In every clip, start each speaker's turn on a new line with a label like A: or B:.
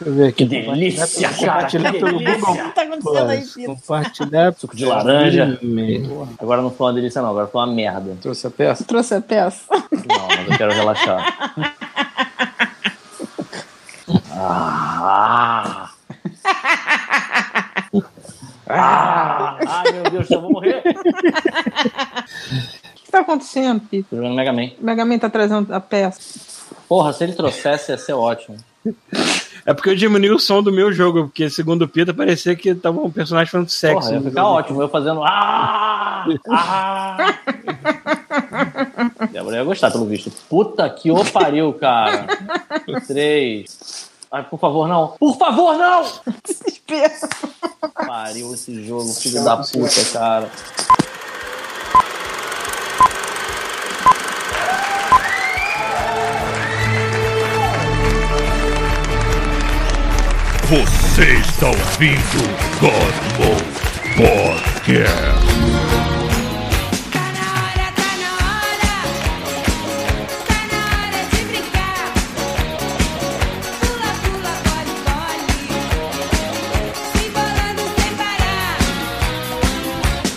A: Deixa eu ver aqui.
B: Que delícia,
A: compartilhar
B: cara, que
A: pelo
B: delícia.
A: Google.
C: O que tá acontecendo
B: é
C: aí,
A: Plus.
C: Pito?
A: Compartilhar.
B: Suco de laranja.
A: Email.
B: Agora não foi uma delícia, não. Agora foi uma merda.
A: Trouxe a peça.
D: Trouxe a peça.
B: Não, mas eu quero relaxar. Ah, ah. Ah, ai, meu Deus, eu vou morrer.
D: O que tá acontecendo, Pito?
B: Tô jogando Mega Man.
D: O Mega Man tá trazendo a peça.
B: Porra, se ele trouxesse, ia ser ótimo.
E: É porque eu diminui o som do meu jogo, porque segundo o Pita parecia que tava um personagem falando sexo.
B: Porra, ia
E: no
B: ficar
E: jogo.
B: ótimo. Eu fazendo. Ah! Ah! Gabriel ia gostar, pelo visto. Puta que o pariu, cara. Três. Ai, por favor, não. Por favor, não!
D: Desespero.
B: Pariu esse jogo, filho da puta, cara.
F: Você está ouvindo Godmode Podcast.
G: Tá na hora, tá na hora, tá na hora de brincar. Pula, pula, pole, pole, se embolando sem parar.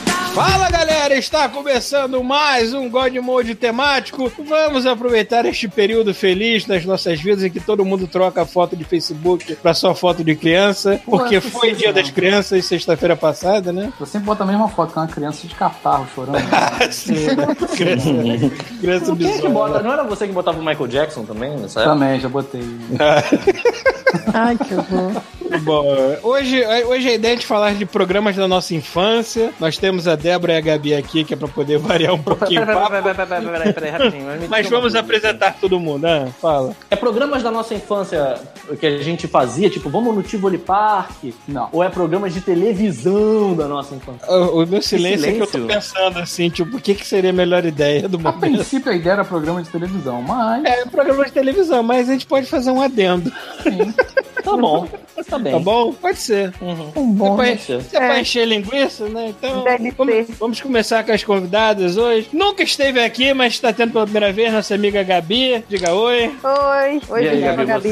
G: Tá
E: Fala galera, está começando mais um God Mode temático. Vamos aproveitar este período feliz nas nossas vidas em que todo mundo troca a foto de Facebook para só foto de criança, porque
C: Pô,
E: foi dia das crianças sexta-feira passada, né?
C: Eu sempre boto a mesma foto, que é uma criança de catarro chorando.
E: criança, criança
B: Quem é que
E: bizarra.
B: bota? Não era você que botava o Michael Jackson também nessa época?
C: Também, já botei.
D: Ai, que horror.
E: Bom, hoje, hoje a ideia é de falar de programas da nossa infância. Nós temos a Débora e a Gabi aqui, que é para poder variar um pouquinho o papo.
B: Peraí, peraí, rapidinho. me
E: Mas
B: diga uma
E: vamos
B: coisa.
E: apresentar todo mundo, ah, fala.
B: É programas da nossa infância que a gente fazia, tipo, vamos no Tivoli Park?
C: Não.
B: Ou é programas de televisão da nossa infância?
E: O, o meu silêncio, é que eu tô
B: silêncio.
E: pensando assim, tipo, o que, que seria a melhor ideia do
C: A
E: momento?
C: princípio a ideia era programa de televisão, mas
E: É programa de televisão, mas a gente pode fazer um adendo,
B: Tá bom, tá bem.
E: tá bom? Pode ser.
D: Um bom.
E: Você
B: Pode
E: é pra,
B: ser.
E: se é pra
D: É.
E: encher linguiça, né? Então,
D: Deve
E: vamos,
D: ser.
E: vamos começar com as convidadas hoje. Nunca esteve aqui, mas está tendo pela primeira vez nossa amiga Gabi. Diga oi.
D: Oi. Oi, Gabi.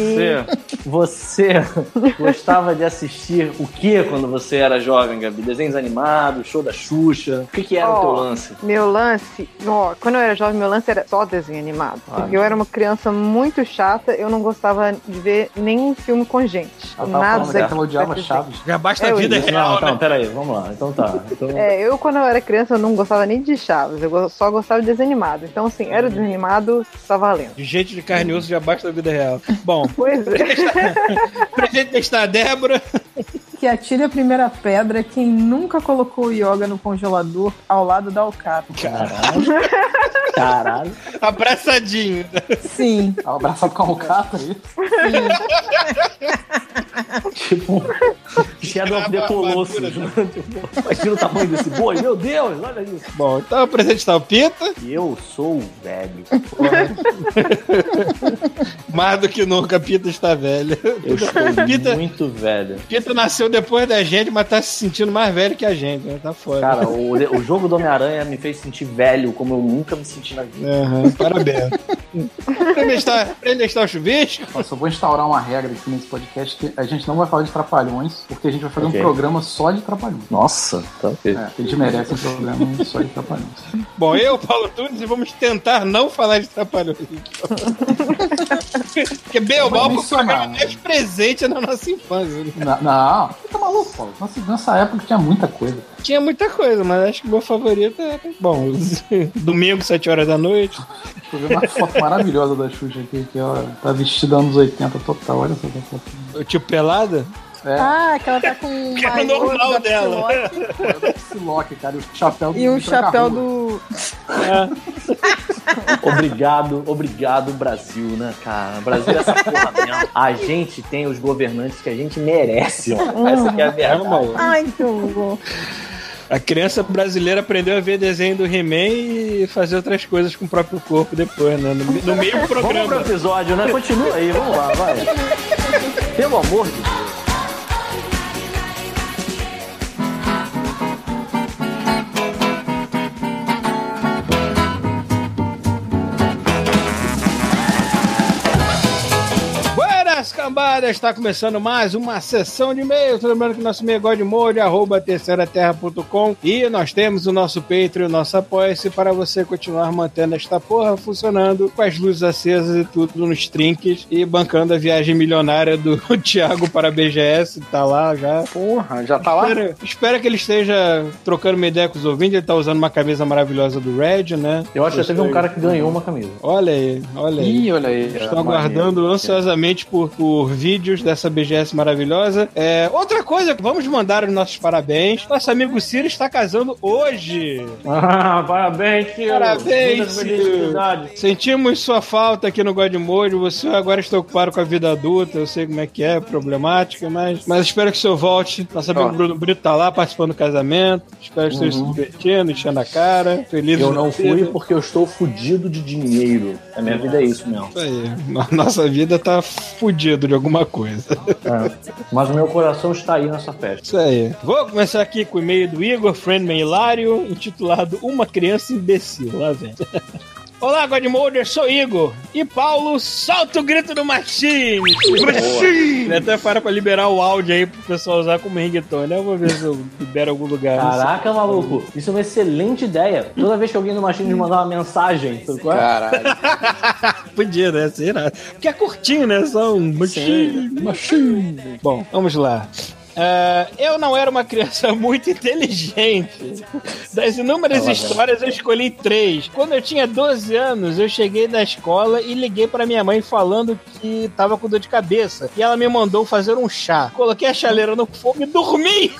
B: Você gostava de assistir o que quando você era jovem, Gabi? Desenhos animados, show da Xuxa? O que, que era o teu
H: Ó.
B: lance?
H: Meu lance, ó, quando eu era jovem, meu lance era só desenho animado. porque eu era uma criança muito chata, eu não gostava de ver nenhum filme com gente.
C: ela tava falando que
H: Nada.
C: ela odiava
H: desenho.
C: Chaves.
E: Já basta
H: É
E: a
H: o
E: vida
B: Isso,
E: real,
B: não, então,
E: né?
B: peraí, vamos lá. Então tá. Então,
H: É, eu quando eu era criança eu não gostava nem de Chaves, eu go- só gostava de desenho animado. Então, assim, era desenho animado, tá valendo.
E: De jeito de carne e osso, já basta a vida real. Bom,
H: Pois é.
E: pra gente testar a Débora,
D: Que atire a primeira pedra quem nunca colocou o yoga no congelador ao lado da alcatra.
B: Caralho.
E: abraçadinho.
D: Sim.
C: Ela abraçava com a é alcatra aí.
B: Tipo, Shadow of the Colossus. né? Imagina o tamanho desse boi. Meu Deus, olha isso.
E: Bom, então apresentar o Pita,
B: Eu sou velho.
E: mais do que nunca, Pita está velha.
B: Eu estou
E: Pita-
B: muito velho.
E: Pita nasceu depois da gente, mas tá se sentindo mais velho que a gente, né? Tá foda.
B: Cara, o, o jogo do Homem-Aranha me fez sentir velho como eu nunca me senti na vida.
E: Aham, parabéns. Prende está, prende está o chuvisco?
C: Eu só vou instaurar uma regra aqui nesse podcast que a gente não vai falar de trapalhões, porque a gente vai fazer
B: Ok.
C: um programa só de trapalhões.
B: Nossa, tá ok.
C: É, eles merecem um programa só de trapalhões.
E: Bom, eu, Paulo Tunes, e vamos tentar não falar de Trapalhões. Porque bem ou
C: Vai
E: mal, foi o programa
C: mencionar, né?
E: mais presente na nossa infância. né?
C: Na- Não, você tá maluco, Paulo? Nossa, nessa época tinha muita coisa.
E: Tinha muita coisa, mas acho que o meu favorito é. Bom, domingo, 7 horas da noite.
C: Tô vendo uma foto maravilhosa da Xuxa aqui, que ela tá vestida anos 80 total. Olha essa foto.
E: Eu, Tipo, pelada?
C: É,
D: Ah, que ela tá com um
E: Que era
D: maiô
E: normal
D: da
E: dela.
D: Psylocke
C: o Psylocke, cara, e o chapéu do
D: E o
C: Vitor
D: chapéu
C: Garrua.
D: do...
B: Obrigado, obrigado, Brasil, né, cara? Brasil é essa porra mesmo. A gente tem os governantes que a gente merece. ó. Essa
C: Hum.
B: que é a verdade.
E: maluco.
D: Ai, que horror.
E: A criança brasileira aprendeu a ver desenho do He-Man e fazer outras coisas com o próprio corpo depois, né? No, no meio do
B: Vamos pro
E: programa.
B: episódio, né? Continua aí, vamos lá, vai. Pelo amor de Deus.
E: Buenas, Lambada, está começando mais uma sessão de e-mails. Lembrando que nosso e-mail é godmode, arroba terceiraterra.com e nós temos o nosso Patreon, o nosso apoia-se para você continuar mantendo esta porra funcionando com as luzes acesas e tudo nos trinques e bancando a viagem milionária do Thiago para a BGS, tá lá já.
C: Porra, já tá lá?
E: Espero, espero que ele esteja trocando uma ideia com os ouvintes, ele tá usando uma camisa maravilhosa do Red, né?
B: Eu acho que teve um cara que ganhou uma camisa.
E: Olha aí, olha aí.
C: Ih, olha aí.
B: Tá
E: Estou aguardando ansiosamente por, por vídeos dessa BGS maravilhosa. É, outra coisa, vamos mandar os nossos parabéns. Nosso amigo Ciro está casando hoje.
B: Ah, parabéns, Ciro.
E: Parabéns,
B: Muitas
E: Ciro.
B: felicidades.
E: Sentimos sua falta aqui no Godmode. Você agora está ocupado com a vida adulta. Eu sei como é que é, problemática, mas, mas espero que o senhor volte. Nosso amigo
C: Ó.
E: Bruno Brito tá lá participando do casamento. Espero que esteja se divertindo, enchendo a cara. Feliz
B: Uhum. Eu
E: da
B: não
E: vida.
B: fui porque eu estou fudido de dinheiro. A minha vida é isso mesmo.
E: Isso aí. No- Nossa vida tá fudido de alguma coisa.
B: É. Mas o meu coração está aí nessa festa.
E: Isso aí. Vou começar aqui com o e-mail do Igor Friendman Hilário, intitulado Uma Criança Imbecil. Lá vem. Olá, Godmolder, sou Igor. E Paulo, solta o grito do Machine! Machine! Ele até para pra liberar o áudio aí pro pessoal usar como ringtone, né? Eu vou ver se eu libero em algum lugar. não sei.
B: Caraca, maluco, isso é uma excelente ideia. Toda vez que alguém do Machine mandar uma mensagem, sabe qual é?
C: Caralho.
E: Podia, né? Sei lá. Porque é curtinho, né? Só um machine. Machine. Bom, vamos lá. Ah, eu não era uma criança muito inteligente. Das inúmeras histórias, eu escolhi três. Quando eu tinha 12 anos, eu cheguei da escola e liguei pra minha mãe falando que tava com dor de cabeça. E ela me mandou fazer um chá. Coloquei a chaleira no fogo e dormi.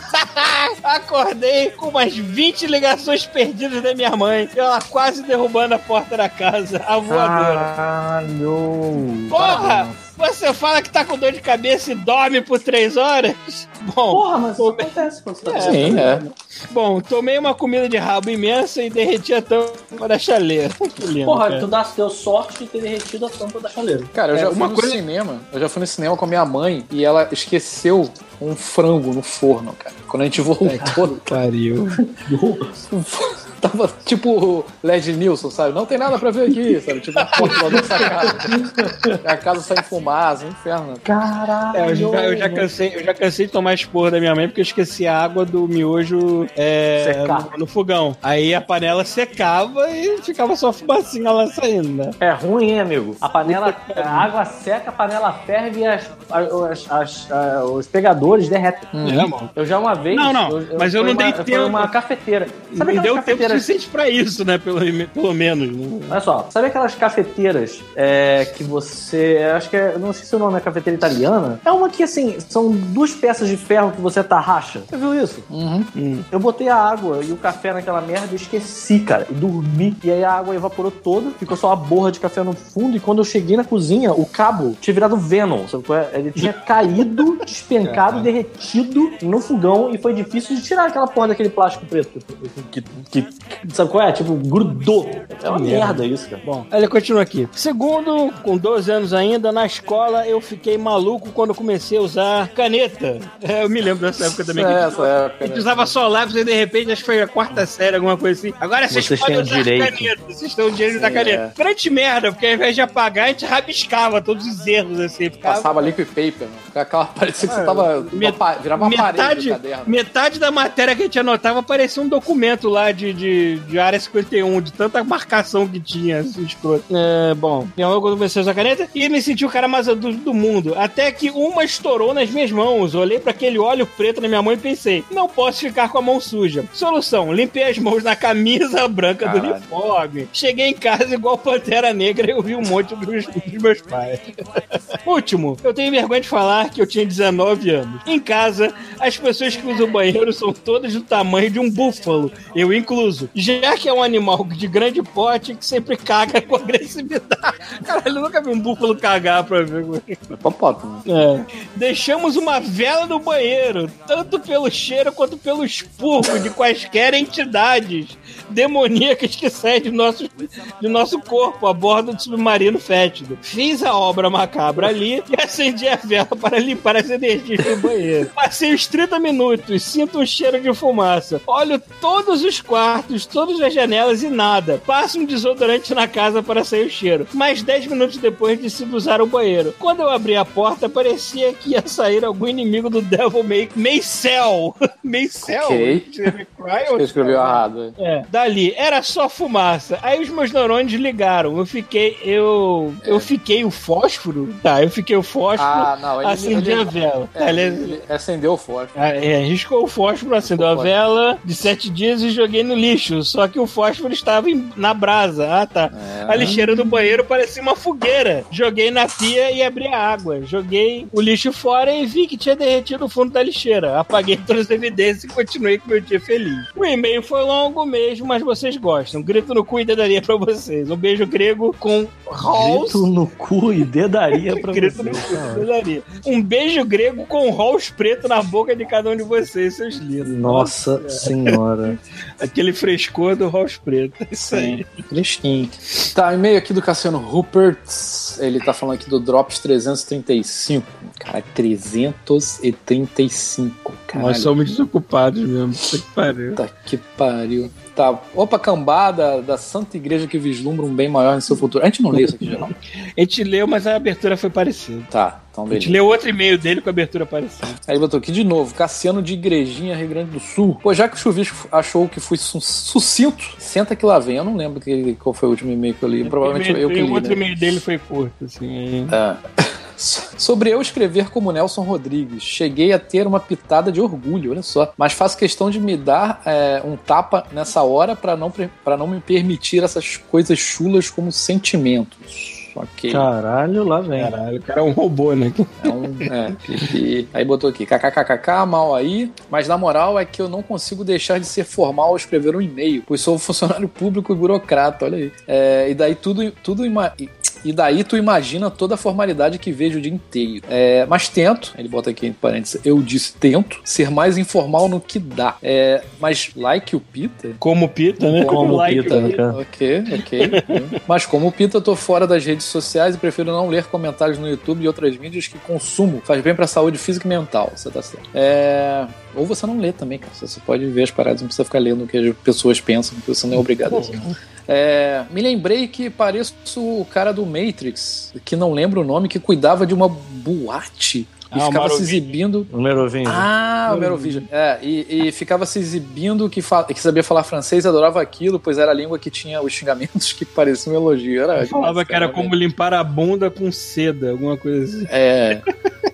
E: Acordei com umas 20 ligações perdidas da minha mãe. E ela quase derrubando a porta da casa. A voadora.
B: Caralho.
E: Porra!
B: Parabéns.
E: Você fala que tá com dor de cabeça e dorme por três horas? Bom,
B: Porra, mas isso acontece quando você tá
E: É.
C: Sim, é.
E: bom, tomei uma comida de rabo imensa e derreti a tampa da chaleira. Que lindo,
B: Porra,
E: cara.
B: tu dá, deu sorte de ter derretido a tampa da chaleira.
C: Cara, eu
E: É,
C: já
E: uma
C: fui
E: coisa-
C: no cinema. Eu já fui no cinema com a minha mãe e ela esqueceu um frango no forno, cara. Quando a gente voltou,
E: Pariu.
C: tava tipo Led Nilson, sabe? Não tem nada pra ver aqui, sabe? Tipo, um controlador sacado. A casa sai em fumaça, um inferno.
B: tá
E: É, eu, já, eu já cansei, eu já cansei de tomar esporro da minha mãe porque eu esqueci a água do miojo é,
B: Secar.
E: no, no fogão. Aí a panela secava e ficava só a fumacinha lá saindo, né?
B: É ruim, hein, amigo? A panela, a água seca, a panela ferve e as- as- as- a- os pegadores derretem.
E: É, mano.
B: Eu já uma vez.
E: Não, não, mas eu
B: foi
E: não dei
B: uma- foi
E: tempo.
B: uma cafeteira. Sabe
E: Me
B: aquelas
E: deu tempo
B: cafeteiras?
E: suficiente pra isso, né? Pelo, pelo menos. Né?
B: Olha só, sabe aquelas cafeteiras é, que você. Acho que é. Não sei se o nome é cafeteira italiana. É uma que, assim, são duas peças de ferro que você tarraxa. Você viu isso? Hum. Eu botei a água e o café naquela merda e esqueci, cara. E dormi. E aí a água evaporou toda, ficou só uma borra de café no fundo. E quando eu cheguei na cozinha, o cabo tinha virado Venom, sabe qual é? Ele tinha caído, despencado, derretido no fogão. E foi difícil de tirar aquela porra daquele plástico preto. Que, que- que- sabe qual é? Tipo, grudou. É uma merda isso, cara.
E: Bom, ele continua aqui. Segundo, com 12 anos ainda, na escola eu fiquei maluco quando comecei a usar caneta. É, eu me lembro dessa época também. que
C: É,
E: a gente-
C: essa época.
E: a gente
C: né?
E: usava só lápis e de repente acho que foi a quarta série, alguma coisa assim. Agora vocês,
B: Vocês
E: podem
B: têm o
E: usar
B: direito.
E: caneta. Vocês têm o direito da caneta.
C: é.
E: Grande merda, porque ao invés de apagar, a gente rabiscava todos os erros assim. Ficava
C: Passava liquid paper, mano. Ficava Aquela, parecia que você tava.
E: Met-
C: uma pa- virava uma parede
E: metade,
C: do caderno.
E: metade da matéria que a gente anotava parecia um documento lá de, de, de área 51, de tanta marcação que tinha, assim, escroto. É, bom, minha mãe quando comecei a usar caneta e me senti o cara mais adulto do mundo. Até que uma estourou nas minhas mãos. Olhei pra aquele óleo preto na minha mão e pensei, não posso ficar com a mão suja. Solução, limpei as mãos na camisa branca do
C: Caralho.
E: uniforme. Cheguei em casa igual Pantera Negra e eu vi um monte dos, dos meus pais. Último, eu tenho vergonha de falar que eu tinha 19 anos. Em casa, as pessoas que usam banheiro são todas do tamanho de um búfalo, eu incluso. Já que é um animal de grande porte que sempre caga com agressividade. Caralho, eu nunca vi um búfalo cagar pra ver.
C: Hipopótamo.
E: É. Deixamos uma vela no banheiro, tanto pelo cheiro quanto pelo expurgo de quaisquer entidades demoníacas que saem de nosso, de nosso corpo a bordo do submarino fétido. Fiz a obra macabra ali e acendi a vela para limpar as energias do banheiro. Passei os 30 minutos, sinto um cheiro de fumaça. Olho todos os quartos quartos, todas as janelas e nada. Passa um desodorante na casa para sair o cheiro. Mas 10 minutos depois decido usar o banheiro. Quando eu abri a porta, parecia que ia sair algum inimigo do Devil May... Maycel. Maycel?
C: Ok.
E: Escrevi Cryo?
C: Ele escreveu errado.
E: É, dali, era só fumaça. Aí os meus neurônios ligaram. Eu fiquei. Eu. Eu fiquei o fósforo? Tá, eu fiquei o fósforo,
C: É. Ah, não. Ele,
E: acendi
C: ele-
E: a vela.
C: é,
E: Tá, ele-
C: ele acendeu o fósforo.
E: ah, é, riscou o fósforo, acendeu a
C: o fósforo.
E: vela de sete dias e joguei no lixo. Só que o fósforo estava em- na brasa. Ah, tá.
C: É.
E: A lixeira do banheiro parecia uma fogueira. Joguei na pia e abri a água. Joguei o lixo fora e vi que tinha derretido o fundo da lixeira. Apaguei todas as evidências e continuei com meu dia feliz. O e-mail foi longo mesmo, mas vocês gostam. Grito no cu e dedaria pra vocês. Um beijo grego com Halls.
B: Grito no cu e dedaria pra
E: Grito
B: você.
E: no cu, dedaria. Um beijo grego com Halls preto na boca de cada um de vocês, seus lindos.
B: Nossa senhora.
E: Aquele frescor do Halls preto. É Isso aí.
B: Fresquinho.
C: Tá, e-mail aqui do Cassiano Ruperts. Ele tá falando aqui do Drops 335. Cara, 335. Caralho.
E: Nós somos desocupados mesmo. Puta que pariu.
C: Puta que pariu. Tá, opa cambada da santa igreja que vislumbra um bem maior no seu futuro. A gente não lê isso aqui, geral.
E: A gente leu, mas a abertura foi parecida.
C: Tá, então
E: A gente
C: beleza.
E: leu outro e-mail dele com a abertura parecida.
C: Aí botou aqui de novo, Cassiano de Igrejinha, Rio Grande do Sul. Pô, já que o Chuvisco achou que fui su- sucinto, senta que lá vem. Eu não lembro que, qual foi o último e-mail que eu li. Provavelmente eu que
E: E
C: li.
E: o outro
C: né?
E: e-mail dele foi curto, assim. é.
C: Ah. So- Sobre eu escrever como Nelson Rodrigues, cheguei a ter uma pitada de orgulho, olha só. Mas faço questão de me dar é, um tapa nessa hora para não, pre- pra não me permitir essas coisas chulas como sentimentos. Ok.
B: Caralho, lá vem.
E: Caralho, o cara é um robô, né?
C: Então, é, e- e- aí botou aqui, kkkk, mal aí, mas na moral é que eu não consigo deixar de ser formal ao escrever um e-mail, pois sou um funcionário público e burocrata, olha aí. É, e daí tudo, tudo ima- e- e daí tu imagina toda a formalidade que vejo o dia inteiro. É, mas tento, ele bota aqui entre parênteses, eu disse tento, ser mais informal no que dá. É, mas like o Peter,
E: Como pita, né?
B: Como
E: like
B: pita, né, cara?
C: Ok, ok. Mas como o Pita, eu tô fora das redes sociais e prefiro não ler comentários no YouTube e outras mídias que consumo. Faz bem pra saúde física e mental, você tá certo. É... Ou você não lê também, cara. Você pode ver as paradas, não precisa ficar lendo o que as pessoas pensam, porque você não é obrigado a
E: Uhum.
C: isso. É, me lembrei que pareço o cara do Matrix, que não lembro o nome, que cuidava de uma boate e
E: Ah, o
C: ficava se
E: Marovinho.
C: exibindo
B: Número 20.
C: ah, o Merovingian. É, e, e ficava se exibindo que, fa- que sabia falar francês, adorava aquilo, pois era a língua que tinha os xingamentos que pareciam um elogio. Era,
E: Falava que era
C: cara,
E: como limpar a bunda com seda, alguma coisa assim.
C: É.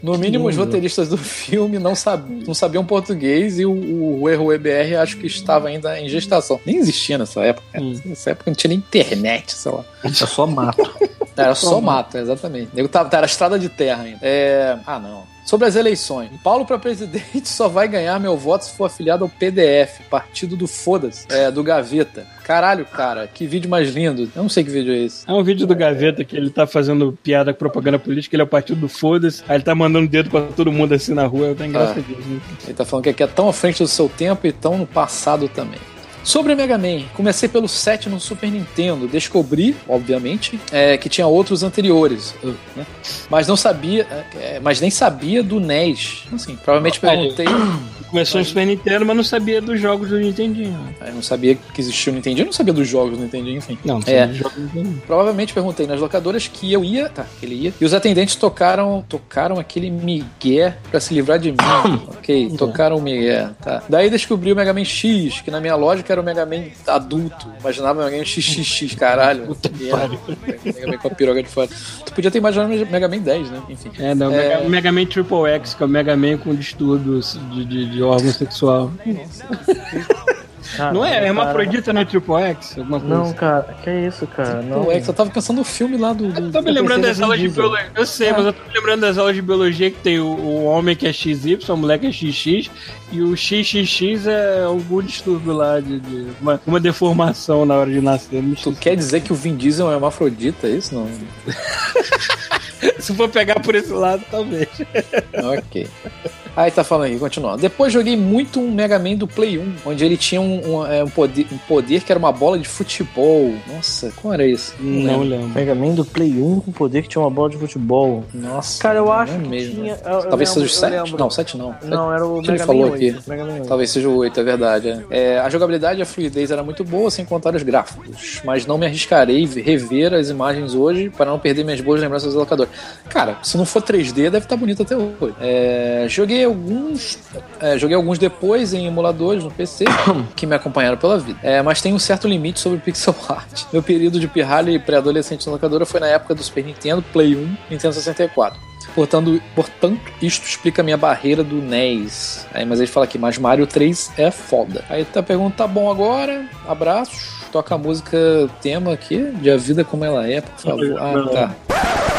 C: No mínimo, os roteiristas do filme não, sab- não sabiam português e o, o erro EBR acho que estava ainda em gestação. Nem existia nessa época. né? Nessa época não tinha nem internet, sei lá.
B: É Hum. só mato.
C: Era só mato, exatamente. O nego tava, era estrada de terra ainda. É... Ah, não. Sobre as eleições. Paulo pra presidente só vai ganhar meu voto se for afiliado ao PDF, partido do Foda-se, é, do Gaveta. Caralho, cara, que vídeo mais lindo. Eu não sei que vídeo é esse.
E: É um vídeo do Gaveta que ele tá fazendo piada com propaganda política, ele é o partido do foda-se, aí ele tá mandando dedo pra todo mundo assim na rua, tá engraçadinho.
C: Ele tá falando que aqui é tão à frente do seu tempo e tão no passado também. Sobre o Mega Man, comecei pelo 7 no Super Nintendo. Descobri, obviamente, é, que tinha outros anteriores. uh, né? Mas não sabia. é, mas nem sabia do NES. Assim, provavelmente
E: Olha.
C: perguntei.
E: Começou no Super Nintendo, mas não sabia dos jogos do Nintendinho.
C: Eu não sabia que existia o Nintendinho, eu não sabia dos jogos do Nintendinho, enfim.
E: Não, não
C: É.
E: sabia dos jogos do Nintendinho.
C: Provavelmente perguntei nas locadoras que eu ia, tá, que ele ia, e os atendentes tocaram tocaram aquele migué pra se livrar de mim. ok, tocaram o migué, tá. Daí descobri o Mega Man X, que na minha lógica era o Mega Man adulto. Imaginava o Mega Man XXX, caralho. E era o Mega Man com a piroga de fora. Tu podia ter imaginado o Mega Man 10, né? Enfim.
E: É, não,
C: É.
E: Mega, Mega Man Triple X, que é o Mega Man com distúrbios de, de, de órgão sexual. não é? É uma Afrodita, né? Triple X? Alguma coisa
B: Não,
E: assim.
B: cara, que é isso, cara? Não.
C: Pô, é que eu tava pensando no filme lá do. do-
E: Eu tô me
B: Eu
E: lembrando
B: pensei
E: das aulas de
B: nesse nível.
E: biologia. Eu sei, mas eu tô me lembrando das aulas de biologia que tem o, o homem que é XY, o moleque é XX, e o XXX é algum distúrbio lá, de, de- uma, uma deformação na hora de nascer. Não
C: Tu
E: sei.
C: quer dizer que o Vin Diesel é uma afrodita, é isso? Não.
E: Se for pegar por esse lado, talvez.
C: Ok. Aí tá falando aqui, continua. Depois joguei muito um Mega Man do Play 1, onde ele tinha um, um, é, um poder, um poder que era uma bola de futebol. Nossa, como era isso?
E: Não
C: lembro.
E: lembro.
B: Mega Man do Play 1 com poder que tinha uma bola de futebol.
C: Nossa.
B: Cara, eu
C: não
B: acho
C: é
B: que
C: mesmo.
B: tinha- eu- eu
C: Talvez seja
B: lembro,
C: os
B: eu
C: 7.
B: lembro.
C: Não, 7 não.
B: Não, era o
C: que ele
B: Mega Man
C: falou
B: 8.
C: aqui.
B: Mega Man 8.
C: Talvez seja o 8, é verdade. é. É, a jogabilidade e a fluidez era muito boa, sem contar os gráficos. Mas não me arriscarei em rever as imagens hoje para não perder minhas boas lembranças do locador. Cara, se não for 3D, deve estar bonito até hoje. É, joguei alguns. é, joguei alguns depois em emuladores no PC que me acompanharam pela vida. É, mas tem um certo limite sobre o pixel art. Meu período de pirralho e pré-adolescente na locadora foi na época do Super Nintendo, Play 1, Nintendo 64. Portanto, portanto, isto explica a minha barreira do NES. Aí, mas ele fala aqui, mas Mario 3 é foda. Aí tá pergunta, tá bom agora, abraços. Toca a música tema aqui, de A Vida Como Ela É, por favor. Ah, tá.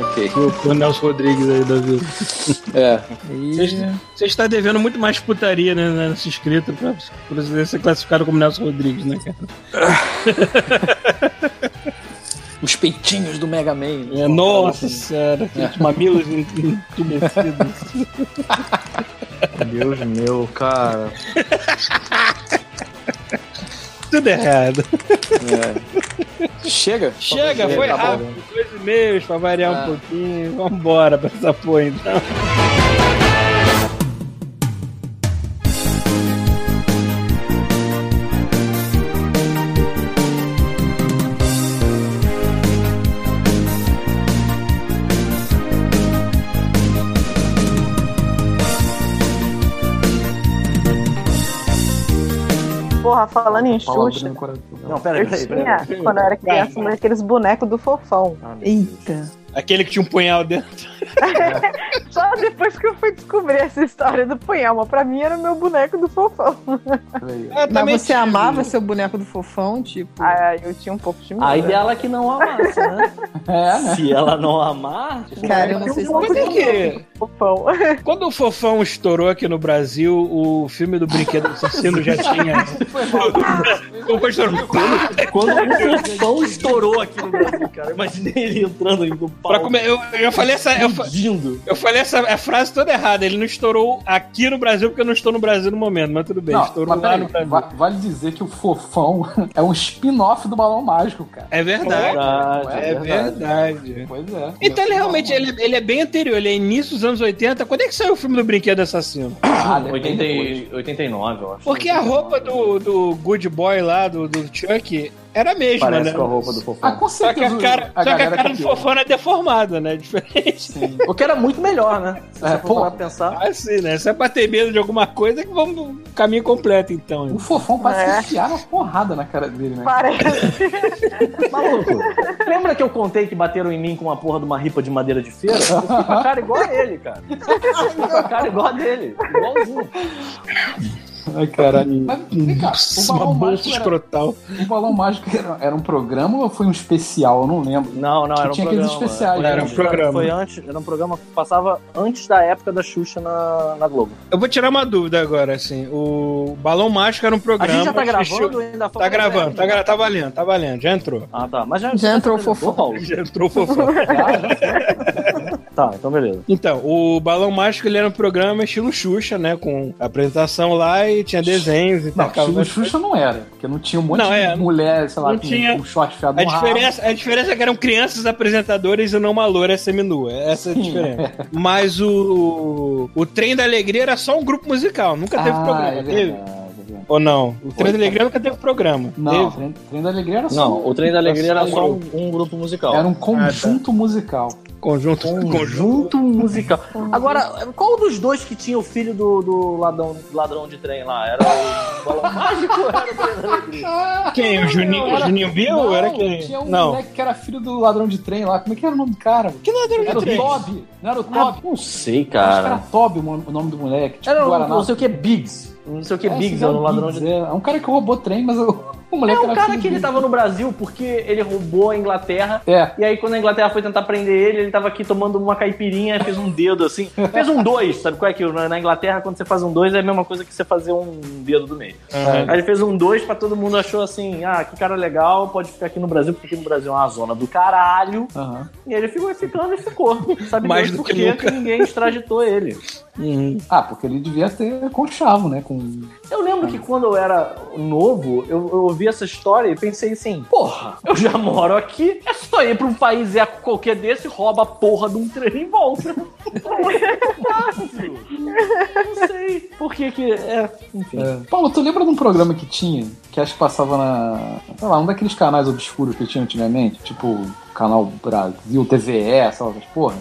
C: Ok.
E: O Nelson Rodrigues aí da vida.
C: É. E...
E: Você está devendo muito mais putaria né, nessa inscrita pra, pra você ser classificado como Nelson Rodrigues, né, cara?
C: Os peitinhos do Mega Man.
E: É, nossa senhora, aqueles mamilos entumecidos.
A: Tá.
B: Deus meu, cara.
E: Tudo errado.
C: É. Chega.
E: Chega, foi
C: Tá bom.
E: rápido. Dois e meios pra variar
C: Ah.
E: um pouquinho. Vambora pra essa porra então.
H: Porra,
B: Tá
H: falando em
B: Palavra
H: Xuxa,
B: no coração. Não, peraí,
H: eu
B: peraí.
H: tinha,
B: peraí.
H: quando eu era criança, um daqueles bonecos do fofão.
I: Ah.
D: Eita.
E: Aquele que tinha um punhal dentro.
H: Só depois que eu fui descobrir essa história do punhal, mas pra mim era o meu boneco do fofão.
B: É,
E: Eu
D: Mas
E: também
D: você
E: tive.
D: amava seu boneco do fofão, tipo.
H: Ah, eu tinha um pouco de medo.
B: Aí dela é que não amasse, né? Se ela não amar.
D: Cara, eu não sei se
E: Mas é que,
H: Fofão.
E: quando o Fofão estourou aqui no Brasil, o filme do Brinquedo Assassino já tinha. o pastor
B: Quando o pão estourou aqui no Brasil, cara. eu Imaginei ele entrando no pau.
E: Pra comer, eu, eu já falei essa. Eu, fa-
B: Fugindo.
E: eu falei essa a frase toda errada. Ele não estourou aqui no Brasil, porque eu não estou no Brasil no momento, mas tudo bem.
C: Não,
E: estourou
C: mas
E: lá no
C: peraí,
E: Brasil.
C: va- vale dizer que o Fofão é um spin-off do Balão Mágico, cara.
E: É verdade.
A: um
B: Verdade,
E: É verdade.
C: Pois é.
E: Então ele realmente ele, ele é bem anterior, ele é início dos anos 80. Quando é que saiu o filme do Brinquedo Assassino?
C: Ah,
B: 80 e- 89, eu acho.
E: Porque a roupa do, do Good Boy lá, do, do Chuck, era a mesma,
B: Parece
E: né?
B: com a roupa do
C: Ah,
B: fofão.
C: com
E: Só que
C: certeza.
E: a cara, só que a
C: galera
E: cara do
C: copiou.
E: Fofana é deformada, né? Diferente.
B: O que era muito melhor, né? Se
C: É,
B: você for parar
C: porra.
B: pra pensar.
E: Assim, né? Se é pra ter medo de alguma coisa, é que vamos no caminho completo, então.
C: O Fofão parece
H: É.
C: que enfiaram uma porrada na cara dele, né?
H: Parece.
B: tá Maluco, lembra que eu contei que bateram em mim com uma porra de uma ripa de madeira de feira? Eu fiquei com a cara igual a ele, cara. Eu fiquei com a cara igual a dele. Igualzinho.
E: Ai, caralho.
C: Mas vem cá, o Balão Mágico, era,
E: escrotal.
C: o Balão Mágico era, era um programa ou foi um especial? Eu não lembro.
B: Não, não, era um
C: Tinha
B: programa.
C: aqueles especiais,
B: Foi
E: né? Era um
B: antes,
E: programa.
B: Foi antes, era um programa que passava antes da época da Xuxa na, na Globo.
E: Eu vou tirar uma dúvida agora, assim. O Balão Mágico era um
B: A
E: programa.
B: gente já tá
E: assistiu-
B: gravando ainda
E: Tá gravando, tá, gra- tá valendo, tá valendo. Já entrou.
B: Ah, tá. Mas já,
D: Já entrou o fofão.
B: Paulo.
E: Já entrou o fofão.
B: Tá, então beleza.
E: Então, o Balão Mágico ele era um programa estilo Xuxa, né? Com apresentação lá e tinha desenhos e
C: Não,
E: tal.
C: o Xuxa não era, porque não tinha um monte
E: Não,
C: de
E: é.
C: mulher, sei lá,
E: Não
C: com
E: tinha.
C: um short fiado
E: A
C: no rabo.
E: diferença, a diferença é que eram crianças apresentadoras e não uma loura seminua. Essa é a
C: Sim.
E: diferença. Mas o, o Trem da Alegria era só um grupo musical. Nunca teve
C: Ah,
E: programa,
C: é
E: teve?
C: verdade, é verdade.
E: Ou não? O Trem da Alegria nunca teve programa.
C: Não,
E: Teve?
C: Trem- Trem da Alegria era só
B: Não,
C: um-
B: o Trem da Alegria era só um, um grupo musical.
C: Era um conjunto musical.
E: Conjunto.
B: Conjunto musical. Agora, qual dos dois que tinha o filho do, do ladrão, ladrão de trem lá? Era o balão mágico ou era o Trem da Alegria?
E: Quem? O Juninho,
C: Não, era-
E: Juninho Bill?
C: Não,
E: era quem?
C: Tinha um
E: não.
C: moleque que era filho do ladrão de trem lá. Como é que era o nome do cara?
E: Que ladrão
C: Era
E: de
C: o
E: trem?
C: Toby. Não era o Toby?
B: Não sei,
C: Acho que era Toby o mo- o nome do moleque. Tipo,
B: Era um,
C: Guaraná.
B: não sei o que, Biggs. Não sei o que,
C: É,
B: Biggs
C: esse
B: era
C: é
B: o ladrão
C: Biggs,
B: de
C: é. É um cara que roubou trem, mas eu- O moleque
B: É um
C: era
B: cara
C: filho
B: que ele tá-
C: dele.
B: tava no Brasil porque ele roubou a Inglaterra.
C: É.
B: E aí, quando a Inglaterra foi tentar prender ele, ele tava aqui tomando uma caipirinha, fez um dedo assim. Fez um dois, sabe qual é que na na Inglaterra, quando você faz um dois, é a mesma coisa que você fazer um dedo do meio.
C: Uhum.
B: Aí ele fez um dois pra todo mundo, achou assim: ah, que cara legal, pode ficar aqui no Brasil, porque aqui no Brasil é uma zona do caralho.
C: Aham.
B: E ele ficou ficando e ficou. Sabe
C: Uhum. Mais
B: Deus
C: do
B: por
C: que
B: quê
C: nunca.
B: ninguém extraditou ele.
C: Ah, porque ele devia ter conchavo, né? Com...
B: Eu lembro que quando eu era novo, eu, eu ouvi essa história e pensei assim: porra, eu já moro aqui, é só ir pra um país eco qualquer desse, rouba a porra de um trem e volta. Fácil. Não sei por que que. É, enfim.
C: É. Paulo, tu lembra de um programa que tinha, que acho que passava na. sei lá, um daqueles canais obscuros que tinha antigamente, tipo canal Brasil, TVE, sei lá, essas porra.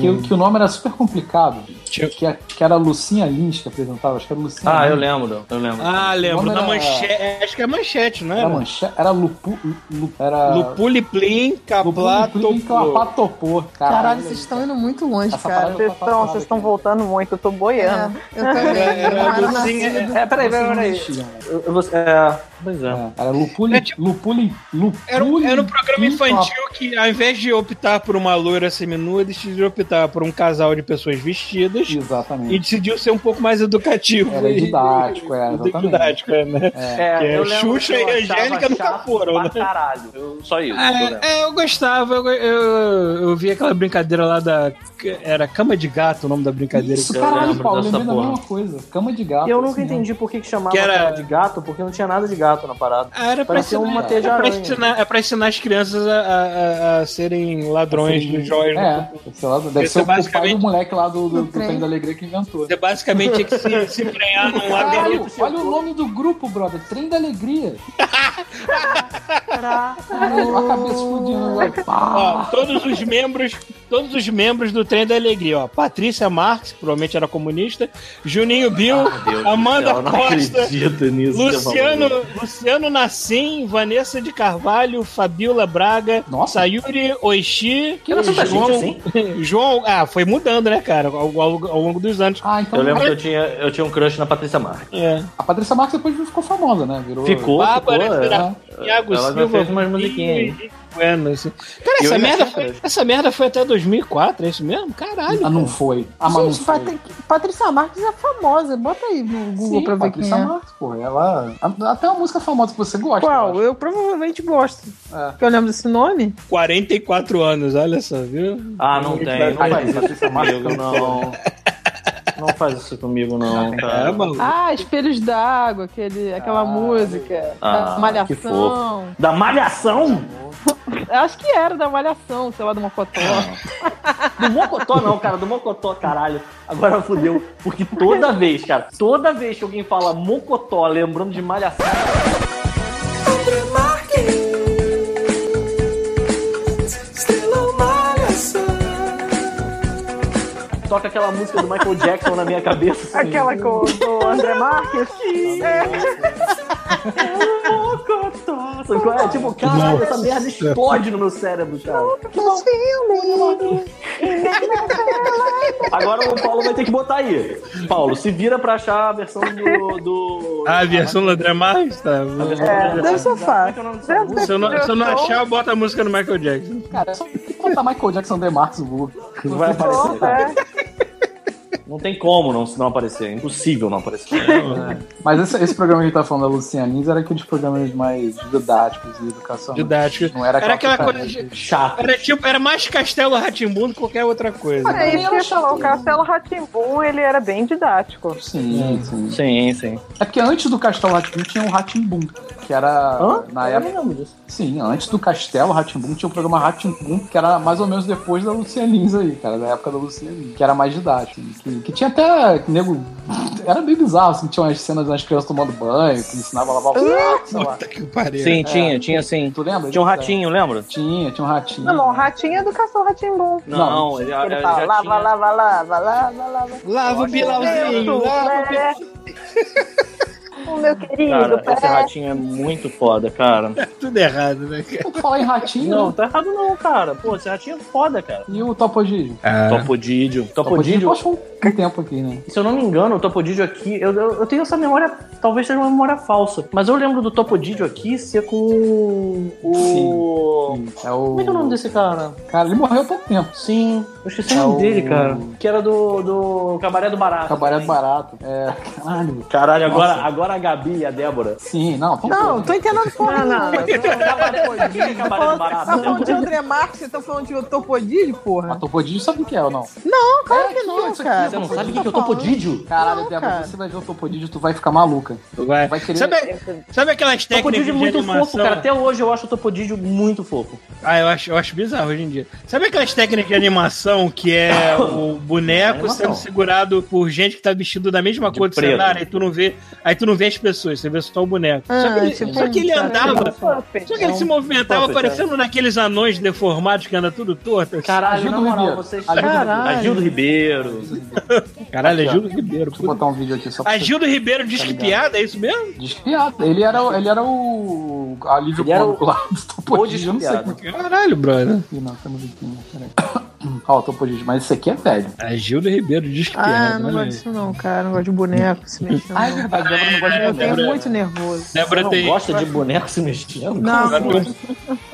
C: Que, que o nome era super complicado.
E: Tinha-
C: Que, a- que era a Lucinha Lins que apresentava, acho que era Lucinha
B: Ah, eu
C: Lins.
B: lembro, eu lembro.
E: Ah,
C: O
E: lembro
C: nome
E: da
C: era-
E: manchete. Acho que é manchete, não
C: Era,
E: era?
C: manche... era Lupu. Lu... Era.
E: Lupuli Plim, Caplá,
C: Lupuliplim,
E: Topô.
C: Clapatopô.
D: Caralho, vocês estão indo muito longe,
C: Essa
D: cara.
C: parada-
H: Vocês estão vocês estão voltando muito, eu tô boiando.
D: É, eu também.
E: Era- era
D: Eu era
E: docinha-
D: nascido.
B: É, peraí, peraí, peraí. Eu, eu vou- é, pois é.
C: É, Era Lupuli.
E: É tipo-
C: Lupuli. Lupuli.
E: Era, um- era um programa
C: Plim,
E: infantil que, ao invés de optar por uma loira seminua, eles decidiram optar por um casal de pessoas vestidas
C: Exatamente.
E: e decidiu ser um pouco mais educativo.
C: Era
E: e-
C: didático, é,
E: e
C: exatamente.
E: didático, é, né?
B: É,
E: Que é
B: eu lembro
E: Xuxa
B: que eu
E: e
B: achava
E: Angélica nunca
B: chato
E: foram,
B: pra
E: né?
B: Caralho, eu- só isso.
E: Ah,
B: eu
E: é,
B: lembro.
E: é, eu gostava, eu, eu, eu vi aquela brincadeira lá da. Era Cama de Gato o nome da brincadeira.
C: Isso,
E: que-
C: é, caralho,
B: lembro
C: Paulo,
B: dessa
C: lembrei da
B: porra.
C: mesma coisa. Cama de gato.
B: E
C: assim, né?
B: eu
C: isso
B: nunca
C: mesmo.
B: entendi por que, que chamava
E: Que era-
B: cara de gato, porque não tinha nada de gato na parada.
E: Ah, era pra
B: Parecia
E: ensinar,
B: uma
E: é pra,
B: teja-aranha.
E: ensinar, é pra ensinar as crianças a, a- a- a serem ladrões
C: Assim,
E: dos joias.
C: É, deve ser, lá, deve
E: Esse
C: ser o
E: basicamente-
C: pai do moleque lá do, do, do
D: trem.
C: Trem da Alegria que inventou.
E: Você basicamente tinha que se, se embrenhar num
C: Caralho,
E: labirinto.
C: olha o nome do grupo, brother. Trem da Alegria. a cabeça né? Ah, explodindo. lá. Pá.
E: Ó, todos os membros, todos os membros do Trem da Alegria, ó. Patrícia Marx, que provavelmente era comunista, Juninho
B: Ah,
E: Bill, Amanda
B: Eu não
E: Costa,
B: acredito nisso. que você falou.
E: Luciano, Luciano Nassim, Vanessa de Carvalho, Fabiola Braga,
C: Nossa.
E: Sayuri Oishi,
B: Que era tanta gente assim?
E: João, ah, foi mudando, né, cara, ao, ao- ao longo dos anos.
C: Ah, então
B: Eu lembro que eu tinha, eu tinha um crush na Patrícia Marques.
E: É.
C: a Patrícia Marques depois ficou famosa, né? Virou...
B: Ficou,
E: Bárbara,
B: ficou, é.
E: Serafim, Thiago
B: Ela já
E: Silva.
B: fez umas
E: e-
B: musiquinhas
E: e Bueno, assim. Cara,
B: Eu
E: essa
B: ainda
E: merda,
B: tinha
E: foi,
B: crush.
E: essa merda foi até 2004, é isso mesmo? Caralho.
C: Ah, não foi. Ah, mas não
D: Gente,
C: foi.
D: Patri- Patrícia Marques é famosa. Bota aí no Google pra ver
C: Patrícia
D: quem é.
C: Marques, porra. Ela... a- Até uma música famosa que você gosta.
D: Qual?
C: eu
D: Eu provavelmente gosto.
C: É.
D: Porque eu lembro desse nome.
E: 44 anos, olha só, viu?
B: Ah, não tem. Não
C: Ai,
B: faz isso
C: Patrícia Marques.
B: comigo, não. Não faz isso comigo, não,
E: É,
B: cara.
E: maluco.
D: Ah, Espelhos d'Água, aquele, aquela
C: Ah,
D: música.
B: ah,
D: da
B: que
D: Malhação.
B: Da Malhação?
D: Acho que era da Malhação, sei lá, do Mocotó.
B: Do Mocotó, não, cara. Do Mocotó, caralho. Agora fudeu. Porque toda vez, cara, toda vez que alguém fala Mocotó, lembrando de Malhação. Toca aquela música do Michael Jackson na minha cabeça. assim.
H: Aquela com do André Marques.
B: Mocotó. Sabe qual é? Tipo, caralho, essa merda explode no meu cérebro, cara. Agora o Paulo vai ter que botar aí. Paulo, se vira pra achar a versão do. do...
E: Ah, a versão do André Marques, tá?
B: a versão do-
D: deve ser fácil.
B: Como é que é o nome dessa música?
E: Se eu, não, se eu não achar, eu boto a música do Michael Jackson.
C: Cara, é só tem que botar Michael Jackson de Marques no Google.
B: Vai aparecer, cara. Não tem como não, se não aparecer. É impossível não aparecer.
C: Mas esse, esse programa que a gente tá falando da Luciana Lins era aqueles programas mais didáticos e educacionais.
E: Didático.
C: Não era
E: Era aquela coisa
C: putaria.
E: de.
B: Chato.
E: Era tipo, era mais Castelo Ratimbu do que qualquer outra coisa.
H: É isso que eu ia falar, o Castelo Ratimbum, ele era bem didático.
C: Sim, sim.
B: Sim, sim.
C: É porque antes do Castelo Ratimbum tinha o Ratimbum, que era
B: Hã?
C: na época. Sim, antes do Castelo Ratimbum tinha o programa Ratimbum, que era mais ou menos depois da Luciana Lins aí, cara, da época da Luciana Lins, que era mais didático. Que, que tinha até que nego. Era bem bizarro, assim, tinha umas cenas das crianças tomando banho, que ensinava a lavar o prato, sei lá.
E: Puta que pariu.
B: Sim, tinha, tinha sim.
C: Tu lembra?
B: Tinha um ratinho, lembra?
C: Tinha, tinha um ratinho.
H: Não, não, o ratinho é do Castelo Ratimbum.
B: Não, ele, ele
H: Ele fala,
B: Ah, já
H: lava,
B: tinha.
H: lava, lava, lava, lava, lava.
E: Lava o Bilauzinho,
H: Vento,
E: lava o
H: leve.
J: Oh, meu querido,
B: Cara, esse
J: pera-
B: ratinho é muito foda, cara.
E: Tudo errado, né? cara?
A: Falar em ratinho
B: Não, tá errado não, cara. Pô, esse ratinho é foda, cara.
A: e o Topodídio.
C: É.
A: Topodídio
B: Topodídio. Topodídio,
A: passou um tempo aqui, né?
B: se eu não me engano, o Topodídio aqui... Eu, eu, eu tenho essa memória... Talvez seja uma memória falsa. Mas eu lembro do Topodídio aqui ser com o...
A: É o...
B: Como é que é o nome desse cara?
A: Cara, ele morreu há pouco tempo.
B: Sim, eu esqueci
A: É
B: o nome
A: o-
B: dele, cara. Que era do, do Cabaré do Barato. né?
A: Cabaré
B: também.
A: barato. É, caralho.
B: Caralho, agora,
A: Nossa.
B: agora a Gabi e a Débora.
A: Sim, não. tão
I: Não,
A: todos,
I: tô
A: né?
I: entendendo porra
J: Não, não.
I: nenhuma.
B: Cabaré Podinho, Cabaré
I: Tá
B: do
I: falando, tá
B: Barato.
I: falando de
B: Débora.
I: André Marques, você tá falando de Topodílio,
A: Mas
I: porra?
A: Topodídio sabe o que é ou não?
I: Não, claro que não,
A: isso aqui,
I: cara.
A: você
B: Você não sabe o que,
I: Tá
B: que é o
I: falando.
B: Topodídio?
A: Caralho,
I: Não,
A: Débora,
I: cara.
A: você vai ver o Topodídio, tu vai ficar maluca.
E: Vai.
A: Vai querer-
E: Sabe, sabe aquelas técnicas
B: Topodídio
E: de
B: é muito
E: animação?
B: fofo, cara. Até hoje eu acho o Topodídio muito fofo.
E: Ah, eu acho, eu acho bizarro hoje em dia. Sabe aquelas técnicas de animação que é o boneco
B: Animação.
E: sendo segurado por gente que tá vestido da mesma
B: De
E: cor do
B: preto.
E: cenário, aí tu não vê, aí tu não vê as pessoas, você vê só o boneco.
I: Ah,
E: só, que ele,
I: tipo
E: só que ele
I: isso,
E: andava,
I: né?
J: Puppet.
E: só que ele se movimentava
I: é.
B: puppet,
E: parecendo daqueles anões deformados que anda tudo torto. assim.
B: Caralho,
A: Agildo
B: na moral,
A: Ribeiro.
B: vocês...
A: Agildo
I: Caralho. Ribeiro.
B: Agildo Ribeiro.
E: Caralho, é
A: Aqui, ó.
E: Gildo
A: Deixa
E: Ribeiro.
A: eu
E: puta.
A: botar um vídeo aqui só pra
E: A
A: você-
E: Gildo Ribeiro diz
A: Tá
E: que
A: ligado.
E: piada, é isso mesmo?
A: Desfiado. Ele era, o- ele era o alívio
B: Ele era
A: cômico
B: o-
A: lá do Topodídio. Eu não sei
B: desfiado.
A: como que
E: Caralho, brother.
A: é. Não, essa musiquinha, peraí. Ó, o Topodídio, mas esse aqui é velho.
E: A Gildo Ribeiro diz que
I: Ah,
E: piada. né,
I: não
E: olha
I: gosto
E: aí.
I: disso não, cara. Não gosto de boneco se mexendo.
A: Ah, é verdade, Débora não gosta de
I: Eu
A: boneco.
I: tenho muito nervoso.
E: É, Débora
B: Não
E: tem,
B: gosta de boneco se mexendo?
I: Não,
E: ela tem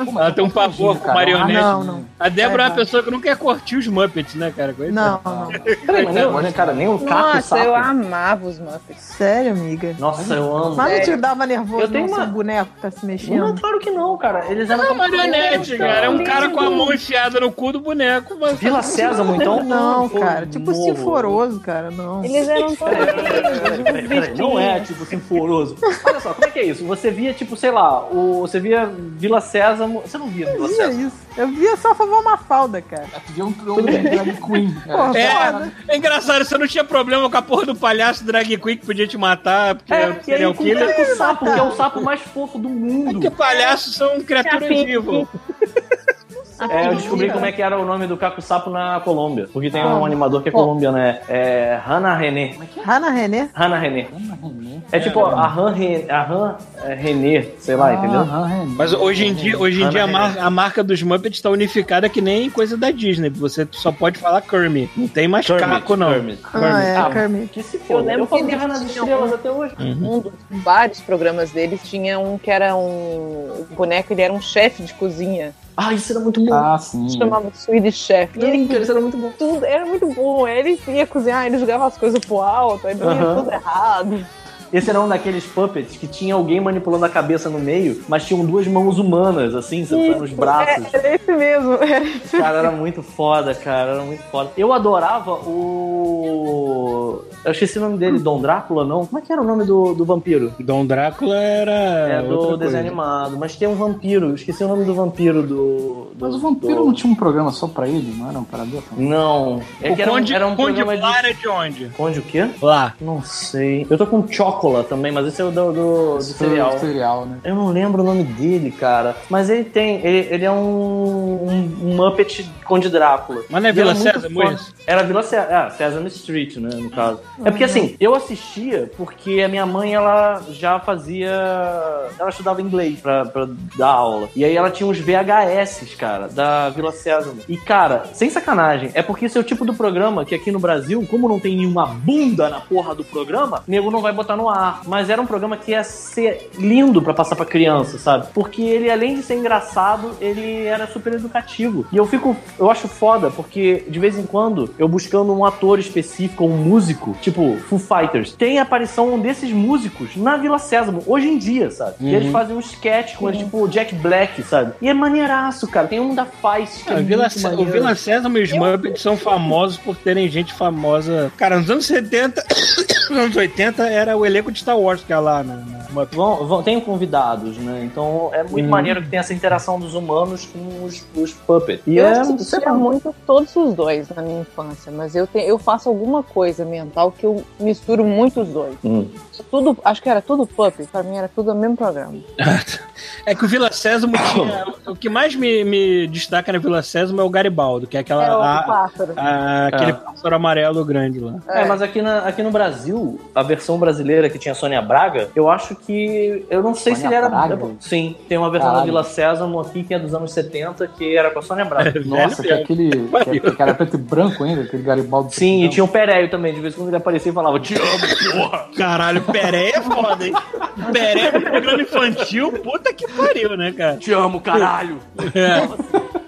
E: um- ela tem um pavor com marionete.
I: não, não.
E: A Débora é uma
I: Verdade.
E: pessoa que não quer curtir os Muppets, né, cara? Coisa-
I: Não, não.
B: Peraí, mas nem, né, cara, nem um caco
J: Nossa, eu
B: sapo.
J: amava os Muppets.
I: Sério, amiga?
B: Nossa, eu amo. É,
I: Mas não te dava nervoso
B: Eu tenho
I: não,
B: uma-
I: seu boneco que tá se
B: Não,
I: mexendo?
B: claro que não, cara. Eles eram
E: É uma marionete, cara. É um cara com a mão enfiada no cu do boneco. Mas... é,
B: Vila Sésamo, então.
I: Não,
B: Pô,
I: cara. Tipo
B: morro.
I: sinforoso, cara, não.
B: é
J: Eles eram tão
B: Peraí, peraí, peraí, Não é tipo sinforoso. Olha só, como é que é isso? Você via, tipo, sei lá, o, você via Vila Sésamo. Você não via
I: Eu
B: Vila
I: via
B: Sésamo?
I: isso. Eu via só a favor Mafalda, cara.
A: Aqui é um trono de drag queen.
I: Porra, foda.
E: É, é engraçado, você não tinha problema com a porra do palhaço drag queen que podia te matar, porque
B: É,
E: era o
B: e aí
E: serial
B: com
E: killer.
B: o sapo,
I: matar.
B: que é o sapo mais fofo do
E: É
B: mundo.
E: que palhaços são criaturas
J: Capim.
E: vivas.
B: É, eu descobri como é que era o nome do Caco Sapo na Colômbia. Porque tem um animador que é colombiano, é, é Hannah René.
I: Hannah René?
B: Hannah René. É tipo a Han, Re- a Han é, René, sei lá, entendeu?
E: Mas hoje em dia, hoje em dia a, mar- a marca dos Muppets está unificada que nem coisa da Disney. Você só pode falar Kermit. Não tem mais
B: Kermit,
E: caco, não.
B: Kermit.
I: Ah, é, Kermit.
B: Que se for,
J: Eu
B: eu
J: lembro
B: lembro eu falo
J: que
B: de
J: eles
B: Hannah das
J: tinham-
B: Estrelas até hoje.
J: Um dos vários programas deles tinha um que era um o boneco, ele era um chefe de cozinha.
B: Ah, é isso era muito bom.
A: Ah, sim.
B: Uhum.
J: Se chamava Swedish Chef. E ele
B: isso era muito bom.
J: tudo era muito bom. Ele ia cozinhar, ele jogava as coisas pro alto, aí vinha
B: Aham.
J: tudo errado.
B: Esse era um daqueles puppets que tinha alguém manipulando a cabeça no meio, mas tinham duas mãos humanas, assim, sentando nos braços.
J: É, era esse mesmo.
B: Cara, era muito foda, cara, era muito foda. Eu adorava o. Eu esqueci o nome dele, Dom Drácula, não? Como é que era o nome do, do vampiro?
E: Dom Drácula era.
B: É, do
E: outra
B: desenho
E: coisa.
B: animado, mas tem um vampiro, eu esqueci o nome do vampiro do. do
A: Mas o vampiro
B: do-
A: não tinha um programa só pra ele, não era um parador?
B: Não, é
E: O
B: que era, um-
E: Conde,
B: era um
E: Conde
B: programa
E: Blar
B: de.
E: é de onde?
B: Conde o quê?
E: Lá.
B: Não sei. Eu tô com Chocola também, mas esse é o do, do, do cereal.
A: Serial, né?
B: Eu não lembro o nome dele, cara. Mas ele tem. Ele, ele é um, um, um Muppet Conde Drácula.
E: Mas não é
B: E era
E: Vila
B: muito
E: Sésamo
B: foda.
E: isso?
B: Era Vila Sésamo. É, Sésamo Street, né, no caso. É porque assim, eu assistia porque a minha mãe, ela já fazia. Ela estudava inglês pra, pra dar aula. E aí ela tinha uns VHS, cara, da Vila Sésamo. E, cara, sem sacanagem, é porque esse é o tipo do programa que aqui no Brasil, como não tem nenhuma bunda na porra do programa, nego não vai botar no ar. Mas era um programa que ia ser lindo pra passar pra criança, sabe? Porque ele, além de ser engraçado, ele era super educativo. E eu fico, eu acho foda, porque de vez em quando eu buscando um ator específico, um músico, tipo Foo Fighters, tem a aparição um desses músicos na Vila Sésamo, hoje em dia, sabe? E
E: Uhum.
B: eles fazem um sketch com eles, tipo Jack Black, sabe? E é maneiraço, cara. Tem um da Faz. Que
E: Ah,
B: é
E: Vila,
B: muito
E: Sé- o
B: maneiro.
E: Vila Sésamo e os Muppets são famosos por terem gente famosa. Cara, nos anos 70, nos anos 80 era o elenco de Star Wars que era lá, né? Muppet.
B: Vão, vão, tem convidados, né? Então é
E: Uhum.
B: muito maneiro que tem essa interação dos humanos com os, os puppets. E
J: eu
B: é, sei
J: assistia
B: lá,
J: muito todos os dois na minha infância, mas eu, te- eu faço alguma coisa mental que eu misturo muito os dois.
B: Hum.
J: Tudo, acho que era tudo puppet, pra mim era tudo o mesmo programa.
E: É que o Vila Sésamo tinha. O que mais me, me destaca na Vila Sésamo é o Garibaldo, que é aquela.
J: É outro
E: a-
J: pássaro.
E: a-
C: É.
E: aquele pássaro amarelo grande lá.
B: É, mas aqui, na- aqui no Brasil, a versão brasileira que tinha Sônia Braga, eu acho que. Eu não sei se ele
C: Sônia
B: era.
C: Braga?
B: Sim, tem uma versão da
C: Caralho.
B: Vila Sésamo aqui que é dos anos 70 que era com a Sônia
E: É,
B: Braga.
C: Nossa, que
E: Velho,
C: aquele. Que, que era preto e branco ainda, aquele garibaldo.
B: Sim, e
C: preto
B: tinha o Pereio também, de vez em quando ele aparecia e falava, te amo.
E: Caralho, Peré é foda, hein? Peré é um programa infantil, puta que pariu, né, cara?
C: Tipo,
B: Te amo, caralho.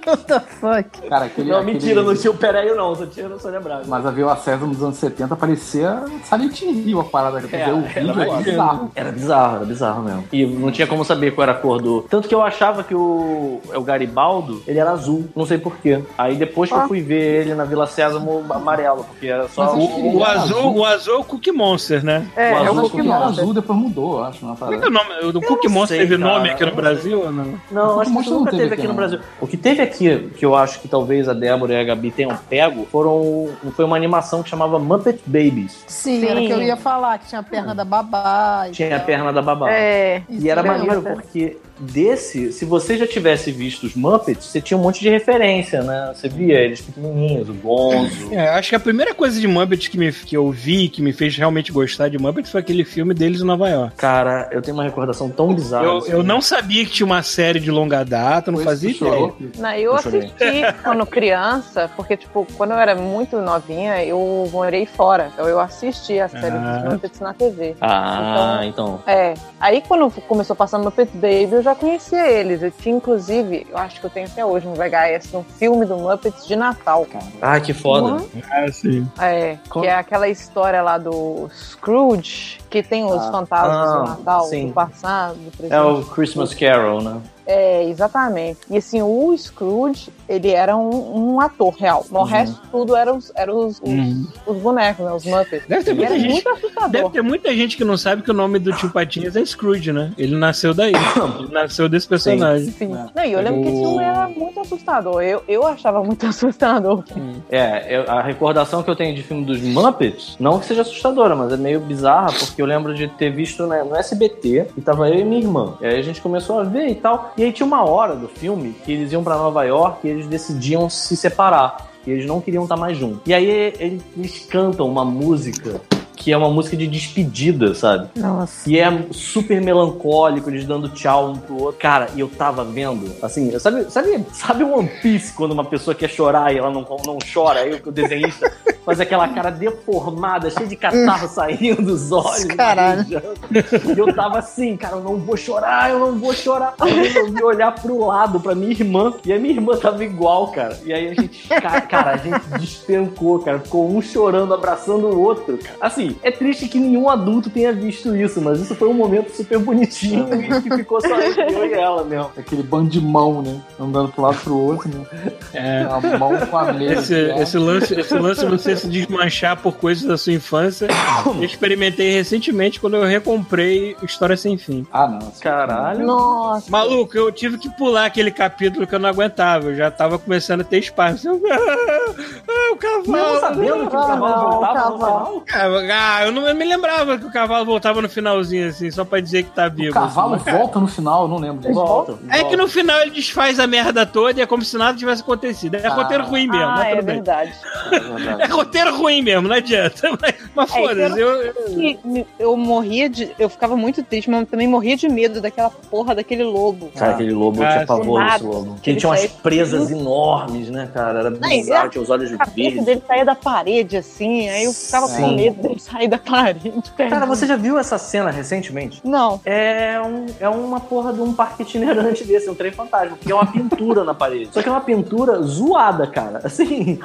I: What the fuck?
C: branco. Cara, aquele,
B: Não,
C: aquele-
B: mentira, não tinha o Pereio não, só tinha a Sônia Braga.
C: Mas a Viola César nos anos 70 parecia Silent Hill, a parada. Quer dizer, o vídeo é bizarro.
B: Era bizarro, era bizarro mesmo. E não tinha como saber qual era a cor do. Tanto que eu achava que o, é o Garibaldo, ele era azul. Não sei porquê. Aí depois que eu fui ver ele na Vila Sésamo amarelo, porque era só.
C: Mas acho que-
E: O, o azul, o azul é o Cookie Monster, né?
J: É,
C: Mas
J: é
C: acho
J: o
C: que ele era
J: Pokémon.
C: azul, depois mudou, Ah. eu acho. Uma
E: Como é que é
C: parada.
E: o nome? O do Cookie Monster
B: sei,
E: teve
B: cara.
E: nome aqui no Brasil ou não?
B: Não, acho que
C: Mas um
B: isso nunca teve aqui no
C: não.
B: Brasil. O que teve aqui, que eu acho que talvez a Débora e a Gabi tenham pego, foram, um, foi uma animação que chamava Muppet Babies.
I: Sim,
J: Sim.
I: era o que eu ia falar, que tinha a perna da babá. e
B: Tinha a
I: tal.
B: perna da babá.
J: É.
B: E era
J: Isso,
B: maneiro,
J: lembra?
B: porque desse, se você já tivesse visto os Muppets, você tinha um monte de referência, né? Você via eles pequenininhos, o Gonzo.
E: É, acho que a primeira coisa de Muppet que, me- que eu vi, que me fez realmente gostar de Muppet, foi aquele filme deles em Nova York.
B: Cara, eu tenho uma recordação tão bizarra.
E: Eu,
B: desse
E: eu
B: filme. é
E: não sabia que tinha uma série de longa data, não
C: Ah, Foi
E: fazia
C: isso que chorou.
E: ideia.
J: Não, eu
B: Deixa eu ver.
J: assisti quando criança, porque, tipo, quando eu era muito novinha, eu morei fora. Então eu assisti a série
E: Ah.
J: dos Muppets na TV.
B: Ah, então.
J: É. Aí quando começou a passar no Muppet Baby, eu já conhecia eles. Eu tinha, inclusive, eu acho que eu tenho até hoje um VHS de um filme do Muppets de Natal.
B: Ah, que foda.
E: Ah, sim.
J: É,
B: Como-
J: que é aquela história lá do Scrooge, que tem os
C: Ah.
J: fantasmas do
B: Ah,
J: Natal,
B: sim.
J: do passado, do presente.
B: É o Christmas Carol, né?
J: É, exatamente. E assim, o Scrooge, ele era um, um ator real. No resto, tudo eram os, eram os, os-
E: Uhum.
J: os bonecos, né? Os Muppets.
E: Deve ter
J: E
E: muita
J: era
E: gente.
J: muito assustador.
E: Deve ter muita gente que não sabe que o nome do tio Patinhas é Scrooge, né? Ele nasceu daí. Ele nasceu desse personagem.
J: Sim. Não, e eu lembro que esse filme era muito assustador. Eu, eu achava muito assustador.
B: É, eu- a recordação que eu tenho de filme dos Muppets, não que seja assustadora, mas é meio bizarra, porque eu lembro de ter visto né, no SBT, e tava eu e minha irmã. E aí a gente começou a ver e tal. E aí tinha uma hora do filme que eles iam pra Nova York e eles decidiam se separar. E eles não queriam estar mais juntos. E aí ele- eles cantam uma música que é uma música de despedida, sabe?
I: Nossa.
B: E é super melancólico, eles dando tchau um pro outro. Cara, e eu tava vendo, assim, sabe, sabe, sabe One Piece quando uma pessoa quer chorar e ela não, não chora? Aí o desenhista faz aquela cara deformada, cheia de catarro saindo dos olhos.
I: Caralho.
B: E eu tava assim, cara, eu não vou chorar, eu não vou chorar. Aí eu resolvi olhar pro lado, pra minha irmã. E a minha irmã tava igual, cara. E aí a gente, ca- cara, a gente despencou, cara. Ficou um chorando, abraçando o outro. cara. Assim, é triste que nenhum adulto tenha visto isso, mas isso foi um momento super bonitinho e que ficou só eu e ela mesmo.
C: Aquele bando de mão, né? Andando pro lado pro outro, né?
E: É.
C: Uma mão com a mesa.
E: Esse,
C: né?
E: esse lance, esse lance de você se desmanchar por coisas da sua infância, eu experimentei recentemente quando eu recomprei História Sem Fim.
C: Ah, não. esse-
B: Caralho.
J: Nossa.
E: Maluco, eu tive que pular aquele capítulo que eu não aguentava. Eu já tava começando a ter espaço. Eu, ah, ah, o
B: Mesmo
E: cavalo.
B: sabendo que o
I: não,
B: cavalo voltava no
I: cavalo.
B: final?
E: Ah, eu não eu me lembrava que o cavalo voltava no finalzinho, assim, só pra dizer que tá vivo.
C: O cavalo volta no final, eu não lembro disso.
B: Volta.
E: É que no final ele desfaz a merda toda e é como se nada tivesse acontecido. É
C: Ah.
E: roteiro ruim mesmo,
J: Ah,
E: mas
J: é
E: tudo bem.
J: verdade.
C: É verdade.
E: É roteiro ruim mesmo, não adianta. Mas, mas
J: É,
E: foda-se, eu, eu-
J: E eu morria de. Eu ficava muito triste, mas eu também morria de medo daquela porra daquele lobo.
B: Cara, aquele lobo, eu
E: Ah,
B: tinha pavor
J: sim.
B: desse lobo. Que ele tinha umas
J: Ele
B: presas enormes, né, cara? Era
J: e
B: bizarro,
J: a-
B: tinha os olhos
J: A cabeça
B: verdes.
J: dele saía da parede, assim, aí eu ficava
B: Sim.
J: com medo dele sair da parede.
B: Cara, você já viu essa cena recentemente?
J: Não.
B: É, um, é uma porra de um parque itinerante desse, um trem fantasma, que é uma pintura na parede. Só que é uma pintura zoada, cara. Assim,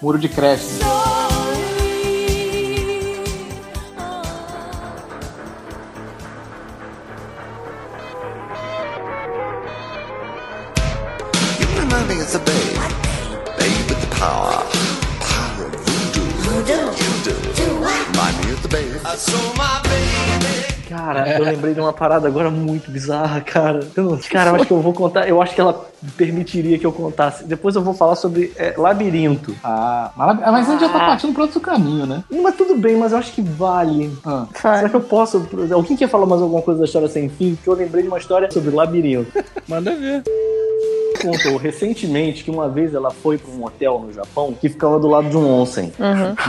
C: Muro de creche.
G: You remind me as a babe. Babe with the power. Power of voodoo. You do. Remind me of the babe. I saw my baby.
B: Cara, eu lembrei de uma parada agora muito bizarra, cara. Eu não- cara, eu acho que eu vou contar. Eu acho que ela permitiria que eu contasse. Depois eu vou falar sobre é, labirinto.
A: Ah, maravilha. Ah, Mas a gente já tá partindo pro outro caminho, né?
B: Hum, Mas tudo bem, mas eu acho que vale.
A: Ah.
B: Será que eu posso? Alguém quer falar mais alguma coisa da história sem fim? Que eu lembrei de uma história sobre labirinto.
E: Manda ver.
B: contou recentemente que uma vez ela foi para um hotel no Japão que ficava do lado de um onsen.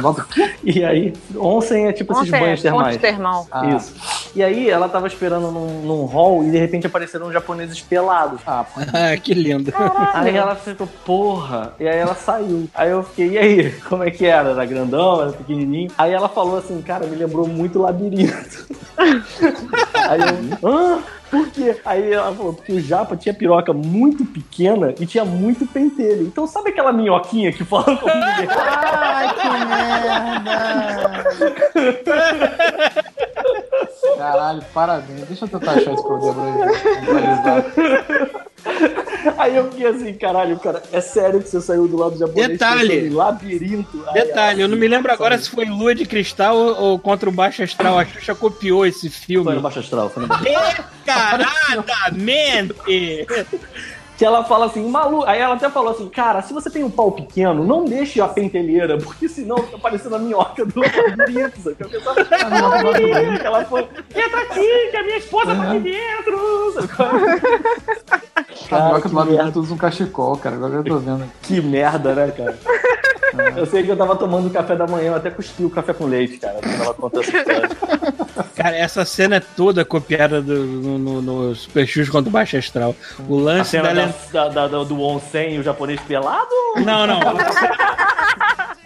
A: Logo-
B: E aí, onsen é tipo esses
J: Ontem,
B: banhos termais.
J: fonte termal.
A: Ah,
B: Isso. E aí ela tava esperando num, num hall e de repente apareceram uns japoneses pelados.
A: Ah,
E: Ah, que lindo.
B: Aí ela ficou, porra. E aí ela saiu. Aí eu fiquei, e aí? Como é que era? Era grandão? Era pequenininho? Aí ela falou assim, cara, me lembrou muito labirinto. aí eu, hã? Por quê? Aí ela falou, porque o japa tinha piroca muito pequena e tinha muito pentelho. Então sabe aquela minhoquinha que fala com ninguém?
I: Ai, que merda!
A: caralho, parabéns. Deixa eu tentar achar esse problema aí. Visualizar.
B: Aí eu fiquei assim, caralho, cara, é sério que você saiu do lado japonês?
E: Detalhe.
B: pensando em Labirinto. Aí
E: Detalhe, eu não me lembro agora se foi Lua de Cristal ou, ou Contra o Baixo Astral. A Xuxa copiou esse
B: Foi no
E: filme.
B: Baixo Astral, foi no Baixo
E: Descaradamente!
B: Que ela fala assim, maluco. Aí ela até falou assim, cara, se você tem um pau pequeno, não deixe a pentelheira, porque senão fica parecendo a minhoca do labirinto. sabe? Eu pensava, "Ah, não, labirinto." ela foi, entra aqui, que a minha esposa tá aqui dentro. sabe?
A: A
B: Cara,
A: minhoca do
B: Ah, que, merda,
A: labirinto usa um cachecol, cara. Agora eu tô vendo.
B: que merda, né, cara? Eu sei que eu tava tomando café da manhã, eu até cuspi o café com leite, cara, quando ela conta essa história.
E: Cara, essa cena é toda copiada do, no, no, no Super Xuxa contra o Baixo Astral. O
B: A
E: lance
B: cena
E: dela é
B: da- da- da- do onsen e o japonês pelado?
E: Não, não.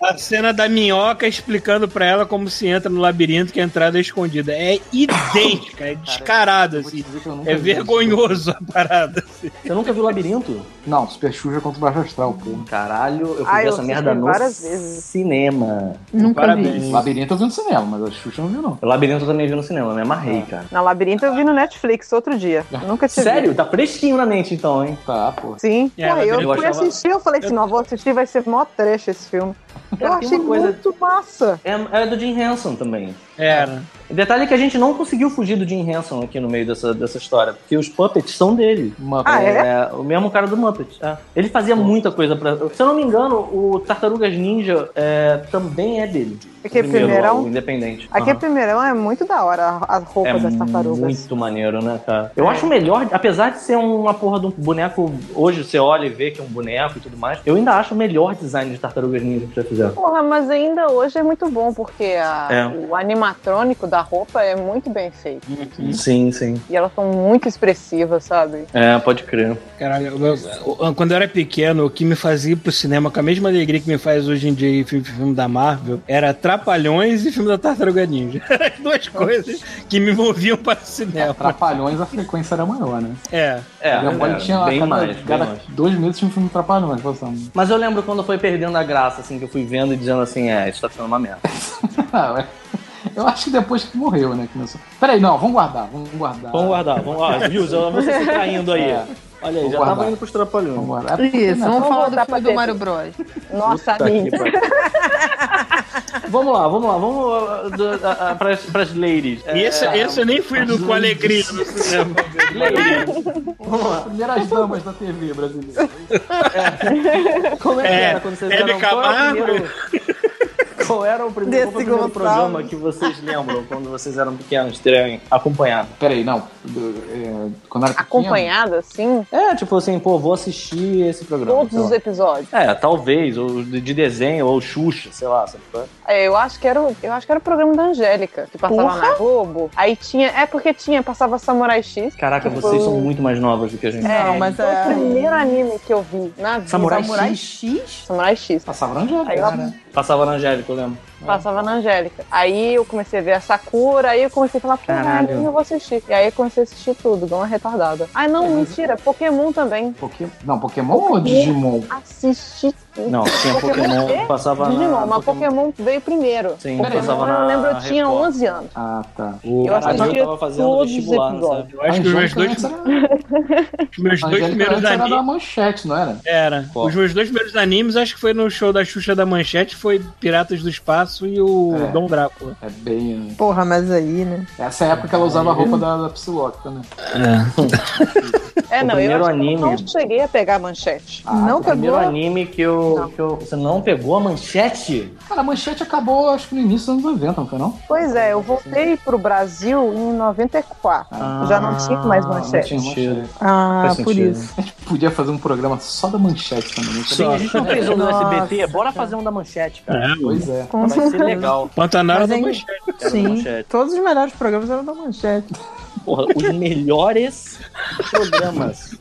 E: A cena da minhoca explicando pra ela como se entra no labirinto que a entrada é escondida. É idêntica, é descarado,
A: Vou te
E: assim.
A: dizer que eu nunca
E: É
A: vi.
E: vergonhoso a parada.
B: Você nunca viu labirinto?
A: Não, Super Xuxa contra o Baixo Astral, porra.
B: Caralho, eu
J: Ah,
B: vi
J: eu
B: essa merda
J: vi
B: no
J: várias vezes.
B: cinema.
I: Nunca
E: Parabéns.
I: vi.
A: Labirinto eu vi no cinema, mas a Xuxa eu não viu, não.
B: O labirinto eu também vi no cinema, né?
J: Ah.
B: Amarrei, cara.
J: Na Labirinto eu vi no Netflix outro dia. Nunca tinha
B: Sério? Tá fresquinho na mente, então, hein?
A: Tá, porra.
J: Sim,
E: É,
J: Pô, eu,
B: eu
J: fui
B: achava-
J: assistir, eu falei assim, não, vou assistir, vai ser mó trecho esse filme. Eu
B: Cara, tem
J: achei
B: uma coisa-
J: muito massa.
B: É, era do Jim Henson também.
E: Era.
B: O detalhe é que a gente não conseguiu fugir do Jim Henson aqui no meio dessa, dessa história, porque os puppets são dele.
A: Uma...
J: Ah, é?
B: o mesmo cara do Muppet. é. Ele fazia muita coisa pra. Se eu não me engano, o Tartarugas Ninja é, também é dele.
J: Aquele
B: Primeiro,
J: primeirão?
B: o independente.
J: é um Aqui
B: Aham.
J: primeirão é muito da hora as
B: É
J: roupas das tartarugas.
B: muito maneiro, né, cara? Eu acho melhor, apesar de ser uma porra de um boneco, hoje você olha e vê que é um boneco e tudo mais, eu ainda acho o melhor design de Tartarugas Ninja que já fizeram.
J: Porra, mas ainda hoje é muito bom, porque a-
B: É.
J: o animatrônico da roupa é muito bem feito.
B: Sim, sim.
J: E elas são muito expressivas, sabe?
B: É, pode crer.
E: Caralho, eu- eu- quando eu era pequeno, o que me fazia ir pro cinema com a mesma alegria que me faz hoje em dia ir filme, filme da Marvel era Trapalhões e filme da Tartaruga Ninja. Eram as duas coisas que me moviam para o cinema.
A: Trapalhões, a frequência era maior, né?
E: É.
B: É,
A: Minha mãe
B: é,
A: tinha lá,
B: bem
A: cada,
B: mais, bem
A: cada
B: mais.
A: dois meses tinha um filme Trapalhões assim, um passando.
B: Mas eu lembro quando foi perdendo a graça, assim, que eu fui vendo e dizendo assim, é, isso tá sendo uma merda.
A: Ah, ué. Eu acho que depois que morreu, né? Começou. Peraí, não, vamos guardar, vamos guardar.
B: Vamos guardar, vamos lá. Viu, você se traindo aí.
A: É.
B: Olha aí,
A: Vou
B: já
A: guardar.
B: tava indo pros trapalhões.
A: Vamos guardar. É porque,
I: Isso,
A: né,
I: vamos
J: Vamos
I: falar do
J: voltar
I: filme
J: pra
I: do Mario Bros.
J: Nossa,
B: Puta que
J: linda.
B: pariu. Vamos lá, vamos lá, vamos uh, do- a- a- pras, pras ladies.
E: E esse,
B: É,
E: esse eu nem fui do, com alegria no cinema.
B: ladies. Vamos lá.
A: Primeiras damas da TV brasileira.
B: Como é que
E: É,
B: era quando vocês
E: Hebe
B: eram? Qual era o
E: Camargo.
B: primeiro, qual era o primeiro, qual foi o primeiro
J: Gonçalves.
B: programa que vocês lembram quando vocês eram pequenos, terem acompanhado?
A: Peraí, não. do- é, quando era pequeno,
J: Acompanhada, assim,
B: É, tipo assim, pô, vou assistir esse programa.
J: todos
B: sei
J: os
B: lá.
J: episódios.
B: É, talvez, ou de de desenho, ou Xuxa, sei lá. sabe qual é?
J: É, Eu acho que era o, eu acho que era o programa da Angélica, que passava na Globo. Aí tinha, é porque tinha, passava Samurai X.
B: Caraca,
J: que
B: vocês
J: foi
B: são
J: o-
B: Tipo, muito mais novas do que a gente.
J: É,
I: Não, mas
J: foi
I: é-
J: o primeiro anime que eu vi na vida.
B: Samurai, X
I: X?
J: Samurai X.
A: Passava na Angélica,
J: Aí ela-
A: né?
B: passava na Angélica, eu lembro.
J: Passava na Angélica. Aí eu comecei a ver a Sakura, aí eu comecei a falar, caralho,
B: Caralho.
J: eu vou assistir. E aí eu comecei a assistir tudo, igual uma retardada. Ai, não,
B: Uhum.
J: mentira, Pokémon também.
A: Pokémon, não, Pokémon ou Digimon?
J: Assisti tudo.
B: Não, tinha
J: Pokémon
B: Então, Pokémon,
J: quê?
B: passava na...
J: Digimon, mas Pokémon veio primeiro.
B: Sim,
J: Pokémon,
B: passava
J: eu
B: na
J: lembro, eu tinha
B: Record.
J: 11 anos.
A: Ah, tá.
J: Eu
B: Caralho,
J: assistia
B: eu tava fazendo
J: todos os
B: vestibular, não
J: episódios.
B: sabe?
E: Eu acho que os meus
C: né?
E: dois,
A: antes era-
E: os meus
A: a
E: dois
A: Angélica
E: primeiros
A: antes era
E: animes.
A: da manchete, não era?
E: Era.
B: Qual?
E: Os meus dois primeiros animes, acho que foi no show da Xuxa da Manchete, foi Piratas do Espaço e o
A: É.
E: Dom Drácula.
A: É bem.
H: Porra, mas aí, né?
A: Essa é a época que ela usava a roupa da, da Psylocke, né?
B: O
J: É, não, eu
B: primeiro
J: acho que eu
B: anime. Ah,
J: não cheguei a pegar a manchete.
H: não
B: o primeiro
H: pegou?
B: anime que eu, que eu. Você não pegou a manchete?
A: Cara, a manchete acabou, acho que no início dos anos 90, não foi não?
J: Pois é, eu voltei pro Brasil em 94.
B: Ah,
J: Já não tinha mais manchete.
A: Não tinha manchete.
H: Ah,
B: Faz
H: por
B: sentido.
H: isso.
A: Podia fazer um programa só da manchete também.
B: Sim, a gente não fez um do
H: Nossa.
B: SBT, bora fazer um da manchete, cara.
A: Pois é.
H: Com
B: Vai ser
H: certeza.
B: legal.
E: Pantanal
H: Mas
E: da
I: é
H: em-
E: Manchete.
B: Era da
H: Sim,
B: manchete.
H: todos os melhores programas eram da manchete.
B: Porra, os melhores programas.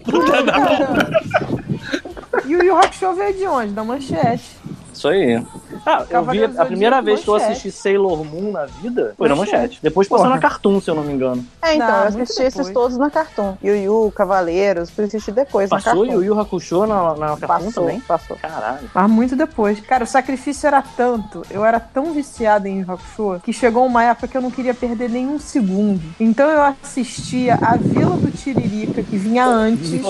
H: E o Yu Hakusho veio de onde? Da manchete.
B: Isso aí. Ah, eu vi
H: Cavaleiros do
B: a primeira
H: Zodíaco,
B: vez que eu
H: Manchete.
B: assisti Sailor Moon na vida foi na
H: Manchete.
B: manchete. Depois passou
H: Porra.
B: na Cartoon, se eu não me engano.
J: É, então,
H: Não,
J: eu
H: muito
J: assisti esses
H: depois.
J: todos na Cartoon. Yu Yu, Cavaleiros, fui assistir depois na
B: Passou
J: Cartoon.
B: e o Yu Hakusho na, na Cartoon
J: Passou,
B: também?
J: passou.
B: Caralho.
H: Mas muito depois. Cara, o sacrifício era tanto, eu era tão viciada em Yu Hakusho, que chegou uma época que eu não queria perder nenhum segundo. Então eu assistia a Vila do Tiririca, que vinha antes,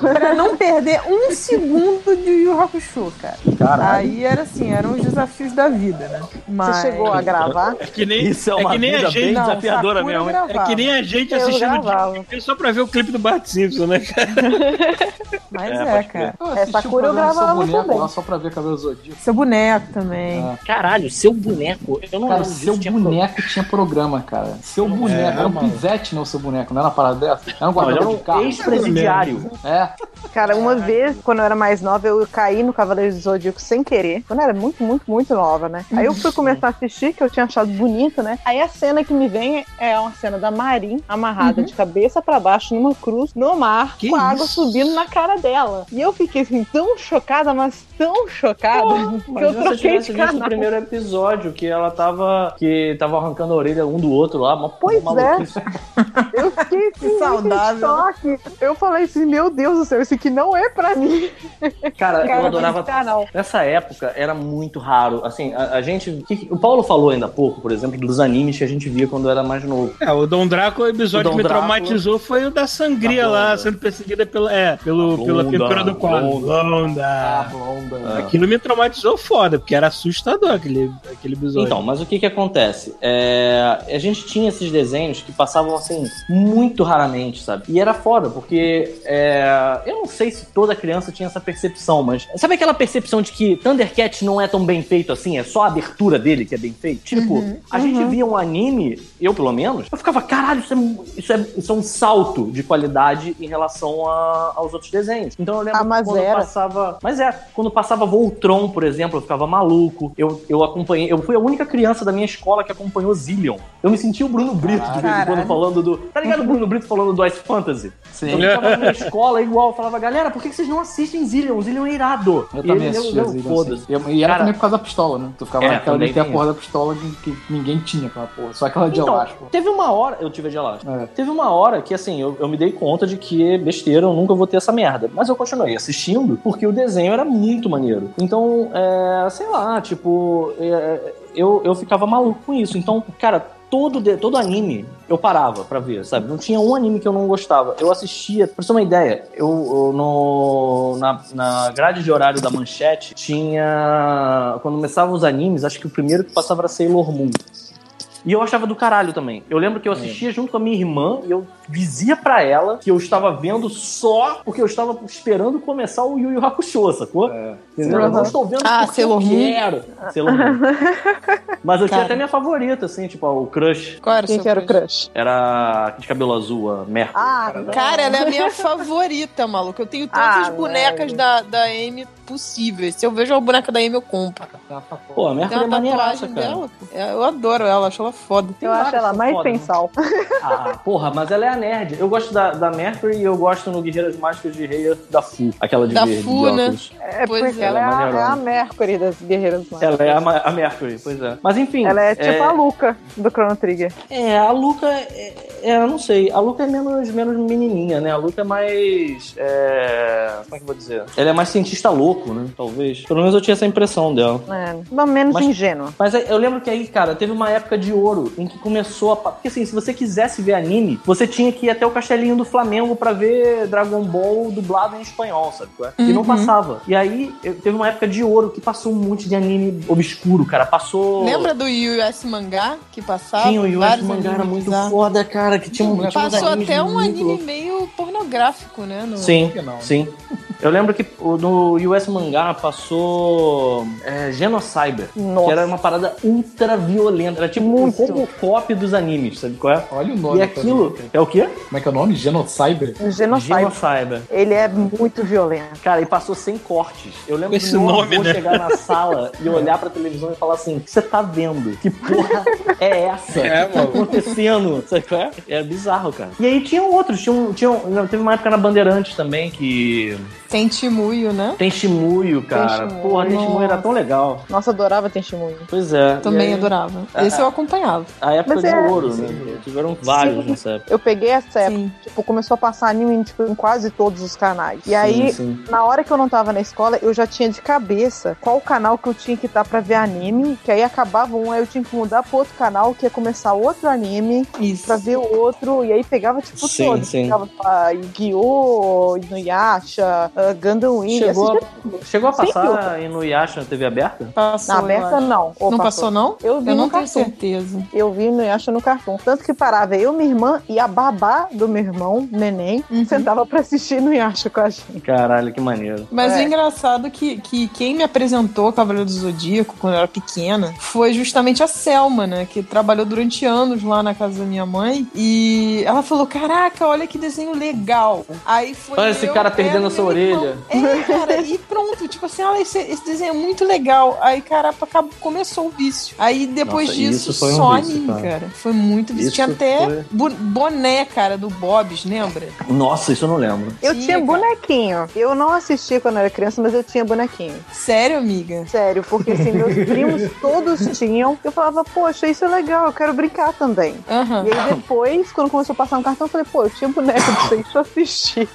H: pra não perder um segundo de Yu Hakusho, cara. Aí era assim, eram os desafios da vida, né? Mas...
J: Você chegou a gravar?
E: É que nem,
B: Isso é uma
E: que nem
B: vida
E: a gente-
B: bem
H: Não,
B: desafiadora
H: Sakura
B: mesmo. hein?
H: gravava.
E: é que nem a gente
J: Eu
E: assistindo
J: gravava.
E: Disney só pra ver o clipe do Bart Simpson, né?
H: Mas
B: É,
H: é,
B: pode
H: cara.
A: Eu assisti
J: Sakura
A: o programa
J: eu
A: do Seu
J: gravava
A: boneco
J: também.
A: lá só pra ver cabelo zodíaco.
H: Seu boneco também.
A: Ah.
B: Caralho, seu boneco. Eu não
A: Cara,
B: lembro disso,
A: seu
B: tinha
A: boneco tinha programa, cara.
E: É,
A: Seu boneco, era um pivete, não, seu boneco, não era uma parada dessa? Era um
B: Não, ele era
C: é
A: guardador de
B: um
A: carro.
B: ex-presidiário.
A: É,
J: Cara, uma vez, quando eu era mais nova, eu caí no Cavaleiro do Zodíaco sem querer. Quando eu era muito, muito, muito nova, né? Aí eu fui começar a assistir, que eu tinha achado bonito, né? Aí a cena que me vem é uma cena da Marin amarrada de cabeça pra baixo numa cruz no mar,
E: Que
J: com a água
E: isso?
J: subindo na cara dela. E eu fiquei assim, tão chocada, mas tão chocada, que eu
B: Mas você
J: troquei
B: tivesse visto
J: de
B: o
J: canal.
B: primeiro episódio que ela tava. que tava arrancando a orelha um do outro lá, uma
J: Pois é.
B: uma maluquice.
J: Eu fiquei assim, muito
H: saudável.
J: em choque. Eu falei assim, meu Deus do céu, isso aqui não é pra mim.
B: Cara, eu
J: Cara,
B: adorava.
J: esse canal.
B: Nessa época era muito raro. Assim, a, a gente. que- o Paulo falou ainda há pouco, por exemplo, dos animes que a gente via quando era mais novo.
E: É, o Dom Drácula, o episódio
B: O Dom
E: que me
B: Drácula.
E: traumatizou foi o da sangria
B: Da blonda.
E: lá, sendo perseguida pela, é, pelo,
B: A
E: pela
B: blonda,
E: pintura do quadro.
B: blonda.
A: a
E: Blonda.
A: blonda.
B: Ah,
E: Aquilo me traumatizou foda, porque era assustador aquele, aquele episódio.
B: Então, mas o que que acontece? É, a gente tinha esses desenhos que passavam assim muito raramente, sabe? E era foda, porque é, eu não sei se toda criança tinha essa percepção, mas sabe aquela percepção de que Thundercat não é tão bem feito assim? É só a abertura dele que é bem feito? Tipo,
J: Uhum.
B: a gente via um anime, eu pelo menos, eu ficava, caralho, isso é, mu- isso é, isso é um salto de qualidade em relação a- aos outros desenhos. Então eu lembro
J: Ah, mas
B: quando
J: era.
B: passava. Mas é, quando passava Voltron, por exemplo, eu ficava maluco. Eu, eu acompanhei. Eu fui a única criança da minha escola que acompanhou Zillion. Eu me senti o Bruno Brito de vez em quando
H: Caralho.
B: falando do. Tá ligado o Bruno Brito falando do Ice Fantasy? Eu ficava na minha escola igual, eu falava, galera, por que que vocês não assistem Zillion? Zillion é irado.
A: Eu
B: E
A: também
B: eles,
A: assistia
B: não,
A: Zillion,
B: foda-se.
A: assim. E- E era
B: Cara-
A: também por causa da pistola, né? Tu ficava
B: É,
A: naquela
B: também
A: de ter a
B: tem
A: porra da pistola que, que ninguém tinha aquela porra. Só aquela de
B: Então,
A: elástico.
B: teve uma hora. Eu tive de elástico.
A: É.
B: Teve uma hora que, assim, eu, eu me dei conta de que besteira, eu nunca vou ter essa merda. Mas eu continuei assistindo porque o desenho era muito maneiro. Então, é, sei lá, tipo, é, eu, eu ficava maluco com isso. Então, cara. Todo, de- todo anime eu parava pra ver, sabe? Não tinha um anime que eu não gostava. Eu assistia, pra você ter uma ideia, eu, eu no, na, na grade de horário da manchete tinha. Quando começavam os animes, acho que o primeiro que passava era Sailor Moon. E eu achava do caralho também. Eu lembro
D: É.
B: que eu assistia junto com a minha irmã e eu dizia pra ela que eu estava vendo só porque eu estava esperando começar o Yu Yu Hakusho, sacou?
D: É.
B: Entendeu? Eu não estou vendo
D: Ah,
B: porque eu
D: Sailor Moon.
B: quero. Sailor Moon. Mas eu tinha até minha favorita, assim, tipo, o Crush.
D: Qual era o
J: Quem
D: seu
J: que era o
D: crush?
J: crush?
B: Era a de cabelo azul, a Mercury.
J: Ah,
D: Cara, ela é a minha favorita, maluco. Eu tenho todas
J: Ah,
D: as bonecas
J: velho.
D: da, da Amy possíveis. Se eu vejo uma boneca da Amy, eu compro.
B: Pô, a
D: Ah, Tem
B: Mercury é
D: uma
B: maneiraça,
D: tatuagem
B: cara.
D: dela. pô. É, Eu adoro ela, acho ela foda.
J: Eu acho ela mais
B: foda, né?
J: pensal.
B: Ah, porra, mas ela é a nerd. Eu gosto da, da Mercury e eu gosto no Guerreiras Mágicas de Rei da Fu. Aquela de
D: Da
B: verde,
D: Fu,
B: de
D: né?
B: óculos.
J: É
D: Pois
J: porque
D: é,
J: ela é a,
B: maneirona.
J: é a Mercury das Guerreiras Mágicas.
B: Ela é a, Ma- a Mercury, pois é. Mas enfim.
J: Ela é tipo a Luca do Chrono Trigger.
B: É, a Luca, é, é, eu não sei, a Luca é menos, menos menininha, né? A Luca é mais. é, como é que eu vou dizer? Ela é mais cientista louco, né? Talvez. Pelo menos eu tinha essa impressão dela.
J: Mano, pelo menos
B: Mas-
J: ingênua.
B: Mas aí, eu lembro que aí, cara, teve uma época de ouro em que começou a. pa- Porque assim, se você quisesse ver anime, você tinha que ir até o castelinho do Flamengo pra ver Dragon Ball dublado em espanhol, sabe? qual é? E não
I: Uhum.
B: passava. E aí eu- teve uma época de ouro que passou um monte de anime obscuro, cara. Passou.
I: Lembra do US Mangá que passava?
B: Tinha o US
I: Vários
B: Mangá era
I: animes
B: muito
I: bizarros.
B: foda, cara, que tinha um tinha uns
I: Passou
B: animes
I: até um
B: muito
I: anime
B: loucos.
I: meio pornográfico, né? no-
B: Sim, sim. Eu lembro que o- no US Mangá passou é, Genocyber, que
I: Nossa.
B: era uma parada ultra violenta. Era tipo um Robocop dos animes, sabe qual é?
A: Olha o nome.
B: E aquilo é o quê?
A: Como é que é o nome? Genocyber?
J: Genocyber.
B: Genocyber.
J: Ele é muito violento.
B: Cara, e passou sem cortes. Eu lembro
J: Esse
B: que meu
J: nome,
B: avô
J: né?
B: chegar na sala e olhar pra televisão e falar assim: o que você tá vendo? Que porra é essa?
E: É,
B: O que tá
E: mano.
B: acontecendo? Sabe qual é? É bizarro, cara. E aí um tinham outros, tinham, tinham, não, teve uma época na Bandeirantes também que
I: Tem Timuio, né?
B: tem Shimuyo, cara.
I: Shimuyo.
B: Porra, tem Shimuyo era tão legal.
J: Nossa, adorava Tem Shimuyo.
B: Pois é.
I: Também
B: E aí-
I: adorava.
B: Ah,
I: Esse eu acompanhava.
B: A época
J: Mas
B: de
J: é-
B: ouro, né? Tiveram vários
J: Sim.
B: nessa época.
J: Eu peguei essa época, tipo, começou a passar anime tipo, em quase todos os canais. E
B: Sim,
J: aí,
B: sim.
J: na hora que eu não tava na escola, eu já tinha de cabeça qual canal que eu tinha que estar pra ver anime, que aí acabava um, aí eu tinha que mudar pro outro canal, que ia começar outro anime, pra ver o outro, e aí pegava, tipo,
B: Sim,
J: todos.
B: sim.
J: Pegava pra Yu-Gi-Oh!, Inuyasha, uh, Gundam Wing,
I: assim
J: assim,
B: Chegou a, chegou
J: assistia
B: a
J: Sem
B: passar no Yasha na TV aberta?
I: Passou,
J: na aberta, não. Ou
I: Não passou, não?
J: Eu vi
I: Eu
J: no
I: não tenho
J: Cartoon.
I: certeza.
J: Eu vi no Yasha no Cartoon. Tanto que parava eu, minha irmã e a babá do meu irmão, neném,
I: Uhum.
J: sentava pra assistir no Yasha com a gente.
B: Caralho, que maneiro.
I: Mas é, engraçado que, que quem me apresentou Cavaleiro do Zodíaco quando eu era pequena foi justamente a Selma, né? Que trabalhou durante anos lá na casa da minha mãe. E ela falou: Caraca, olha que desenho legal. Aí foi.
B: Olha esse
I: eu,
B: cara
I: ela
B: perdendo a
I: e
B: sua
I: meu irmão.
B: orelha.
I: É, cara, e pronto, tipo assim, olha, esse, esse desenho é muito legal. Aí, cara, acabou, começou o vício. Aí depois
B: Nossa,
I: disso,
B: isso foi um
I: só
B: vício,
I: anime,
B: cara.
I: cara. Foi muito vício.
B: Isso
I: Tinha até
B: foi-
I: bo- boné, cara, do Bob's, lembra?
B: Nossa, isso eu não lembro.
J: Eu tinha bonequinho. Eu não assisti quando era criança, mas eu tinha bonequinho.
I: Sério, amiga?
J: Sério, porque assim, meus primos todos tinham. Eu falava, poxa, isso é legal, eu quero brincar também. E aí depois, quando começou a passar no cartão, eu falei, pô, eu tinha boneco disso aí, deixa eu assistir.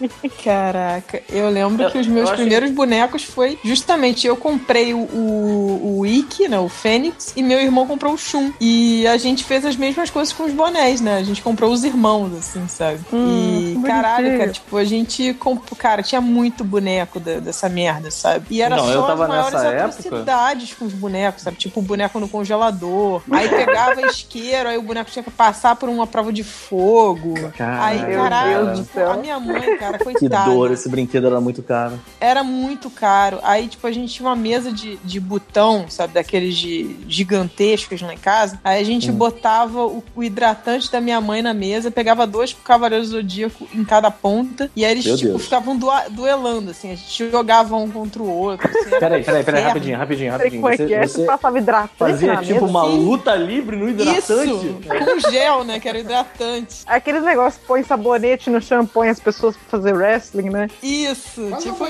I: Caraca, eu lembro
J: Eu-
I: que os meus
J: eu acho
I: primeiros bonecos foi justamente eu comprei o, o, o Ikki, né, o Fênix, e meu irmão comprou o Shun. E a gente fez as mesmas coisas com os bonés, né? A gente comprou os irmãos, assim, sabe?
H: Hum,
I: e caralho,
H: bonitinho.
I: cara, tipo, a gente comprou. Cara, tinha muito boneco da- dessa merda, sabe? E era
B: Não,
I: só
B: eu tava
I: as maiores
B: nessa época.
I: atrocidades com os bonecos, sabe? Tipo, o boneco no congelador. Aí pegava isqueiro, aí o boneco tinha que passar por uma prova de fogo.
B: Caralho,
I: aí, caralho,
B: cara.
I: tipo, a minha mãe, cara,
B: Que
I: coitada
B: dor, esse brinquedo era muito caro.
I: era muito caro. Aí, tipo, a gente tinha uma mesa de, de botão, sabe, daqueles de, gigantescos lá em casa. Aí a gente
B: Hum.
I: botava o, o hidratante da minha mãe na mesa, pegava dois cavaleiros zodíaco em cada ponta, e aí eles,
B: Meu
I: tipo,
B: Deus.
I: ficavam dua- duelando, assim, a gente jogava um contra o outro. assim,
B: Peraí,
I: era
B: peraí, peraí,
I: inferno.
B: rapidinho, rapidinho, rapidinho.
I: Como é que
B: Você,
I: é?
B: você
I: Tu passava
J: hidratante
B: fazia
I: na
B: tipo
I: mesa?
B: uma
J: assim,
I: Sim.
B: luta livre no hidratante?
I: Isso, com gel, né, que era hidratante.
J: Aqueles negócios que põe sabonete no champanhe as pessoas pra fazer wrestling, né?
I: Isso, tipo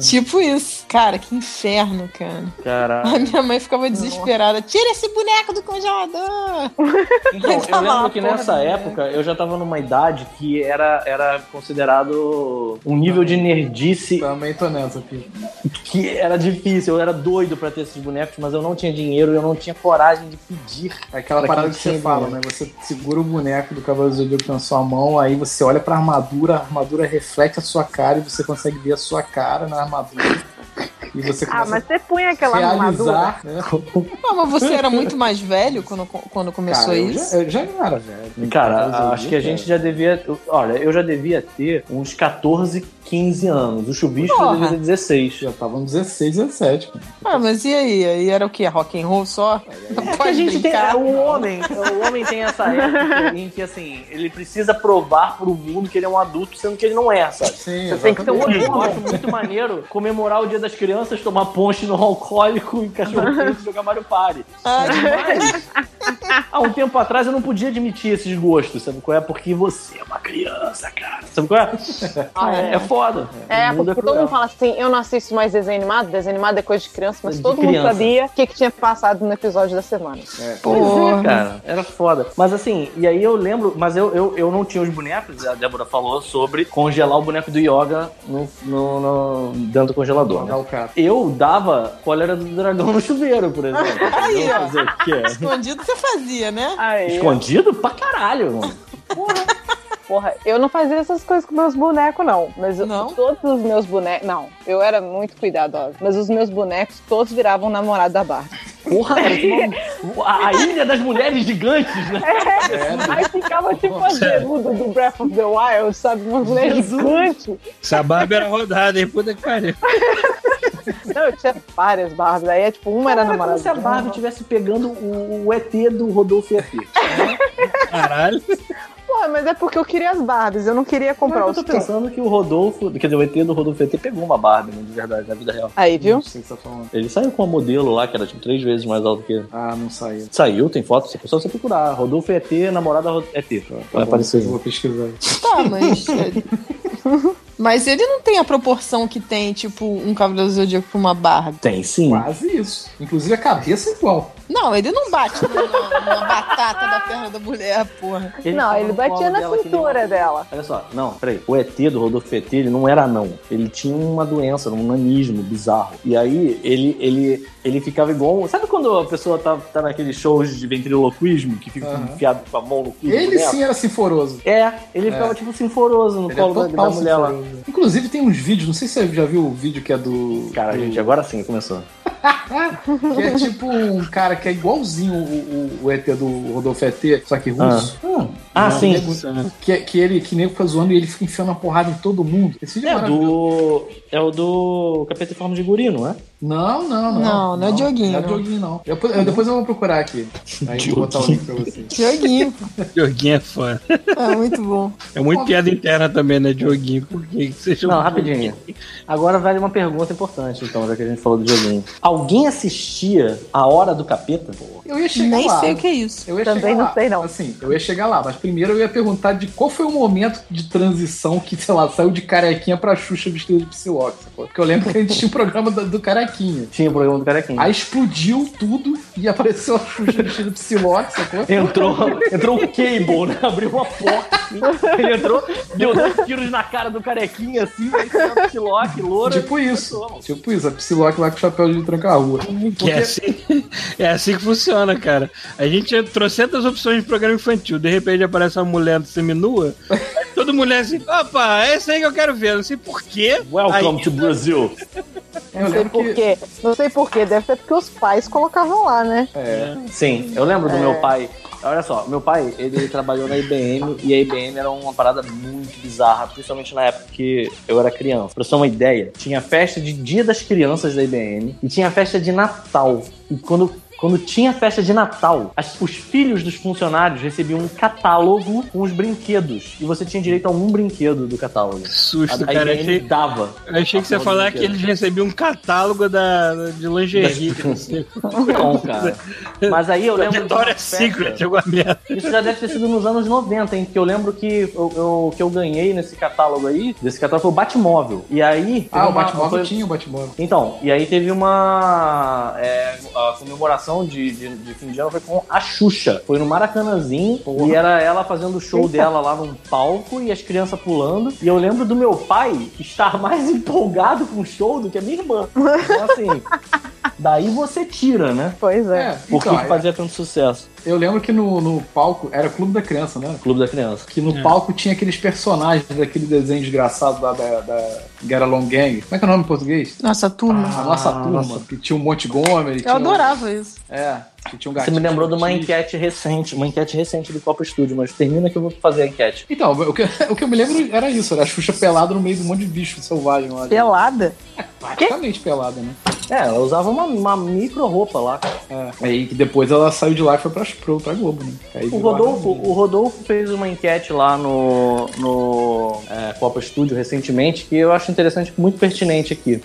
I: Tipo isso. Cara, que inferno, cara. A
B: Caralho.
I: minha mãe ficava desesperada. Tira esse boneco do congelador!
B: Então, eu lembro que nessa época eu já tava numa idade que era, era considerado um nível de nerdice.
A: Também tô nessa, Pio.
B: Que era difícil, eu era doido pra ter esses bonecos, mas eu não tinha dinheiro, eu não tinha coragem de pedir.
A: Aquela parada que você fala, né? Você segura o boneco do Cavaleiro do Zodíaco na sua mão, aí você olha pra armadura, a armadura reflete a sua cara e você consegue ver a sua cara na armadura. E você
J: Ah,
A: começa
J: mas você punha aquela
A: a
J: armadura.
A: realizar. Né?
I: Não, mas você era muito mais velho quando, quando começou
B: Cara, eu
I: isso?
B: já-
A: Eu já era, velho.
B: Cara, acho que a gente
A: já.
B: já devia. Olha, eu já devia ter uns 14, 15 anos. O Chubisco já
I: Porra.
B: devia ter 16.
A: Já tava uns 16, 17.
I: Ah, mas e aí? Aí era o quê? Rock and roll só?
B: É que a gente tem. O homem, é, o homem tem essa época em que, assim, ele precisa provar pro mundo que ele é um adulto, sendo que ele não é, sabe?
A: Sim,
B: Você tem que ter um outro
A: exatamente.
B: negócio muito maneiro, comemorar o dia das crianças, tomar ponche no alcoólico e cachorro quente e jogar Mario Party.
I: Ah,
B: Mas Há um tempo atrás eu não podia admitir esses gostos, sabe qual é? Porque você é uma criança, cara. Sabe qual é?
J: Ah,
B: é,
J: é.
B: é foda.
J: É,
B: O mundo
J: porque todo
B: cruel.
J: mundo fala assim, eu não assisto mais desenho animado, desenho animado é coisa de criança, mas
B: De
J: todo mundo
B: criança.
J: sabia o que, que tinha passado no episódio da semana.
B: Pois é, cara. Era foda. Mas assim, e aí eu lembro, mas eu, eu, eu não tinha os bonecos, a Débora falou sobre congelar o boneco do Yoga no, no, no- dentro do congelador. né? Eu dava cólera do dragão no chuveiro, por exemplo.
I: Aí,
B: Não
I: ó.
B: fazer o quê?
I: Escondido você fazia, né?
B: Escondido pra caralho, mano.
J: Porra, eu não fazia essas coisas com meus bonecos, não. Mas eu- todos os meus bonecos. Não, eu era muito cuidadosa. Mas os meus bonecos todos viravam namorado da Barbie.
B: Porra, cara, que maluco. a, a ilha das mulheres gigantes, né?
J: Aí ficava tipo a Gerudo do Breath of the Wild, sabe? Uma mulher gigante.
E: Essa barba era rodada, hein? Puta que pariu.
J: Não, eu tinha várias Barbies. Aí, é, tipo, uma era
B: Cara, como
J: namorada.
B: se a Barbie estivesse pegando o, o ET do Rodolfo e a Tipo, Fia. Caralho.
J: Porra, mas é porque eu queria as Barbies, eu não queria comprar
B: eu
J: os
B: tô pensando que é o Rodolfo, quer dizer, o ET do Rodolfo e ET pegou uma Barbie, né, de verdade, na vida real.
J: Aí, viu?
A: tá
B: Ele saiu com uma modelo lá, que era tipo três vezes mais alto que ele. Ah, não saiu. Saiu, tem foto, é só você procurar. Rodolfo ET, namorada Ro- ET. Vai aparecer. Vou pesquisar.
I: Tá, mas. mas ele não tem a proporção que tem, tipo, um Cavaleiro do Zodíaco pra uma barba.
B: Tem sim.
C: Quase isso. Inclusive a cabeça é igual.
I: Não, ele não bate na, na batata da perna da mulher, porra.
B: Ele Não, tava ele no batia colo na dela que nem cintura uma-
J: dela.
B: Olha só, não, peraí. O ET do Rodolfo ET, ele não era anão. Ele tinha uma doença, um nanismo bizarro. E aí, ele, ele, ele ficava igual. um, Sabe quando a pessoa tá, tá naqueles shows de ventriloquismo, que fica
C: Aham.
B: enfiado com a mão no cu? do
C: Ele
B: boneco?
C: sim era sinforoso.
B: É, ele ficava tipo sinforoso no
C: Ele é
B: colo da-
C: total
B: da mulher lá.
C: sinforoso. Inclusive tem uns vídeos, não sei se você já viu o vídeo que é do.
B: Cara,
C: do...
B: gente, agora sim começou.
C: Que é tipo um cara que é igualzinho o, o- o ET do Rodolfo ET, só que russo.
B: Ah,
C: Não,
B: sim.
C: nego- Que, é, que ele, que nego fica zoando e ele fica enfiando a porrada em todo mundo. Esse vídeo é,
B: É o
C: maravilhoso.
B: do. É o do Capeta em Forma de Guri, não é?
C: Não, não, não.
I: Não, não é Dioguinho,
C: Não é
I: não.
C: Dioguinho, não. Eu- eu- depois eu vou procurar aqui. Aí eu vou botar o link pra vocês.
I: Dioguinho.
E: Dioguinho é foda.
I: É muito bom.
E: É muito piada interna também, né, Dioguinho? Por que que você chama
B: Não, rapidinho. Agora vale uma pergunta importante, então, já que a gente falou do joguinho. Alguém assistia A Hora do Capeta?
C: Eu ia chegar
I: Nem
C: lá.
I: sei o que é isso.
C: Eu ia
J: Também
C: chegar
J: não
C: lá.
J: sei, não.
C: Assim, eu ia chegar lá, mas primeiro eu ia perguntar de qual foi o momento de transição que, sei lá, saiu de carequinha pra Xuxa vestida de psilox, sacou? Porque eu lembro que a gente tinha o programa do, do carequinha.
B: Tinha o programa do Carequinha.
C: Aí explodiu tudo e apareceu a Xuxa vestida de psilox, sacou?
B: Entrou, entrou o Cable, né? Abriu uma porta assim. Ele entrou, deu dois tiros na cara do carequinha assim, aí saiu o Psylocke, loura.
C: Tipo isso. Tipo isso, a psilox lá com o chapéu de tranca-rua.
E: Que é, assim, é assim que funciona, cara. A gente tinha trocentas opções de programa infantil. De repente aparece uma mulher seminua. aí Toda mulher assim, opa, é esse aí que eu quero ver. Não sei porquê.
B: Welcome to Brazil.
C: Eu
J: Não sei
C: lembro que-
J: porquê. Não sei porquê. Deve ser porque os pais colocavam lá, né?
C: É.
B: Sim, eu lembro do meu pai. Olha só, meu pai, ele trabalhou na IBM e a IBM era uma parada muito bizarra, principalmente na época que eu era criança. Pra você ter uma ideia, tinha a festa de Dia das Crianças da IBM e tinha a festa de Natal. E quando, quando tinha a festa de Natal, as- os filhos dos funcionários recebiam um catálogo com os brinquedos. E você tinha direito a um brinquedo do catálogo.
E: Susto,
B: a, a
E: cara,
B: IBM
E: achei-
B: dava.
E: Eu achei que você ia
B: Porra,
E: falar
B: do
E: que eles recebiam um catálogo da, de lingerie. que não sei.
B: Não, cara. Mas aí eu lembro. de uma
E: Vitória
B: festa-
E: Secret, alguma merda.
B: Isso já deve ter sido nos anos 90, hein? Que eu lembro que eu, eu- que eu ganhei nesse catálogo aí, desse catálogo foi o Batmóvel. E aí.
C: Ah, o
B: teve uma-
C: Batmóvel
B: foi-
C: tinha o Batmóvel.
B: Então, e aí teve uma. é, a comemoração de, de, de fim de ano foi com a Xuxa. Foi no Maracanãzinho e era ela fazendo o show dela lá num palco e as crianças pulando. E eu lembro do meu pai estar mais empolgado com o show do que a minha irmã. Então, assim. daí você tira, né?
J: Pois é.
C: É,
B: Por que
C: então,
B: que fazia tanto sucesso?
C: Eu lembro que no, no palco era Clube da Criança, né?
B: Clube da Criança.
C: Que no palco tinha aqueles personagens daquele desenho desgraçado lá da, da Get Along Gang. Como é que é o nome em português?
I: Nossa turma.
C: A Ah, nossa turma, que tinha o Montgomery.
I: Eu adorava isso.
C: É, que tinha um
B: Você
C: gatinho.
B: me lembrou de uma
C: autista.
B: enquete recente, uma enquete recente do Copa Estúdio, mas termina que eu vou fazer a enquete.
C: Então, o que, o que eu me lembro era isso, era a Xuxa pelada no meio de um monte de bicho selvagem lá.
I: Pelada?
C: Praticamente pelada, né?
B: É, ela usava uma, uma micro roupa lá. cara.
C: É. Aí que depois ela saiu de lá e foi pra, pro- pra Globo, né? Aí
B: O
C: virou
B: Rodolfo,
C: a Globo.
B: o Rodolfo fez uma enquete lá no, no é, Copa Estúdio recentemente que eu acho interessante, muito pertinente aqui.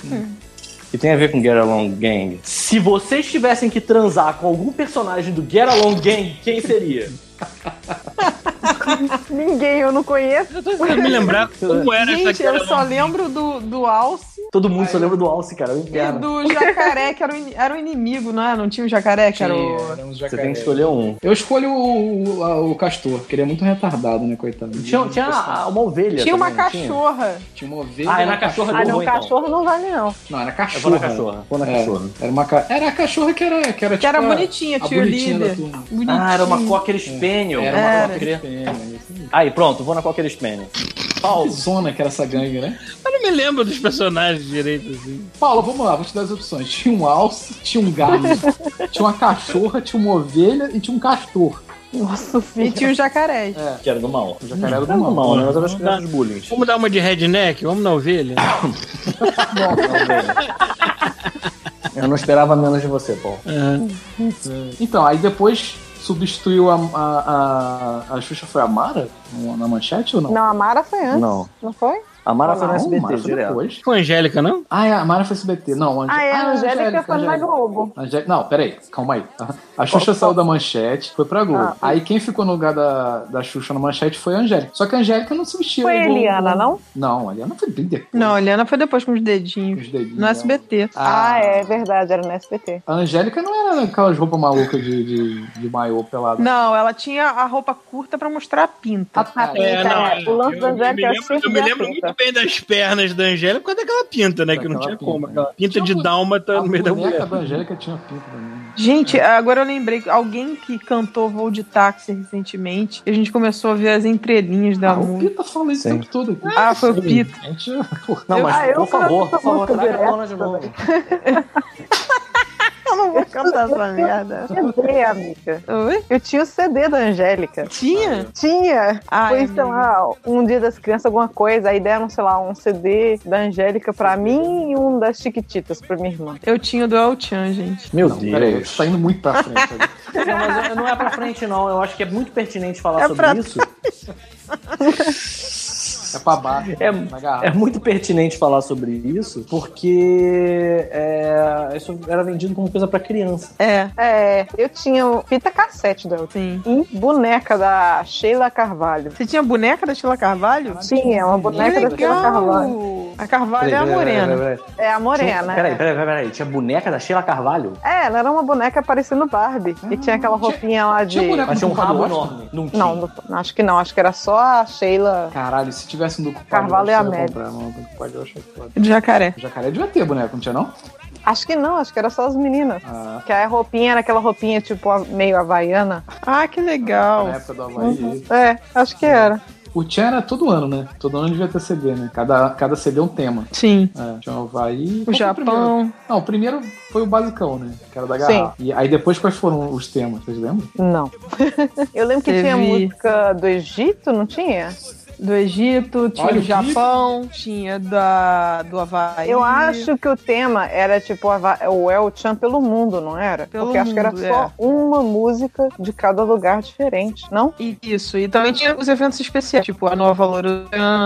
B: que tem a ver com Get Along Gang. Se vocês tivessem que transar com algum personagem do Get Along Gang, quem seria?
J: Ninguém, eu não conheço. Eu tô
B: tentando me lembrar como era essa
I: Gente, eu
B: cara
I: só lembro do, do Alce
B: Todo mundo só lembra do Alce, cara. é um
I: e
B: inferno.
I: do jacaré, que era o, in- era o inimigo, não é? Não tinha o jacaré, que era o...
B: Você tem que escolher um.
C: Eu escolho o, o, a- o Castor, porque ele é muito retardado, né, coitado.
B: Tinha, um- tinha a- uma ovelha.
I: Tinha uma
B: também, não tinha?
I: cachorra.
C: Tinha uma ovelha.
B: Ah, é na cachorra do
J: não,
B: então.
J: Um cachorro não vale, não.
C: Não, era
B: Eu vou
C: cachorra.
B: na cachorra.
C: Vou na
B: É.
C: cachorra. Era, uma ca- era a cachorra que era Que era,
I: Que
C: tipo
I: era
C: a-
I: bonitinha,
C: a
I: tio
C: bonitinha da
I: líder.
C: turma.
B: Ah, era uma Cocker Spaniel.
C: Era uma
B: Pode
C: Cocker
B: crer.
C: Spaniel, isso aí.
B: Aí, pronto, vou na Cocker Spaniel.
C: Que zona que era essa gangue, né?
E: Eu não me lembro dos personagens direito, assim.
C: Paulo, vamos lá, vou te dar as opções. Tinha um alce, tinha um galo, tinha uma cachorra, tinha uma ovelha e tinha um castor.
J: Nossa,
I: E tinha o jacaré.
B: Que era do mal.
C: O jacaré era do
B: Não,
C: mal,
B: né?
C: né?
B: Mas era as crianças bullying.
E: Vamos dar uma de redneck? Vamos na ovelha? é
B: Eu não esperava menos de você, Paulo.
I: É.
C: Então, aí depois substituiu a, a, a, a Xuxa foi a Mara no- na manchete ou não?
J: Não, a Mara foi antes.
B: Não.
J: Não foi?
B: A Mara foi no
C: Não,
B: SBT,
C: Mara foi
B: direto.
C: depois.
E: Com a Angélica, não?
C: Ah, é, a Mara foi SBT. Não, Ange-
J: Ah, é, a Angélica foi um. na
C: Angélica.
J: Globo.
C: Angé- Não, peraí, calma aí. A Xuxa saiu da manchete, foi pra Globo.
J: Ah.
C: aí quem ficou no lugar da, da Xuxa na manchete foi a Angélica. Só que a Angélica não substituiu.
J: Foi a Eliana, não?
C: Não, a Eliana foi bem depois.
I: Não, a Eliana foi depois com os dedinhos.
C: os dedinhos
I: No
C: dela.
I: SBT.
J: Ah, é verdade, era no SBT.
C: A Angélica não era aquelas roupas malucas de, de, de maiô pelada. Ah,
I: Não, ela tinha a roupa curta pra mostrar a pinta.
J: A pinta,
E: É, não, é.
J: é. O lance da
E: Eu me
J: Angélica
E: lembro, eu
J: era
E: me
J: sempre então.
E: lembro muito bem das pernas da Angélica por causa daquela pinta, né? Que não tinha
C: Daquela
E: como.
C: pinta,
E: Aquela pinta de
C: Tinha uma-
E: dálmata
C: A
E: no meio da
C: boneca
E: mulher.
C: da Angélica tinha pinta também.
I: Gente, agora eu lembrei que alguém que cantou Voo de Táxi recentemente, e a gente começou a ver as entrelinhas da
C: Ah, o
I: música.
C: Pita fala isso o
B: Sim.
C: tempo todo aqui.
I: Ah, foi o Pito.
C: A gente...
B: Não, mas
J: Ah, eu
B: por favor, por favor,
J: música
B: traga a
J: direto
B: Mona de novo.
I: Eu não vou cantar essa merda.
J: CD, amiga.
I: Oi?
J: Eu tinha o CD da Angélica.
I: Tinha?
J: Tinha.
I: Ah,
J: Foi, sei lá, um dia das crianças, alguma coisa. Aí deram, sei lá, um CD da Angélica pra mim e um das Chiquititas pra minha irmã.
I: Eu tinha o do El Chan, gente.
B: Meu
C: Não, peraí, a gente tá indo muito pra frente. ali.
B: Não, mas eu- não é pra frente, não. Eu acho que é muito pertinente falar
I: É
B: sobre
I: pra-
B: isso.
C: É pra baixo,
B: É-
C: na garrafa.
B: É muito pertinente falar sobre isso, porque é, isso era vendido como coisa pra criança.
I: É,
J: É, eu tinha o fita cassete da Elton.
I: sim.
J: E boneca da Sheila Carvalho.
I: Você tinha boneca da Sheila Carvalho?
J: Tinha, uma boneca da Sheila Carvalho.
I: A Carvalho é a morena.
J: É a morena.
B: Peraí, peraí, peraí, peraí. Tinha boneca da Sheila Carvalho?
J: É, ela era uma boneca parecendo Barbie. e tinha aquela roupinha lá de.
C: Tinha boneco
B: Mas tinha um
C: com
B: rabo
C: cabelo?
B: enorme. Não tinha.
J: Não, não, acho que não. Acho que era só a Sheila.
C: Caralho, se tivesse um do Cupado,
I: é
J: Carvalho
C: eu
J: e
C: acho que eu
J: Amélia.
C: comprar, mano. Do Cupado, eu acho que é foda.
I: De jacaré.
C: O jacaré devia ter boneco, não tinha não?
J: Acho que não, acho que era só as meninas.
C: Ah,
J: Que a roupinha era aquela roupinha tipo a- meio havaiana.
I: Ah, que legal.
C: na época do Havaí.
I: Uhum.
J: É, acho que era.
C: O Tchan era todo ano, né? Todo ano devia ter CD, né? Cada, cada CD é um tema.
I: Sim.
C: É, tinha o Havaí.
I: O
C: Qual foi primeiro?
I: Japão.
C: Não, o primeiro foi o basicão, né? Que era da garrafa. E aí depois quais foram os temas, vocês lembram?
J: Não. Eu lembro que
I: Teve-
J: tinha música do Egito, não tinha?
I: Do Egito, tinha
C: Olha
I: do
C: o
I: Japão, tinha da, do Havaí.
J: Eu acho que o tema era tipo a va- o El Chan pelo mundo, não era?
I: Pelo
J: Porque acho que era
I: mundo,
J: só uma música de cada lugar diferente, não?
I: E Isso, e também tinha os eventos especiais, tipo a Nova Lorena.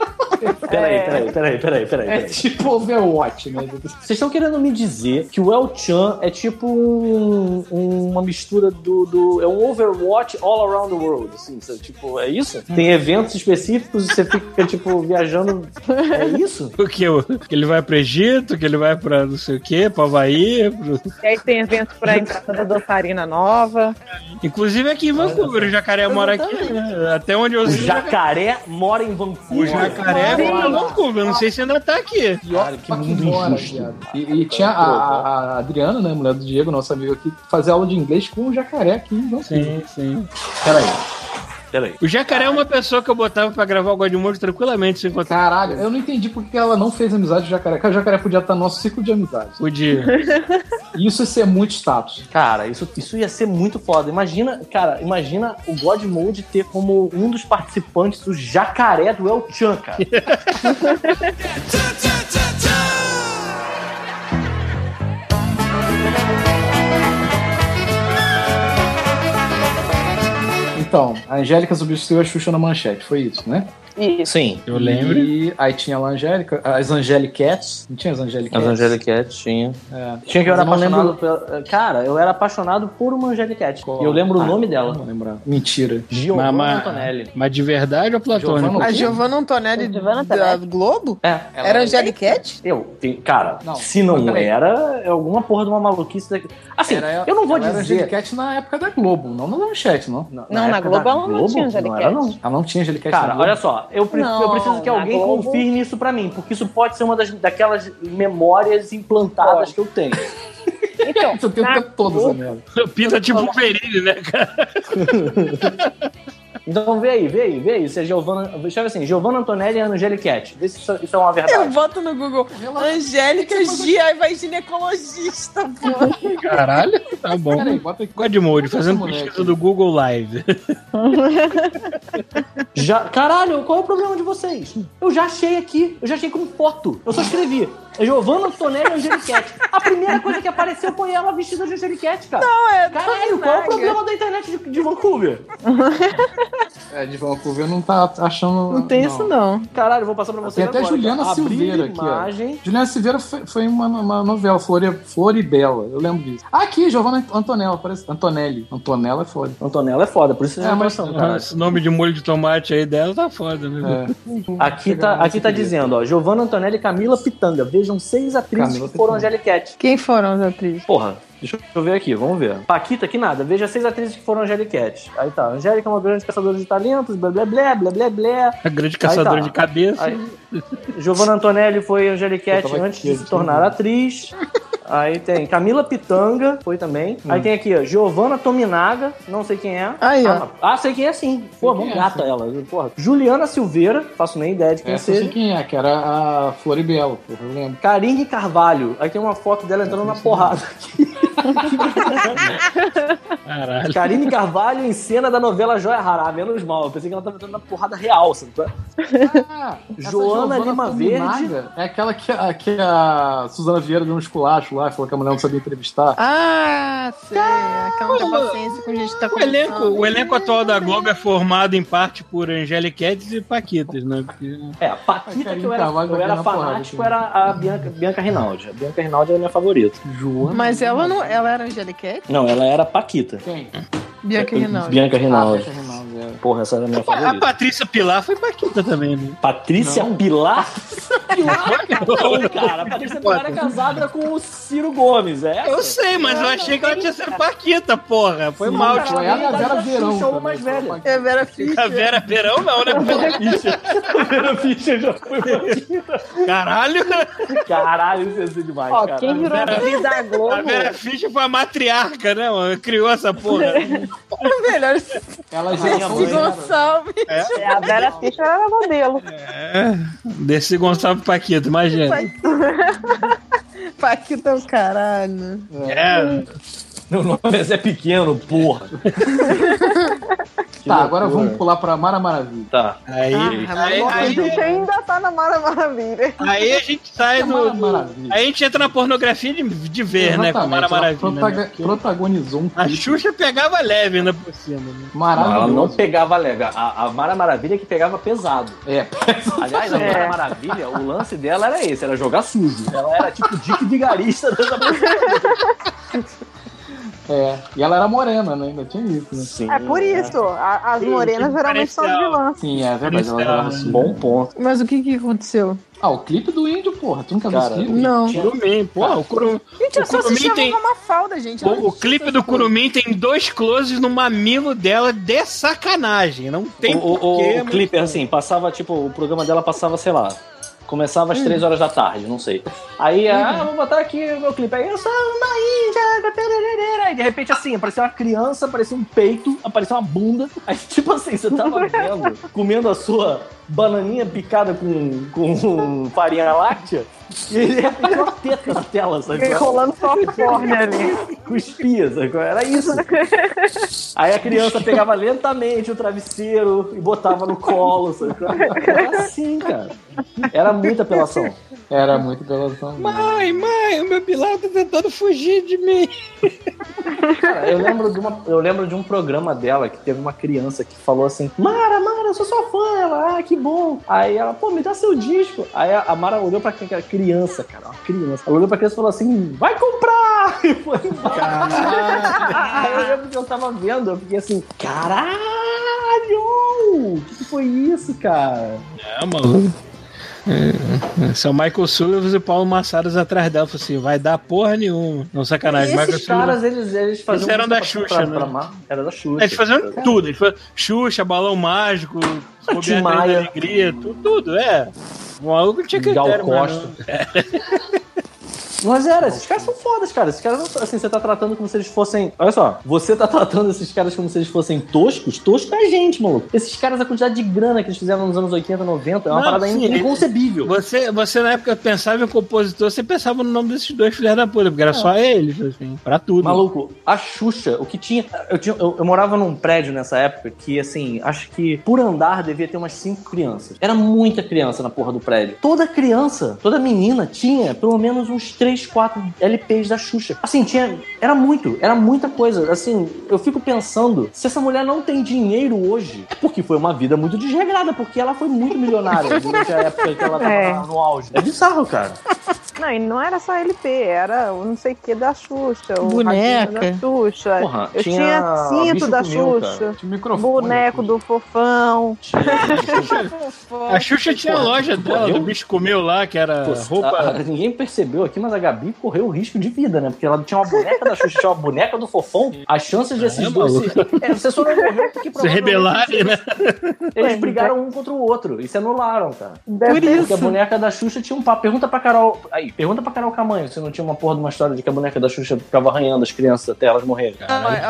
B: Peraí, peraí, peraí, peraí, peraí.
C: É
B: peraí.
C: tipo Overwatch, né?
B: Vocês estão querendo me dizer que o El Chan é tipo um- uma mistura do, do- É um Overwatch all around the world, assim, sabe? Tipo, é isso? Tem eventos específicos e você fica, tipo, viajando. É isso?
E: O que? o- Que ele vai pro Egito, que ele vai pra não sei o quê, pra Havaí. pro-
J: E aí tem evento pra entrada da dançarina nova.
E: Inclusive aqui em Vancouver, o jacaré mora aqui, né? Até onde eu
B: O
E: sei.
B: jacaré mora em
E: O
B: Vancouver.
E: jacaré mora em Vancouver, não sei se ainda tá aqui.
C: Cara, que mundo injusto. E, e tinha a, a- a Adriana, né? Mulher do Diego, nosso amigo aqui, fazia aula de inglês com o jacaré aqui. Então,
E: Sim, sim.
C: peraí.
B: Peraí.
E: O jacaré é uma pessoa que eu botava pra gravar o Godmode tranquilamente sem contar
C: Caralho, eu não entendi porque ela não fez amizade com o jacaré. Cara, o jacaré podia estar no nosso ciclo de amizade.
E: o dia.
C: Isso ia ser muito status.
B: Cara, isso, isso ia ser muito foda. Imagina, cara, imagina o God Mode ter como um dos participantes o jacaré do El Chan, cara.
C: Então, a Angélica substituiu a Xuxa na manchete, foi isso, né?
J: Isso.
B: Sim.
A: Eu lembro.
C: E
A: aí tinha lá a Angélica, as Angelicates. Não tinha as Angelicates?
B: As Angelicat tinha.
A: É.
B: Tinha que eu era
A: Mas eu não
B: apaixonado pela. é, Cara, eu era apaixonado por uma Angelicat. E eu lembro o
A: Ah,
B: nome dela.
A: Não lembrar. Mentira.
B: Giovanna
E: Mas- mas-
B: Antonelli.
E: Mas de verdade ou platônico?
I: A Giovanna Antonelli da Globo?
B: É.
I: Era Angeliquete?
B: Eu, tem- cara,
A: Não,
B: se não
A: mas peraí.
B: era, é alguma porra de uma maluquice daqui. Assim,
A: Era-
B: eu não vou
A: ela Era
B: dizer.
A: Angelicat na época da Globo, não na Manchete, não.
J: Não, na
B: época
J: Globo
B: da
J: ela não tinha Angelicat.
B: Não era, não.
A: Ela não tinha Angelicat na
B: Cara,
A: Globo.
B: olha só, eu, pre-
J: Não,
B: eu preciso que
J: na
B: alguém
J: Globo-
B: confirme isso pra mim, porque isso pode ser uma das, daquelas memórias implantadas que eu tenho.
J: Então,
A: Isso tem o
J: na
A: tempo todo,
J: Globo-
A: essa merda.
E: Pinta tipo o Perini, né, cara?
B: Então vê aí, vê aí, vê aí. Se é Giovanna. Deixa eu ver assim, Giovanna Antonelli e Angelicat. Vê se isso, isso é uma
I: Eu
B: verdade.
I: boto no Google. Angélica Gia vai ginecologista, pô.
E: Caralho, tá bom.
A: Peraí, bota aqui.
E: Godmode, fazendo
A: Moleque.
E: pesquisa do Google Live.
B: Já, caralho, qual é o problema de vocês? Eu já achei aqui, eu já achei com foto. Eu só escrevi. é Giovanna Antonelli e Angelicat. A primeira coisa que apareceu foi ela vestida de Angelicat, cara. Não, é. Caralho, qual é o problema da internet de, de Vancouver?
A: É, de Vancouver não tá achando.
I: Não tem isso, não.
B: Caralho, eu vou passar pra vocês
A: Tem até
B: agora.
A: Juliana
B: cara. Abrir
A: Silveira aqui, ó.
B: imagem.
A: Juliana Silveira foi, foi uma, uma novela, Flor, Floribela, eu lembro disso. Ah, aqui, Giovanna Antonella, parece. Antonelli. Antonella é foda.
B: Antonella é foda, por isso vocês
A: É,
B: não
A: mas-
B: gostam, cara.
E: Esse nome de molho de tomate aí dela tá foda, né?
A: É.
B: Aqui tá, aqui tá dizendo, ó, Giovanna Antonelli e Camila Pitanga. Vejam seis atrizes
A: Camila
B: que foram
A: Pitanga.
B: Angelicat.
D: Quem foram as atrizes?
B: Porra, deixa eu ver aqui, vamos ver. Paquita, que nada. Veja seis atrizes que foram Angelicat. Aí tá, Angélica é uma grande caçadora de talentos, blá blá blá, blá blá blá.
E: A grande caçadora
B: Aí tá.
E: de cabeça.
B: Aí, Giovanna Antonelli foi Angelicat
A: Eu tava
B: antes
A: aqui, uhum.
B: de se tornar atriz. Aí tem Camila Pitanga, foi também.
A: Hum.
B: Aí tem aqui, ó, Giovanna Tominaga, não sei quem é.
I: Aí, ó.
B: ah, ah, sei quem é sim. Pô,
A: quem
B: vamos
A: é,
B: gata ela. Porra. Juliana Silveira, faço nem ideia de quem
A: Essa eu sei
B: seja.
A: quem é, que era a Floribela, porra, eu lembro.
B: Karine Carvalho. Aí tem uma foto dela entrando na porrada.
A: é.
E: Caralho.
B: Karine Carvalho em cena da novela Joia Rara. Ah, Menos mal. Eu pensei que ela tava entrando na porrada real, sabe? qual é?
A: Ah, essa
B: Joana Lima
A: Tominaga É aquela que, a- que a Suzana Vieira deu um esculacho lá, falou que a mulher não sabia entrevistar.
I: Ah, sei. Aquela não tem paciência com a gente que tá
E: O elenco,
I: começando.
E: o elenco atual da Globo é formado em parte por Angeliquetes e Paquitas, né? Porque-
B: É, a
A: Ai,
B: Paquita
A: Karine
B: que eu era,
A: Carvalho
B: eu
A: vai
B: era
A: ganhar na porrada,
B: fanático
A: assim.
B: era a Bianca, Bianca Rinaldi. A Bianca Rinaldi era minha favorita.
A: Joana.
I: Mas ela não. Ela era Angeliquete?
B: Não, ela era Paquita.
A: Quem?
I: Bianca Rinaldi.
B: Bianca Rinaldi.
A: Ah, Bianca Rinaldi, é.
B: Porra, essa era a minha
E: A
B: favorita.
E: Patrícia Pilar foi Paquita também, né?
B: Patrícia Pilar? Pilar? Não, cara. A Patrícia Pilar é casada com o Ciro Gomes, é?
E: Eu sei, mas eu achei que ela tinha sido Paquita, porra. Foi
A: Sim,
E: mal.
A: cara,
E: tipo,
A: ela era a Vera Verão.
B: Xuxa, uma
A: também,
B: mais
A: foi
B: velha.
A: uma-
I: É Vera Fischer.
E: A Vera Verão não, né?
B: A Vera Fischer já foi Paquita.
E: Caralho!
B: Caralho, isso é demais,
J: Ó,
B: cara.
J: quem virou atriz da Globo?
E: A Vera Fischer foi a matriarca, né? Mano? Criou essa porra.
I: Melhor
A: Ela já
B: Rainha
A: foi-
I: Percy Gonçalves.
J: É, A Vera Fischer era modelo.
E: É. Desse Gonçalves Paquito, imagina.
I: Paquita é o caralho.
E: É.
B: Meu nome é Pequeno, porra.
A: Tá, agora vamos pular pra Mara Maravilha.
B: Tá.
E: Aí, aí,
J: A
E: aí,
J: gente ainda tá na Mara Maravilha.
E: aí a gente sai do.
A: Mara
E: do-
A: Maravilha.
E: Aí a gente entra na pornografia de, de ver, né? Com a Mara
A: Exatamente, ela
E: Maravilha.
A: protaga-
E: né? Porque
A: Protagonizou um
E: A
A: clipe
E: Xuxa pegava leve ainda por cima, né?
B: Não, ela
A: maravilhoso.
B: não pegava leve. A, a Mara Maravilha que pegava pesado.
A: É,
B: Aliás, a
J: É.
B: Mara Maravilha, o lance dela era esse, era jogar sujo. Ela era tipo Dick Vigarista dessa
A: é. E ela era morena, né? Ainda tinha isso, né?
B: Sim.
J: É por isso. a- as morenas
E: que
J: geralmente são as
E: diferencial.
J: vilãs.
A: Sim, é verdade. Ela
E: Isso é
A: jogava
E: um
A: sujo.
B: Bom ponto.
D: Mas o que que aconteceu?
A: Ah, o clipe do índio, porra. Tu nunca viu esse
B: Cara,
A: clipe?
D: Não.
E: Curumim, porra, o Curumim.
I: Gente, eu
E: O
I: só
E: Curumim
I: assistia
E: tem-
I: tem... uma falda, gente.
E: O, o clipe do Curumim tem dois closes no mamilo dela de sacanagem. Não tem
B: o, o-
E: porquê,
B: o
E: mas-
B: clipe, assim, passava, tipo, o programa dela passava, sei lá. Começava às três horas da tarde, não sei. Aí, ah, vou botar aqui o meu clipe. Aí eu sou uma índia. tararara. Aí, de repente, assim, apareceu uma criança, apareceu um peito, apareceu uma bunda. Aí, tipo assim, você tava vendo, comendo a sua bananinha picada com, com farinha láctea. E aí, de repente, uma teta na tela, sabe?
J: Fica rolando só porn ali.
B: Cuspia, sabe? qual é? Era isso. Aí a criança pegava lentamente o travesseiro e botava no colo, sabe? qual é? Era assim, cara. Era muita apelação.
A: Era muito pela zona.
E: Mãe, mãe, o meu Pilar tá tentando fugir de mim.
B: Cara, eu lembro, de uma- eu lembro de um programa dela que teve uma criança que falou assim: Mara, Mara, eu sou sua fã. Ela, ah, que bom. Aí ela, pô, me dá seu disco. Aí a a Mara olhou pra aquela criança, cara, uma criança. Ela olhou pra criança e falou assim: vai comprar! E foi embora. Aí eu lembro que eu tava vendo, eu fiquei assim: caralho! O que, que foi isso, cara?
E: É, maluco. É, é, São Michael Sullivan e Paulo Massaras atrás dela. Falou assim: vai dar porra nenhuma. Não, sacanagem.
B: Esses
E: Michael Sullivan-
B: caras, eles, eles faziam
E: assim, Eles
B: música
E: eram da
B: pra-
E: Xuxa,
B: pra-
E: né?
B: pra Mar- Era da Xuxa. É.
E: Eles faziam tá tudo. Eles faziam Xuxa, Balão Mágico, Roberto da
B: Maia.
E: Alegria, tudo, tudo, é. O maluco tinha que
B: Gal Costa. Mas era, esses caras são fodas, cara. Esses caras, não- assim, você tá tratando como se eles fossem. Olha só, você tá tratando esses caras como se eles fossem toscos? Tosco é a gente, maluco. Esses caras, a quantidade de grana que eles fizeram nos anos 80, 90, é uma parada in- inconcebível.
E: Você, você na época pensava em compositor, você pensava no nome desses dois filhos da puta, porque era
B: É.
E: só eles, assim, pra tudo.
B: Maluco, a Xuxa, o que tinha. Eu, tinha eu, eu morava num prédio nessa época que, assim, acho que por andar devia ter umas cinco crianças. Era muita criança na porra do prédio. Toda criança, toda menina tinha pelo menos uns três, quatro LPs da Xuxa. Assim, tinha. Era muito, era muita coisa. Assim, eu fico pensando, se essa mulher não tem dinheiro hoje, é porque foi uma vida muito desregrada, porque ela foi muito milionária durante a época que ela tava
J: É.
B: no auge. É bizarro, cara.
J: Não, e não era só LP, era o não sei o que da Xuxa, o
B: Boneca.
J: radinho da Xuxa.
B: Porra,
J: eu
B: tinha
J: tinha
B: bicho
J: cinto da
B: comeu,
J: Xuxa,
B: cara.
J: boneco do fofão.
E: Tipo, A Xuxa tinha a loja dela, do bicho comeu lá, que era
B: Pô,
E: roupa.
B: a- a- ninguém percebeu aqui, mas a Gabi correu o risco de vida, né? Porque ela tinha uma boneca da Xuxa, tinha uma boneca do Fofão. As chances desses
E: É,
B: dois. Se,
E: maluco.
B: é, você só não morreu porque
E: Se rebelarem, né?
B: eles brigaram um contra o outro e se anularam, cara.
E: É
J: Deve
B: Por
J: ter-
B: Porque a boneca da Xuxa tinha um papo. Pergunta pra Carol. Aí, pergunta pra Carol Camanho se não tinha uma porra de uma história de que a boneca da Xuxa ficava arranhando as crianças até elas morrerem.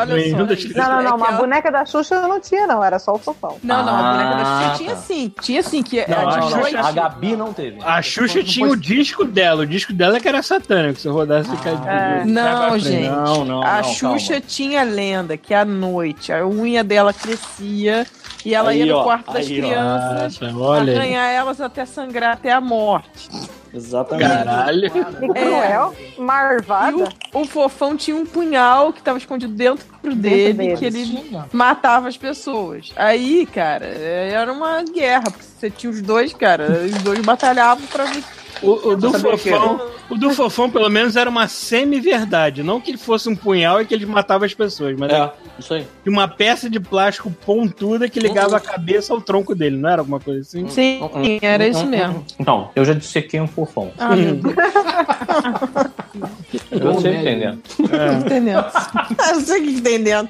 J: Não, não,
B: É
J: não, mas a boneca da Xuxa eu não tinha, não, era só o fofão.
B: Não, não, a boneca da Xuxa Ah, tinha tá.
J: sim, tinha sim,
I: é,
J: que
B: Não,
E: a
B: não, não,
E: Xuxa-
B: a Gabi não teve.
E: A Xuxa tinha o disco dela, o disco dela é que era satânico, se eu rodasse ficar
I: É. Não, gente.
E: Não, não,
I: a
E: não,
I: Xuxa tinha lenda que à noite a unha dela crescia e ela
E: Aí,
I: ia no
E: ó,
I: quarto das
E: aí, ó.
I: crianças
E: Nossa, olha aí.
I: arranhar elas até sangrar até a morte.
B: Exatamente.
E: Caralho.
B: é.
I: Que cruel, marvada. O, o fofão tinha um punhal que tava escondido dentro, dele,
J: dele.
I: que ele matava as pessoas. Aí, cara, é, era uma guerra, porque você tinha os dois, cara, os dois batalhavam pra ver.
E: O, o do
I: Sabe o que era?
E: fofão, o do fofão pelo menos era uma semi-verdade, não que ele fosse um punhal e que ele matava as pessoas, mas
B: é, isso aí.
E: De uma peça de plástico pontuda que ligava a cabeça ao tronco dele, não era alguma coisa assim?
I: Sim, era isso mesmo.
B: Então, eu já dissequei um fofão.
I: Ah, meu Deus.
B: eu não sei entender.
I: Entendendo. Ah, Eu sei que entendendo.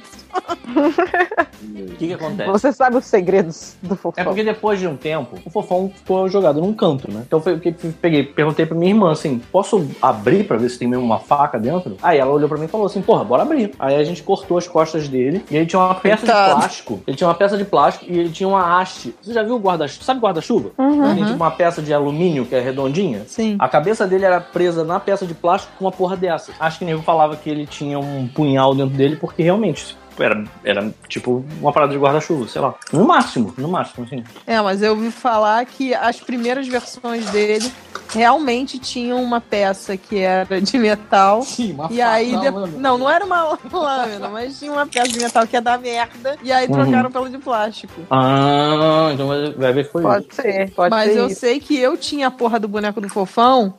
B: O que, que acontece?
J: Você sabe os segredos do fofão.
B: É porque depois de um tempo, o fofão ficou jogado num canto, né? Então foi o que eu peguei, perguntei pra minha irmã assim: posso abrir pra ver se tem mesmo uma faca dentro? Aí ela olhou pra mim e falou assim: porra, bora abrir. Aí a gente cortou as costas dele e ele tinha uma peça de
C: Coitado.
B: plástico. Ele tinha uma peça de plástico e ele tinha uma haste. Você já viu o guarda-chuva? Sabe guarda-chuva?
C: Uhum.
B: Ele tinha uma peça de alumínio que é redondinha.
I: Sim.
B: A cabeça dele era presa na peça de plástico com uma porra dessa. Acho que o nego falava que ele tinha um punhal dentro dele porque realmente. Era, era tipo uma parada de guarda-chuva, sei lá. No máximo, no máximo, assim.
I: É, mas eu ouvi falar que as primeiras versões dele realmente tinham uma peça que era de metal.
A: Sim, uma
I: e
A: faca,
I: aí
A: uma
I: de-
A: lâmina.
I: Não, não era uma lâmina, mas tinha uma peça de metal que ia dar merda. E aí
B: Uhum.
I: trocaram pelo de plástico.
B: Ah, então vai- vai ver que foi isso.
J: ser, pode
I: mas
J: ser
I: eu
J: isso.
I: sei que eu tinha a porra do boneco do fofão.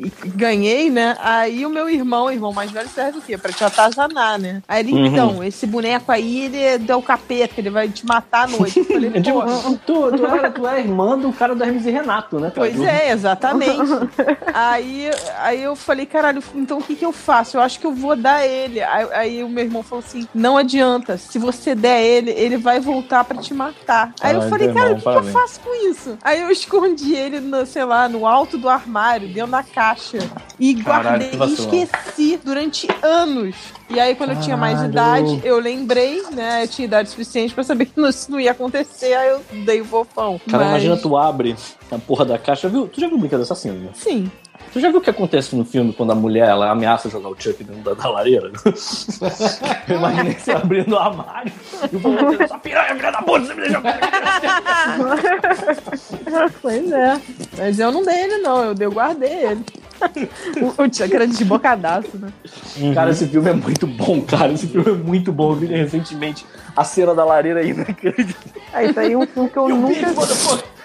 I: E ganhei, né? Aí o meu irmão, o irmão mais velho, serve o quê? Pra te atazanar, né? Aí ele,
B: Uhum.
I: então, esse boneco aí, ele é o capeta, ele vai te matar à noite. Eu falei,
B: É tipo,
I: "Pô,
B: tu, tu, era, tu era irmã do cara do Hermes e Renato, né? cara?
I: Pois é, exatamente. aí, aí eu falei, caralho, então o que, que eu faço? Eu acho que eu vou dar ele. Aí, aí o meu irmão falou assim: não adianta, se você der ele, ele vai voltar pra te matar. Aí eu
B: Caralho,
I: falei,
B: teu
I: cara, o
B: irmão,
I: que, que eu
B: parabéns."
I: faço com isso? Aí eu escondi ele, no, sei lá, no alto do armário, dentro da caixa. E
B: Caralho,
I: guardei
B: que
I: e
B: vacilão.
I: esqueci durante anos. E aí, quando eu tinha mais
B: Caralho.
I: idade, eu lembrei, né? Eu tinha idade suficiente pra saber que isso não ia acontecer. Aí eu dei o fofão.
B: Cara,
I: Mas-
B: imagina tu abre a porra da caixa, viu? Tu já viu Brincadeira Assassina? né?
I: Sim.
B: Tu já viu o que acontece no filme quando a mulher ela ameaça jogar o Chuck dentro da, da lareira? né? Eu imaginei você abrindo o armário e o povo dizendo, "Sua piranha, filha da puta, você me deixou
I: pois é. Mas eu não dei ele, não. Eu, eu guardei ele.
D: o, o Chuck era desbocadaço, né?
B: Cara, esse filme é muito bom, cara. Esse filme é muito bom. Eu vi ele recentemente. A cena da lareira aí, né?
J: É isso aí é um filme que eu, nunca vi.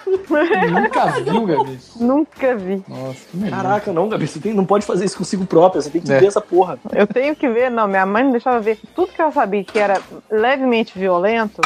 B: Nunca viu, Gabi.
J: nunca vi.
B: Nossa, que Caraca, não, Gabi. Você tem- não pode fazer isso consigo própria. Você tem que ver essa porra.
J: Eu tenho que ver, não, minha mãe não deixava ver. Tudo que ela sabia que era levemente violento,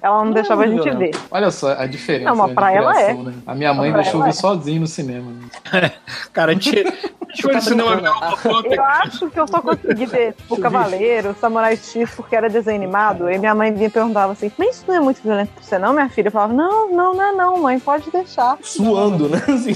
J: ela não, deixava a gente ver.
A: Olha só a diferença.
J: Não, mas
A: né,
J: pra
A: de
J: ela
A: criação,
J: é.
A: né? A minha mãe
J: Pra
A: deixou eu
J: ela
A: vir
J: é.
A: sozinho no cinema. né?
E: Cara, a gente, a gente foi no cinema ver uma foto.
J: Eu acho que eu só consegui ver o Cavaleiro, o Samurai X, porque era desenho animado. E minha mãe vinha e perguntava assim: Mas isso não é muito violento pra você, não, minha filha? Eu falava: Não, não, não, é não, mãe, pode deixar.
B: Suando, né? Assim,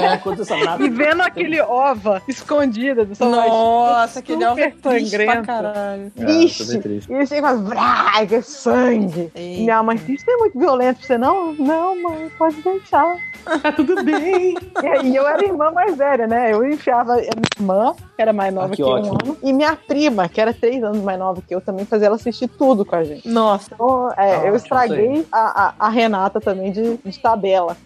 B: não aconteceu nada.
J: E vendo aquele ova escondida do Samurai
I: Nossa,
J: X.
I: aquele alvo é
J: super
I: triste pra
J: sangrento.
I: caralho.
J: Ixi, e eu chego mas "Vrá, que sangue. Minha mãe, isso não é muito violento pra você, não? Não, mãe, pode deixar.
D: Tá
I: é
D: tudo bem.
J: E aí eu era irmã mais velha, né? Eu enfiava a minha irmã, que era mais nova
B: Ah, que
J: que, eu
B: ótimo.
J: um ano, e minha prima, que era três anos mais nova que eu, também fazia ela assistir tudo com a gente.
I: Nossa.
J: Então,
B: Ah,
J: é, eu estraguei
B: sei.
J: a, a- a Renata também de, de tabela.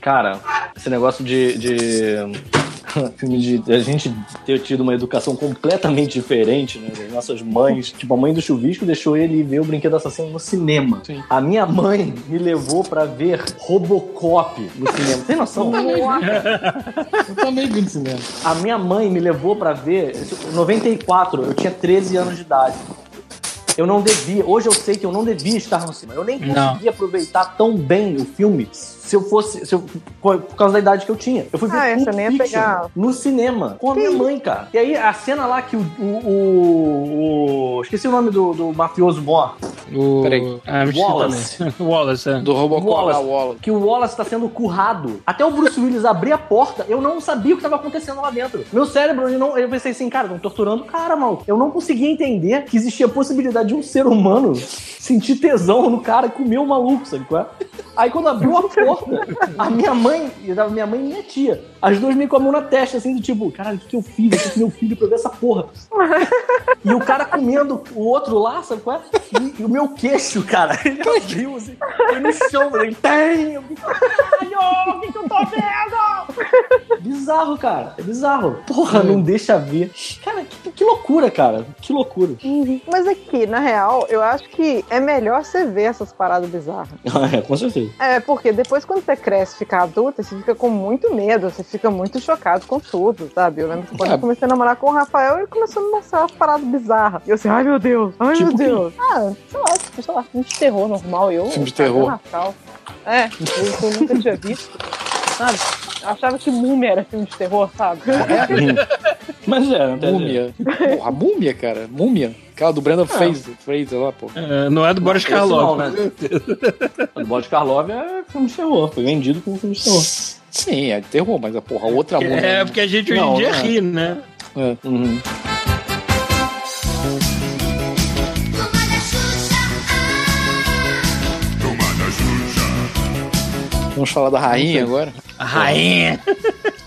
B: Cara, esse negócio de. de... Filme de a gente ter tido uma educação completamente diferente, né? Das nossas mães. Tipo, a mãe do chuvisco deixou ele ver o brinquedo assassino no cinema. A minha mãe me levou pra ver Robocop no cinema. Tem noção?
A: Eu também vi no cinema.
B: A minha mãe me levou pra ver. Em 94, eu tinha 13 anos de idade. Eu não devia. Hoje eu sei que eu não devia estar no cinema. Eu nem conseguia aproveitar tão bem o filme se eu fosse. Se eu, por causa da idade que eu tinha. Eu fui ver
J: Ah, essa
B: Pulp
J: nem ia
B: Fiction
J: pegar.
B: no cinema com a minha mãe, cara. E aí a cena lá que o. o- o- o- esqueci o nome do, do mafioso Mó.
E: O...
C: Peraí.
E: Ah, me
B: Wallace.
E: chama. Wallace, é.
C: Do Robocop.
B: Wallace.
C: Ah, Wallace.
B: Que o Wallace tá sendo currado. Até o Bruce Willis abrir a porta, eu não sabia o que tava acontecendo lá dentro. Meu cérebro, eu, não, eu pensei assim, cara, estão torturando o cara, mal. Eu não conseguia entender que existia a possibilidade de um ser humano sentir tesão no cara e comer o maluco, sabe qual é? Aí quando abriu a porta, a minha mãe, e a minha mãe e minha tia, as duas me com a mão na testa, assim, do tipo, caralho, o que, que eu fiz? Eu fiz meu filho pra ver essa porra. E o cara comendo o outro lá, sabe qual é? E, e o meu queixo, cara, ele abriu, assim, eu no chão, falei, tem! Eu fiquei, Caralho, o que, que eu tô vendo? Bizarro, cara, é bizarro. Porra, não deixa ver. Cara, que, que loucura, cara, que loucura.
J: Mas aqui, na real, eu acho que é melhor você ver essas paradas bizarras.
B: Ah, é, com certeza.
J: É, porque depois quando você cresce e fica adulta, você fica com muito medo, você fica muito chocado com tudo, sabe? Eu lembro que quando
C: É.
J: eu comecei a namorar com o Rafael, ele começou a me mostrar umas paradas bizarras. E eu assim, ai meu Deus, ai
B: Tipo
J: meu Deus. Ah, sei lá, tipo, sei lá, filme de terror normal, eu.
C: Filme de terror.
J: Natal. É, eu, que eu nunca tinha visto, sabe? Eu achava que múmia era filme de terror, sabe?
C: Ah, é?
B: Mas é, não tem jeito.
C: Múmia. É. Ah. Porra, múmia, cara. Múmia. Aquela do Brandon Fraser, Fraser lá, pô.
E: É, não é do Boris
B: Esse não,
E: Karloff.
B: né? O do Boris Karloff é filme de terror, foi vendido como filme de terror.
C: Sim, é de terror, mas a porra, a outra múmia.
E: É, porque a gente hoje
C: Não,
E: em dia
C: não é.
E: ri, né?
C: É.
B: Uhum.
C: Vamos falar da rainha agora?
E: A rainha.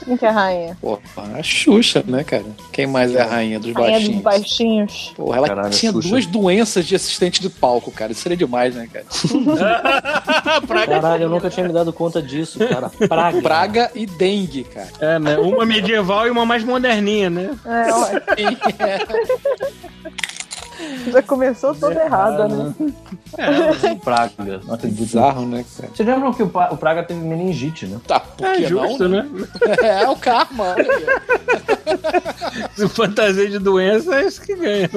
J: Quem que é a rainha?
C: Porra, a Xuxa, né, cara? Quem mais é a rainha dos
J: Rainha dos
C: baixinhos?
J: baixinhos.
C: Porra, ela
B: Caralho,
C: tinha
B: Xuxa.
C: duas doenças de assistente de palco, cara. Isso seria demais, né, cara?
E: Praga.
B: Caralho, eu nunca tinha me dado conta disso, cara. Praga.
C: Praga e dengue, cara.
E: É, né? Uma medieval e uma mais moderninha, né?
J: É, ó, já começou toda errada, né?
B: Praga. Não acredito.
C: Bizarro, né, cara?
B: Vocês lembram que o Pa- o Praga teve meningite, né?
C: Tá, por
E: É
C: que
E: justo,
C: não?
E: né?
C: É o karma. olha aí.
E: né? Fantasia de doença é isso que ganha.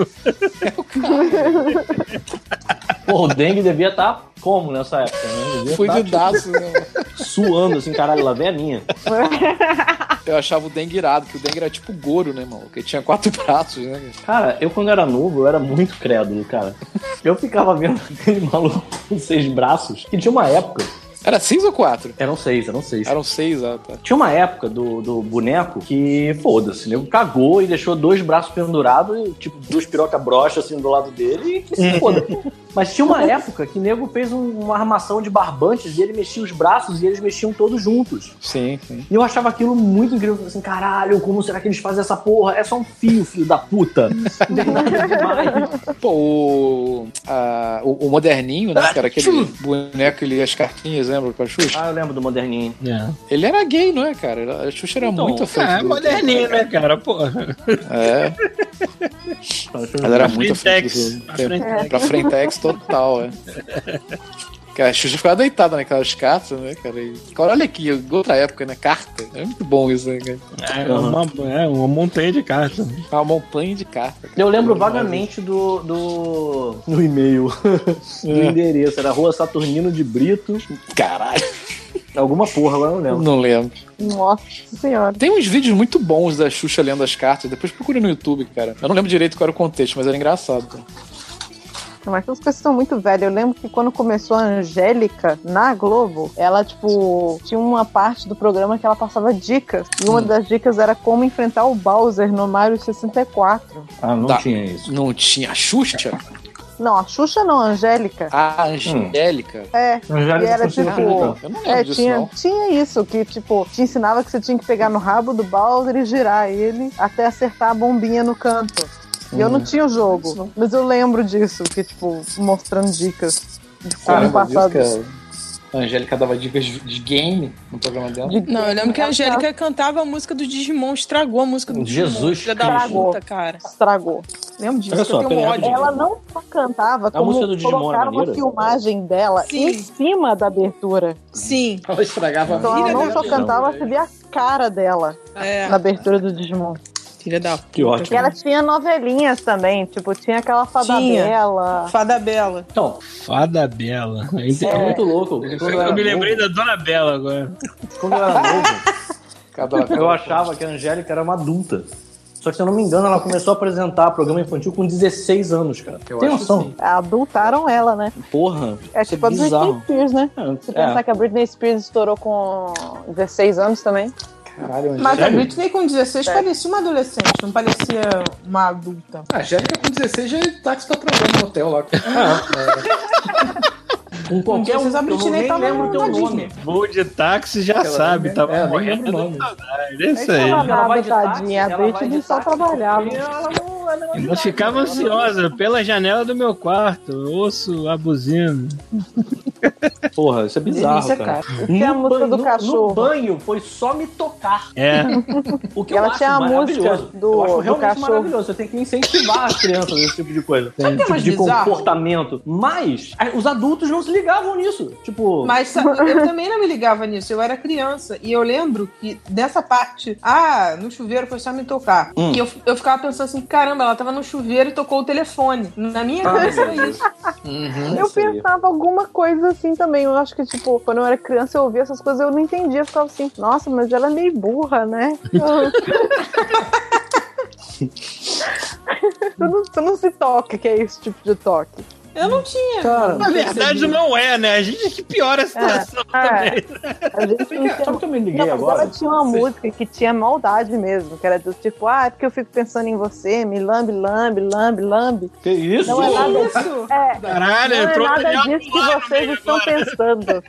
B: Pô, o dengue devia estar como nessa época, né? Devia tá,
C: Cuidadaço, né?
B: tipo, suando assim, caralho, lá vem a minha.
C: Eu achava o dengue irado, que o dengue era tipo Goro, né, mano? Que tinha quatro braços, né? cara?
B: Cara, eu quando era novo, eu era muito crédulo, cara. Eu ficava vendo aquele maluco com seis braços, que tinha uma época.
C: Era seis ou quatro?
B: Eram seis, eram seis.
C: Eram seis, ah, tá.
B: Tinha uma época do, do boneco que, foda-se, o nego cagou e deixou dois braços pendurados, e, tipo, duas piroca brochas assim do lado dele e se foda. Mas tinha uma época que nego fez um- uma armação de barbantes e ele mexia os braços e eles mexiam todos juntos.
C: Sim, sim.
B: E eu achava aquilo muito incrível. Eu falei assim, caralho, como será que eles fazem essa porra? É só um fio, filho da puta.
C: Pô, o, a- o, o moderninho, né, cara? Aquele boneco que lia as cartinhas, lembra? Pra Xuxa?
B: Ah, eu lembro do moderninho.
C: Ele era gay, não é, cara? Ele- A Xuxa era muito à frente.
E: É,
C: do-
E: moderninho, né, cara? Porra.
C: É. Ela era muito à frente. do-
E: Pra
J: É.
E: frentex.
C: Pra frentex total, é. Cara, a Xuxa ficava deitada naquelas cartas, né, cara? E, cara, olha aqui, outra época, né? Carta. É muito bom isso, né, cara?
E: É uma, é uma montanha de cartas.
C: É uma montanha de cartas.
B: Eu lembro vagamente do. do. No e-mail. É. do endereço. Era Rua Saturnino de Brito.
C: Caralho.
B: Alguma porra lá, eu não lembro.
C: Não lembro.
J: Nossa senhora.
C: Tem uns vídeos muito bons da Xuxa lendo as cartas. Depois procure no YouTube, cara. Eu não lembro direito qual era o contexto, mas era engraçado. Cara.
J: Mas essas coisas são muito velhas. Eu lembro que quando começou a Angélica na Globo, ela, tipo, tinha uma parte do programa que ela passava dicas. E
C: Hum.
J: uma das dicas era como enfrentar o Bowser no Mario 64.
B: Ah, não
C: Tá.
B: tinha isso.
C: Não tinha. A Xuxa?
J: Não, a Xuxa não, a Angélica.
C: A Angélica?
J: É, e era
C: não tinha
J: tipo.
C: nada. Eu não lembro
J: É,
C: disso,
J: tinha,
C: não.
J: tinha isso, que tipo, te ensinava que você tinha que pegar no rabo do Bowser e girar ele até acertar a bombinha no canto. E eu
C: Hum.
J: não tinha o jogo, mas eu lembro disso, que tipo, mostrando dicas de como
C: Caramba,
J: passar.
C: disso, cara. A Angélica dava dicas de- de game no programa dela.
I: Não, eu lembro que a Angélica cantava a música do Digimon, estragou a música do Digimon.
B: Jesus
I: Filha da
B: Cristo.
I: puta, cara.
J: Estragou. Lembro disso,
B: Olha só,
I: eu tenho um
B: peraí,
I: ódio.
J: Ela não só cantava, como
B: música do Digimon era
J: colocaram uma
B: maneira?
J: filmagem dela
I: Sim.
J: em cima da abertura.
I: Sim.
C: Ela estragava
J: Então ela não só cantava, você via a cara dela
I: É.
J: na abertura do Digimon.
I: Filha da puta.
B: Que ótimo.
J: E ela tinha novelinhas também, tipo, tinha aquela fada
I: Tinha.
J: bela.
I: Fada Bela.
B: Então,
E: Fada Bela.
B: é muito louco. Quando eu,
E: Eu
B: era
E: me lembrei
B: novo,
E: da Dona Bela agora.
B: quando eu era novo,
C: Cada- cada-
B: eu achava que a Angélica era uma adulta. Só que, se eu não me engano, ela começou a apresentar programa infantil com 16 anos, cara.
C: Eu
B: Tem
C: acho
B: noção?
J: Adultaram ela, né?
B: Porra.
J: É
B: isso
J: tipo a Britney
B: bizarro.
J: Spears, né? Se
B: É.
J: pensar que a Britney Spears estourou com 16 anos também.
C: Caralho, Angélica.
I: Mas a Britney com 16 parecia uma adolescente, não parecia uma adulta.
C: A Angélica com 16 já é táxi tá trabalhando no hotel lá.
B: Com qualquer
I: Com
B: um,
I: 16 a
B: eu não
I: Britney
B: nem
I: tava
B: lembro o teu
I: na
B: nome.
E: Voo de táxi já
C: Ela
E: sabe,
C: nem-
E: tava
C: é, nem
E: morrendo
C: lembro o
E: de
C: nome.
E: saudade. É isso aí.
B: Ela
J: Ela
B: vai
J: nada,
B: de táxi,
J: tadinha.
B: ela
J: A
B: vai
J: Britney
B: de
J: só
B: táxi,
J: trabalhava.
B: porque ela não- ela não-
E: Eu ficava ansiosa pela janela do meu quarto. Eu Ouço a buzina.
B: Porra, isso é bizarro,
I: Delícia,
B: cara.
J: E tinha a
B: No
J: música
B: banho-
J: do
B: no- No
J: cachorro.
B: banho foi só me tocar.
E: É.
B: O que
J: E ela
B: eu
J: tinha a
B: acho
J: música
B: maravilhoso.
J: do-
B: eu acho
J: do
B: realmente
J: cachorro.
B: maravilhoso. Eu tenho que incentivar as crianças nesse tipo de coisa.
I: Sabe o que é
B: tipo
I: mais
B: de
I: bizarro?
B: comportamento. Mas a- os adultos não se ligavam nisso. Tipo,
I: Mas sabe, eu também não me ligava nisso, eu era criança. E eu lembro que nessa parte, ah, no chuveiro foi só me tocar.
B: Hum.
I: E eu, eu ficava pensando assim, caramba, ela tava no chuveiro e tocou o telefone. Na minha
B: ah,
I: cabeça era isso.
J: é
B: Uhum,
J: Eu pensava alguma coisa assim também. Eu acho que, tipo, quando eu era criança, eu ouvia essas coisas, eu não entendia. Eu ficava assim, nossa, mas ela é meio burra, né? Eu não, tu não se toca, que é esse tipo de toque.
I: Eu não tinha.
B: Cara,
E: Na verdade, não é, né? A gente é que piora a
J: é.
E: situação também.
J: A gente não
B: sabe o que eu me liguei
J: Não, é- mas
B: agora?
J: ela tinha uma música que tinha maldade mesmo, que era do tipo, ah, é porque eu fico pensando em você, me lambe, lambe, lambe, lambe.
B: Que isso?
J: Não é nada
I: Isso.
J: É,
E: Caralho,
J: não é
E: entrou o
J: nada
E: Daniel
J: disso que
E: Azulay no
J: vocês
E: meio
J: estão
E: agora.
J: pensando.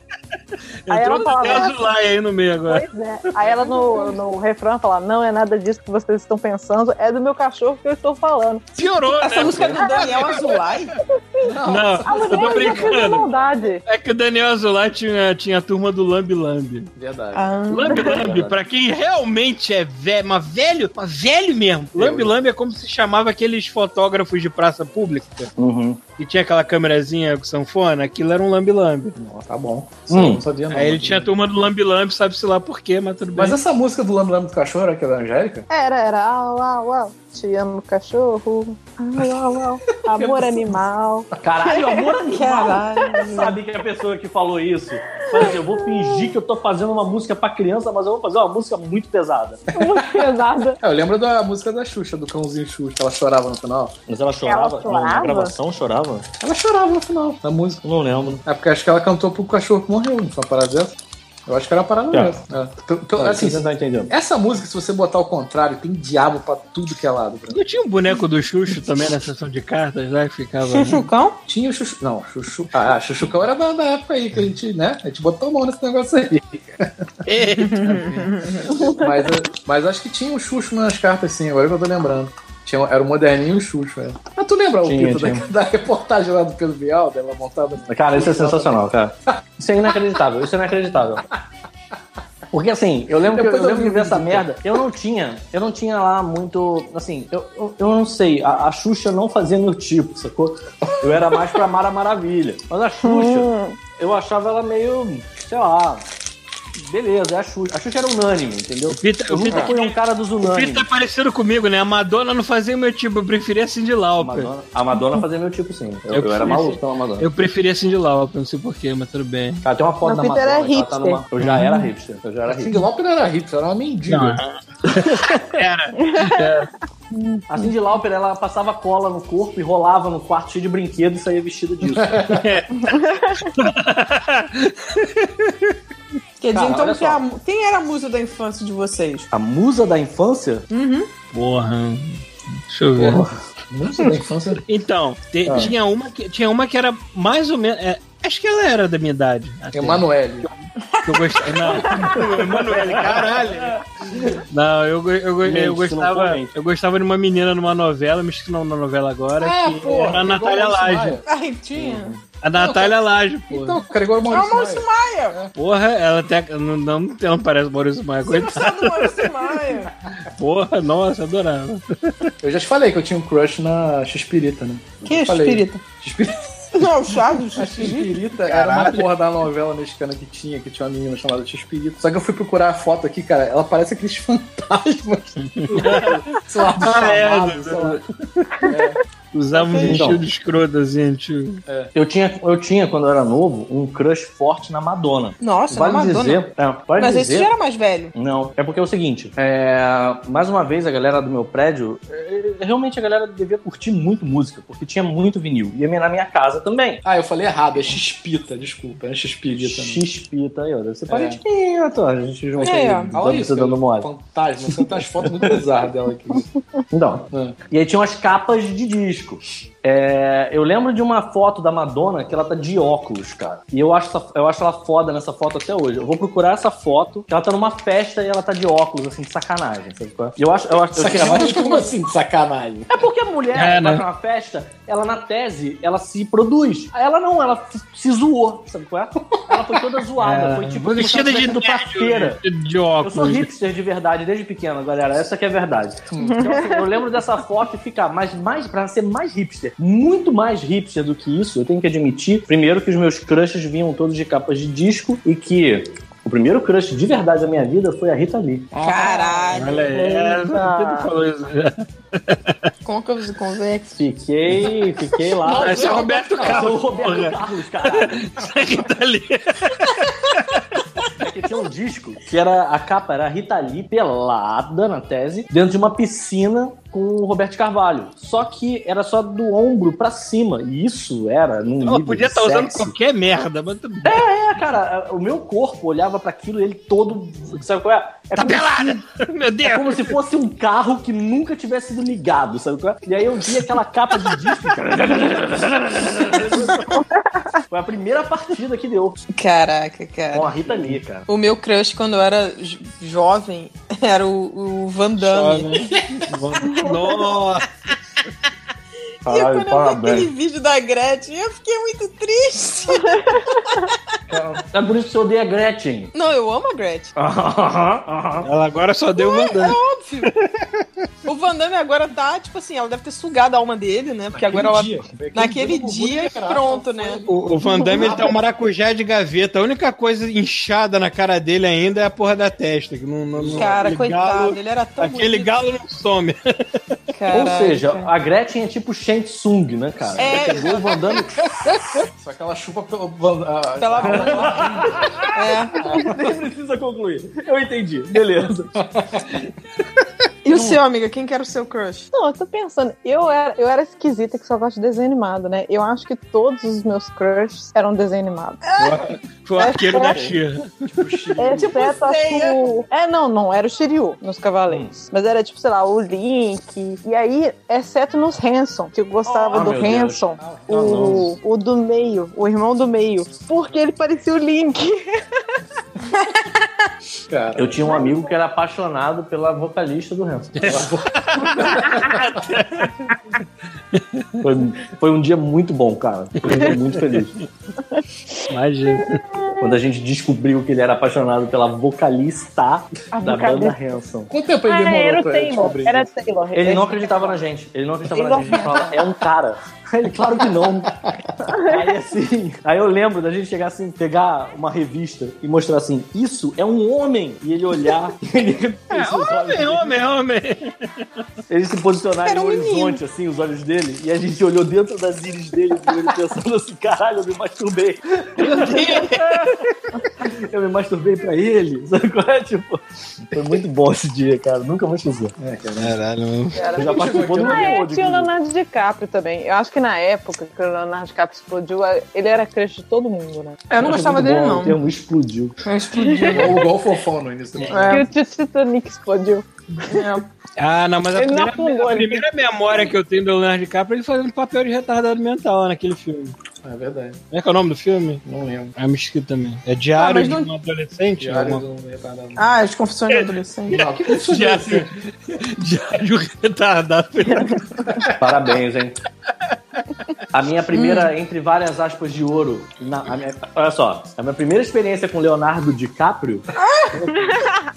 E: Entrou
J: Aí ela
E: o Daniel
J: falava,
E: Azulay aí no meio agora.
J: pois é. Aí ela no, no refrão fala, não é nada disso que vocês estão pensando, é do meu cachorro que eu estou falando.
E: Piorou, né?
I: Essa música é do Daniel Azulay?
E: Não,
J: A
E: eu tô
J: mulher ainda fez a
E: brincando.
J: maldade.
E: É que o Daniel Azulay tinha, tinha a turma do Lambi Lambi.
C: Verdade.
E: Lambi Lambi, pra quem realmente é velho, mas velho, mas velho mesmo. Lambi Lambi é como se chamava aqueles fotógrafos de praça pública. Que tinha aquela câmerazinha com sanfona, aquilo era um Lambi Lambi.
C: Nossa, tá bom. Isso
B: Hum.
C: eu não sabia, não.
E: Aí ele tinha a turma do Lambi Lambi, sabe-se lá por quê, mas tudo bem.
C: Mas essa música do Lambe Lambe do Cachorro era aquela da Angélica?
J: Era, era, au, au, au, te amo cachorro, au, au, au, amor animal.
B: Caralho, amor animal.
I: Caralho.
B: Sabe que é a pessoa que falou isso? Fala assim, eu vou fingir que eu tô fazendo uma música pra criança, mas eu vou fazer uma música muito pesada.
J: Muito pesada.
C: É, eu lembro da música da Xuxa, do cãozinho Xuxa, que ela chorava no final.
B: Mas ela chorava?
J: Ela chorava?
B: Na gravação chorava?
C: Ela chorava no final da música.
B: Não lembro.
C: É porque acho que ela cantou pro cachorro que morreu, não foi uma parada dessa?
A: Eu acho que era uma parada
B: Tá.
A: dessa. É. Então, então,
B: Tá,
A: assim,
B: você não tá entendendo.
A: essa música, se você botar ao contrário, tem diabo pra tudo que é lado.
E: Não tinha um boneco do Xuxo também na sessão de cartas lá que ficava.
A: Chuchucão? Tinha o Chuchu. Não, Chuchu. Ah, Chuchucão era da, da época aí que a gente, né? A gente botou a mão nesse negócio aí. mas, eu- mas acho que tinha o Xuxo nas cartas, sim, agora que eu tô lembrando. Tinha, era o moderninho e o Xuxo, é. Mas tu lembra
B: Tinha,
A: o Pito
B: tinha.
A: da, da reportagem lá do Pedro Bial, dela montada?
B: Cara, isso é sensacional, cara. Isso é inacreditável, isso é inacreditável. Porque assim, eu lembro que eu,
A: Depois
B: eu
A: eu
B: lembro
A: vi
B: de
A: o
B: ver essa
A: vídeo.
B: merda. Eu não tinha, eu não tinha lá muito. Assim, eu, eu, eu não sei, a, a Xuxa não fazia meu tipo, sacou? Eu era mais pra Mara Maravilha. Mas a Xuxa, eu achava ela meio, sei lá. Beleza, é a Xuxa. A Xuxa era unânime, entendeu? eu
E: o
B: nunca
E: Pita-
B: fui um cara dos unânimes.
E: Pita tá parecido comigo, né? A Madonna não fazia meu tipo, eu preferia Cindy Lauper.
B: Madonna- a Madonna fazia meu tipo sim. Eu, eu era
E: preferi-
B: malucão a Madonna.
E: Eu preferia Cindy Lauper, não sei porquê, mas tudo bem.
B: Cara, tem uma foto
E: Mas
B: da
E: o Peter
B: Madonna.
E: é
B: que ela tá
E: hipster.
B: numa- Eu já era hipster. Eu já era
A: Cindy
B: hipster.
A: Lauper não era hipster, era uma mendiga.
B: Não,
E: Era.
B: A Cindy Lauper, ela passava cola no corpo e rolava no quarto cheio de brinquedo e saía vestida disso.
I: Quer dizer,
B: Cara, olha
I: então, que
B: só.
I: a- quem era a musa da infância de vocês?
B: A musa da infância?
I: Uhum.
E: Porra. Deixa eu ver.
A: Nossa, da infância.
E: Então, te-
A: Ah.
E: tinha, uma que, tinha uma que era mais ou menos. é, acho que ela era da minha idade. até.
A: É Emanuele.
E: Que eu gostava. Não, Emanuele, caralho. Não, eu, go- eu, go-
B: Mente,
E: eu gostava.
B: mente.
E: Eu gostava de uma menina numa novela, me esqueci não na novela agora.
A: Ah,
E: que
A: porra,
E: era
A: igual
E: a
A: o
E: Natália
A: Maurício
E: Laje.
A: Maia.
I: Ai, tinha.
E: A Natália Laje, pô.
A: Então, cara, igual o
I: Hum. É o
A: Maurício
I: Maurício
A: Maia.
I: Maia.
E: Porra, ela tem. a- Não, não, ela não parece Maurício Maia, coitada.
I: Sabe do Maurício Maia.
E: Porra, nossa, adorava.
A: Eu já te falei que eu tinha um crush na Xpirita, né?
I: Que
A: Eu falei.
I: espírita? Não, o Chaves.
A: A Xpirita era uma porra da novela mexicana que tinha, que tinha uma menina chamada Xpirita. Só que eu fui procurar a foto aqui, cara, ela parece aqueles fantasmas. sei lá, do
E: Ah, é,
A: chamado, sei lá.
E: Usava um
B: Então.
E: vestido de escroto assim, antigo.
B: Eu tinha, eu tinha, quando eu era novo, um crush forte na Madonna.
I: Nossa,
B: vale
I: na Madonna.
B: Dizer, é, vale
I: Mas
B: dizer,
I: esse já era mais velho.
B: Não, é porque é o seguinte, é, mais uma vez a galera do meu prédio, é, é, realmente a galera devia curtir muito música, porque tinha muito vinil. E a minha- na minha casa também.
A: Ah, eu falei errado, é Xpita, desculpa, é Xpirita. né?
B: X-pita tá aí, ó. Deve ser
A: É.
B: parentinho, tô. A gente juntou
I: É, ó.
A: Olha
B: aí,
A: isso,
B: tá dando mole.
A: fantasma, você tem umas fotos muito bizarras dela aqui.
B: Então,
E: É.
B: e aí tinham as capas de disco. É, eu lembro de uma foto da Madonna que ela tá de óculos, cara. E eu acho, essa- eu acho ela foda nessa foto até hoje. Eu vou procurar essa foto, que ela tá numa festa e ela tá de óculos, assim, de sacanagem, sabe qual é? E eu acho... Eu acho eu
A: Sacanagem, como assim, sacanagem?
B: É porque a mulher
E: É,
B: que vai
E: né?
B: pra uma festa, ela na tese, ela se produz. Ela não, ela f- se zoou, sabe qual é? Ela foi toda zoada, foi tipo... como se ela
E: É. vestida de
B: tivesse ido pra feira.
E: de, de
B: Eu sou
E: óculos.
B: hipster de verdade desde pequeno, galera. Essa que é a verdade.
E: Hum.
B: Então, assim, eu lembro dessa foto e ficar, mas mais para ser mais hipster, muito mais hipster do que isso, eu tenho que admitir, primeiro que os meus crushes vinham todos de capas de disco e que o primeiro crush de verdade da minha vida foi a Rita Lee.
I: Caralho.
E: Olha aí, é, Pedro falou isso já.
I: Côncavos e convexos.
B: Fiquei, fiquei lá.
E: Esse é o Roberto
B: Cara, o
E: Carlos.
B: Roberto
E: porra.
B: Carlos, caralho.
E: Tá ali.
B: Porque tinha um disco que era a capa era a Rita Lee pelada na tese dentro de uma piscina com o Roberto Carvalho. Só que era só do ombro pra cima e isso era num
E: Ela
B: nível
E: podia
B: de
E: estar usando
B: sexy.
E: qualquer merda, mas tudo bem.
B: É, cara, o meu corpo olhava pra aquilo e ele todo, sabe qual é? É
E: Tá
B: como
E: pelada! Meu
B: É
E: Deus!
B: como se fosse um carro que nunca tivesse sido ligado, sabe? qual é? E aí eu vi aquela capa de disco. cara. Foi a primeira partida que deu
I: Caraca, cara.
B: com a Rita Lee, cara.
I: O meu crush quando eu era jo- jovem era o, o Van Damme.
E: Nossa!
I: E quando eu vi aquele vídeo da Gretchen, eu fiquei muito triste.
B: É por isso que você odeia a Gretchen.
I: Não, eu amo a Gretchen,
E: Ela agora só deu uma dança.
I: óbvio. o Van Damme agora tá, tipo assim, ela deve ter sugado a alma dele, né? Porque agora ela. Naquele dia, pronto, né?
E: O, o Van Damme ele tá um maracujá de gaveta. A única coisa inchada na cara dele ainda é a porra da testa. Que não, não- não-
I: Cara,
E: aquele
I: coitado,
E: galo-
I: ele era tão
E: aquele
I: bonito.
E: galo não some.
B: Ou
I: Caraca.
B: seja, a Gretchen é tipo Shang Tsung, né, cara? Ela
I: É.
B: Pegou o Van Damme.
A: Só que ela chupa pelo. ah,
I: Pela...
B: Nem precisa concluir. Eu entendi. Beleza.
I: É. E E o seu, amiga? Quem que era o seu crush?
J: Não, eu tô pensando, eu era, eu era esquisita que só gosta de desenho animado, né? Eu acho que todos os meus crushes eram desenho animado.
E: Foi o arqueiro
J: É.
E: da Xirra.
J: É, tipo, É, não, não, era o Shiryu nos Cavaleiros. Mas era tipo, sei lá, o Link. E aí, exceto nos Hanson, que eu gostava
G: Ah,
J: do
G: meu Deus.
J: Hanson,
G: não.
J: o, o do meio, o irmão do meio, porque ele parecia o Link.
B: Eu tinha um amigo que era apaixonado pela vocalista do Hanson. foi, foi um dia muito bom, cara. Foi um dia muito feliz.
E: Imagina.
B: Quando a gente descobriu que ele era apaixonado pela vocalista da banda
J: vocalista.
B: Hanson.
C: Quanto
A: Tipo,
C: tempo
J: ele Ah, demorou era o pra Taylor, descobrir era É isso? Taylor.
B: Ele não acreditava na gente. Ele não acreditava na
J: Taylor.
B: gente. Ele falava, é um cara. Ele, claro que não. Aí assim, aí eu lembro da gente chegar assim, pegar uma revista e mostrar assim, isso é um homem. E ele olhar, ele,
E: Homem, É homem, homem.
B: ele se posicionar
E: Era
B: no
E: um menino.
B: horizonte, assim, os olhos dele, e a gente olhou dentro das íris dele, e ele pensando assim, caralho, eu me masturbei. eu me masturbei pra ele. Sabe qual é? Tipo, foi muito bom esse dia, cara. Nunca vou esquecer.
E: É, caralho.
B: Eu já participou do
J: Ah, é,
B: meu
J: tinha o Leonardo DiCaprio também. Eu acho que na época que o Leonardo DiCaprio explodiu, ele era crush de todo mundo, né?
I: Eu não gostava dele, não.
B: O termo explodiu.
I: explodiu. né?
A: Ou igual É o fofão no início do
J: E o Titanic explodiu.
I: É.
E: Ah, não, mas a
J: Ele
E: primeira,
J: não afundou,
E: a
J: ele-
E: primeira memória que eu tenho do Leonardo DiCaprio é ele fazendo papel de retardado mental lá naquele filme.
A: É verdade.
E: Como é que é o nome do filme?
A: Não lembro.
E: É Mesquita também. É Diário
I: Ah, mas não-
E: de um Adolescente?
A: Diário um
E: alguma-
A: do retardado.
I: Ah, as confissões de adolescente.
E: Diário, assim. Diário um retardado.
B: Parabéns, hein? A minha primeira, entre várias aspas de ouro, na- a minha- olha só, a minha primeira experiência com Leonardo DiCaprio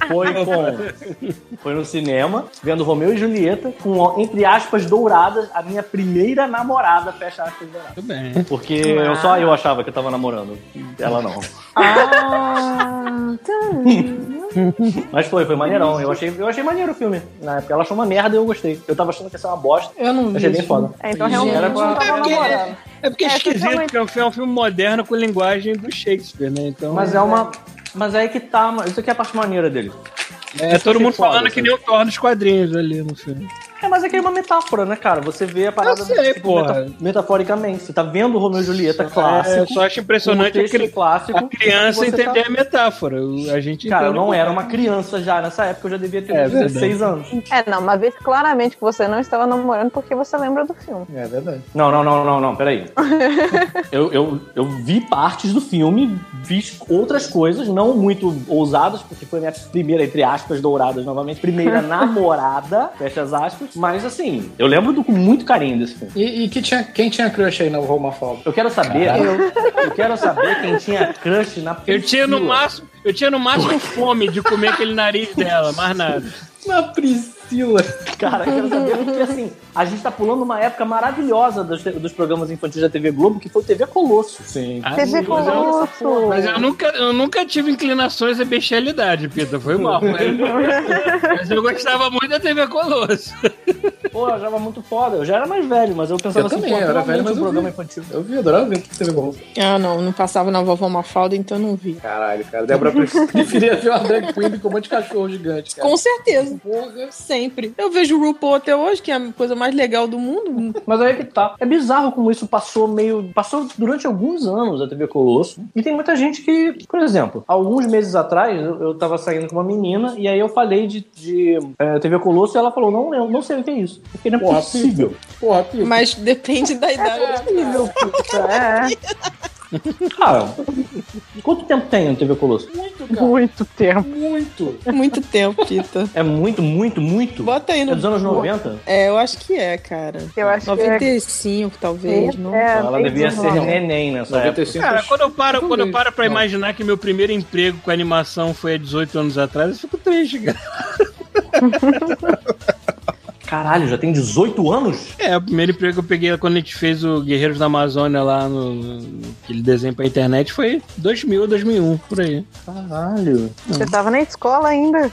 B: foi com foi no cinema, vendo Romeu e Julieta, com, entre aspas, douradas, a minha primeira namorada, fecha aspas douradas.
E: Tudo bem.
B: Porque eu, só eu achava que eu tava namorando, e ela não.
I: Ah,
B: Mas foi, foi maneirão. Eu achei, eu achei maneiro o filme. Na época ela achou uma merda e eu gostei. Eu tava achando que ia ser uma bosta.
I: Eu não vi
B: Achei bem
I: esse
B: foda.
I: filme. É, então
J: realmente
B: Era pra-
J: não tava namorando.
E: É porque é
J: É,
E: esquisito,
J: totalmente.
E: porque é um filme- é um filme moderno com linguagem do Shakespeare, né? Então,
B: Mas é uma. Mas aí que tá. mano. Isso aqui é a parte maneira dele.
E: É, todo mundo
B: foda,
E: falando
B: assim.
E: que nem o Thor nos quadrinhos ali no filme.
B: É, mas é que é uma metáfora, né, cara? Você vê a parada tipo,
E: Eu sei, porra.
B: meta- metaforicamente. Você tá vendo o Romeu e Julieta
E: É,
B: clássico.
E: eu só acho impressionante
B: um texto
E: aquele-
B: clássico.
E: a criança
B: Você tá-
E: entender a metáfora. O- A gente
B: Cara, eu
E: entende
B: não é.
E: um
B: era
E: pouco.
B: uma criança já. Nessa época eu já devia ter
E: É
B: uns 16 anos.
J: É, não, uma vez claramente que você não estava namorando porque você lembra do filme.
A: É verdade.
B: Não, não, não, não, não, peraí. eu, eu, eu vi partes do filme, vi outras coisas, não muito ousadas, porque foi minha primeira, entre aspas, douradas novamente, primeira namorada, fecha as aspas, mas assim, eu lembro do, com muito carinho desse filme.
A: E, e que tinha, quem tinha crush aí na Romafalda?
B: Eu quero saber, eu, quero saber quem tinha crush na
E: Eu tinha no
B: Priscila.
E: máximo, eu tinha no máximo fome de comer aquele nariz dela, mais nada.
A: Na Priscila.
B: Cara, eu quero saber porque assim, a gente tá pulando uma época maravilhosa dos, dos programas infantis da TV Globo, que foi o TV Colosso.
A: Sim.
E: Ah,
J: TV
E: mas eu-
J: Colosso.
E: Mas eu nunca, eu nunca tive inclinações à bestialidade, Pita. Foi mal. Mas, mas eu gostava muito da TV Colosso.
B: Pô, eu já era muito foda. Eu já era mais velho, mas eu pensava
A: Eu
B: assim,
A: também,
B: pô,
A: eu era velho,
B: finalmente
A: mas
B: um
A: eu
B: programa
A: vi.
B: infantil.
A: Eu vi, adorava ver o que teve bom.
I: Ah, não, não passava na vovó Mafalda, então não vi.
A: Caralho, cara. Débora preferia ver uma drag queen com um monte de cachorro gigante, cara.
I: Com certeza. Sempre. Eu vejo o RuPaul até hoje, que é a coisa mais legal do mundo.
B: Mas aí que tá. É bizarro como isso passou meio. Passou durante alguns anos a TV Colosso. E tem muita gente que, por exemplo, alguns meses atrás eu, eu tava saindo com uma menina e aí eu falei de, de eh, TV Colosso e ela falou: não, eu não sei o que é isso. Porque não é
A: Porra,
B: possível.
A: Porra, Pita.
I: Mas depende da idade.
B: Possível, puta, é. Ah, quanto tempo tem no TV Colosso?
A: Muito, cara.
J: Muito tempo.
A: Muito.
I: Muito tempo, Tita.
B: É muito, muito, muito?
I: Bota aí no.
B: É dos anos 90?
I: É, eu acho que é, cara.
J: Eu acho
I: 95, talvez. Não.
J: É,
B: Ela
J: bem
B: devia ser
J: dezenove.
B: neném nessa época.
A: 95.
E: Cara, quando eu paro,
A: Talvez.
E: quando eu paro pra
A: Não.
E: imaginar que meu primeiro emprego com animação foi há 18 anos atrás, eu fico triste, cara.
B: Caralho, já tem 18 anos?
E: É, o primeiro emprego que eu peguei quando a gente fez o Guerreiros da Amazônia lá no, no aquele desenho pra internet foi 2000, 2001, por aí.
B: Caralho.
J: Você tava na escola ainda.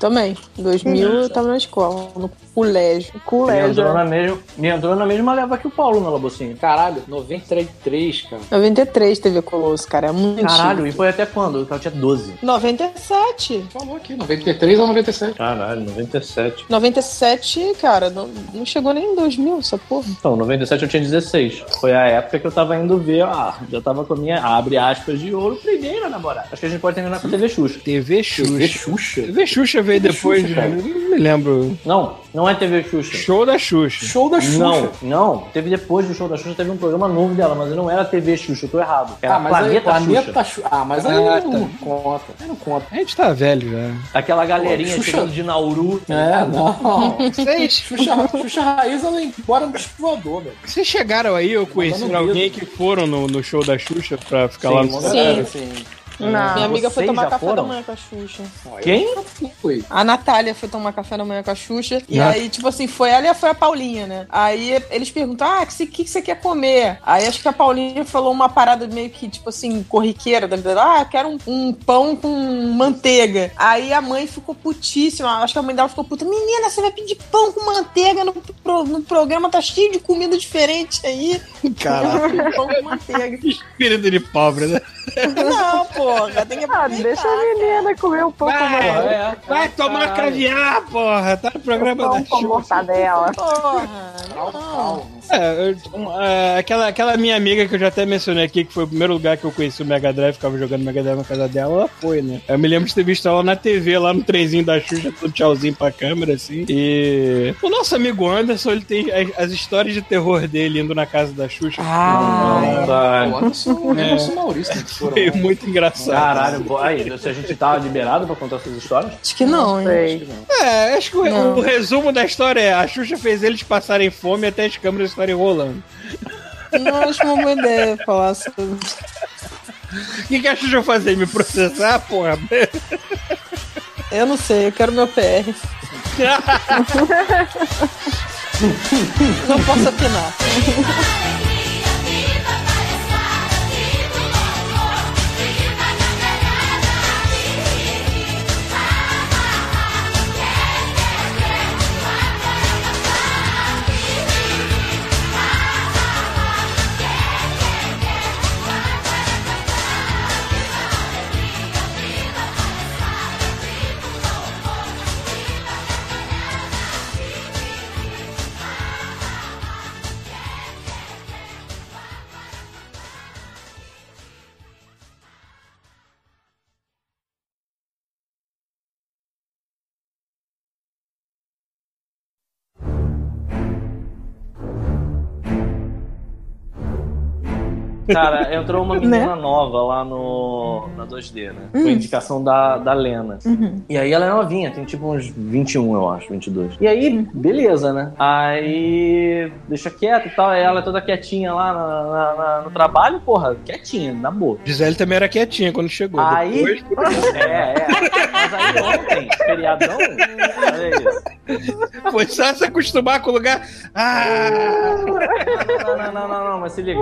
I: Também. 2000 eu tava na escola. No Colégio.
B: Ele
I: Colégio.
B: entrou, na mesma, ele entrou na mesma leva que o Paulo na Labocinha. Caralho, 93, cara.
I: 93 TV Colosso, cara. É muito
B: Caralho,
I: antigo.
B: e foi até quando? Eu tinha 12.
I: 97.
C: Falou aqui, 93 ou 97?
B: Caralho, 97.
I: 97, cara, não, não chegou nem em 2000, essa porra.
B: Então, 97 eu tinha 16. Foi a época que eu tava indo ver, ah, já tava com a minha, abre aspas, de ouro, primeira namorada. Acho que a gente pode terminar com a TV Xuxa.
E: TV Xuxa.
B: TV Xuxa?
E: TV Xuxa veio depois, né?
B: Xuxa, cara.
E: não me lembro.
B: Não, não é TV Xuxa.
E: Show da Xuxa.
B: Show da Xuxa. Não, não. Teve depois do show da Xuxa, teve um programa novo dela, mas não era TV Xuxa, eu tô errado. Era
C: Ah, mas aí,
B: Planeta,
C: Planeta
B: Xuxa.
C: Xuxa. Ah, mas aí
B: Ah,
C: não conta. Aí não conta.
E: tá. A gente tá velho já.
B: Aquela galerinha
C: Pô, Xuxa.
B: chegando de Nauru.
C: É, não. Vocês, Xuxa, Xuxa Raiz, ela ia embora no explorador, velho.
E: Vocês chegaram aí, eu conheci
C: Mandando
E: alguém
C: dedo.
E: que foram no, no show da Xuxa pra ficar
C: Sim,
E: lá
C: manda-
E: no
I: Sim.
C: sim.
I: Não. Minha amiga foi
B: Ah, Vocês
I: tomar
B: já
I: café da
B: foram?
I: manhã com a Xuxa.
B: Quem?
C: Foi.
I: A Natália foi tomar café da manhã com a Xuxa. E
E: Na-
I: aí, tipo assim, foi ela e foi a Paulinha, né? Aí eles perguntam: ah, o que, que você quer comer? Aí acho que a Paulinha falou uma parada meio que, tipo assim, corriqueira da vida. Ah, eu quero um, um pão com manteiga. Aí a mãe ficou putíssima. Acho que a mãe dela ficou puta: menina, você vai pedir pão com manteiga no, pro- no programa, tá cheio de comida diferente aí.
E: Caraca.
I: pão com manteiga.
E: Espírito de pobre, né?
I: Não, porra, tem que
J: Ah,
I: aproveitar.
J: deixa a menina comer um pouco mais.
B: É,
E: Vai tomar caviar, porra. Tá no programa da
J: Pão com
E: Xuxa.
J: mortadela.
I: Porra, não.
E: É, eu- um, é, aquela, aquela minha amiga que eu já até mencionei aqui, que foi o primeiro lugar que eu conheci o Mega Drive, ficava jogando Mega Drive na casa dela, ela foi, né? Eu me lembro de ter visto ela na TV, lá no trenzinho da Xuxa, todo tchauzinho pra câmera, assim. E o nosso amigo Anderson, ele tem as, as histórias de terror dele indo na casa da Xuxa.
B: Ah, Não, tá.
C: O Anderson
E: É.
C: Anderson Maurício, né, que foram.
E: Foi muito engraçado.
B: Caralho, bo- aí, se a gente tava liberado pra contar essas histórias?
I: Acho que não, hein?
E: É, acho que o,
I: Não.
E: o resumo da história é: a Xuxa fez eles passarem fome até as câmeras estarem rolando.
I: Não acho uma boa ideia falar sobre.
E: O que, que a Xuxa fazer? Me processar, porra?
I: Eu não sei, eu quero meu PR. não posso opinar.
B: Cara, entrou uma menina nova lá no na 2D, né? Foi indicação da, da Lena. E aí ela é novinha, tem tipo uns 21, eu acho, 22. E aí, beleza, né? Aí deixa quieto e tal, aí ela é toda quietinha lá na- na- na- no trabalho, porra, quietinha, na boa.
E: Gisele também era quietinha quando chegou.
B: Aí-
E: Depois-
B: É, é. Mas aí ontem, feriadão,
E: É
B: olha isso.
E: Foi só se acostumar com o lugar. Ah!
B: Não, não, não, não, não, mas se liga.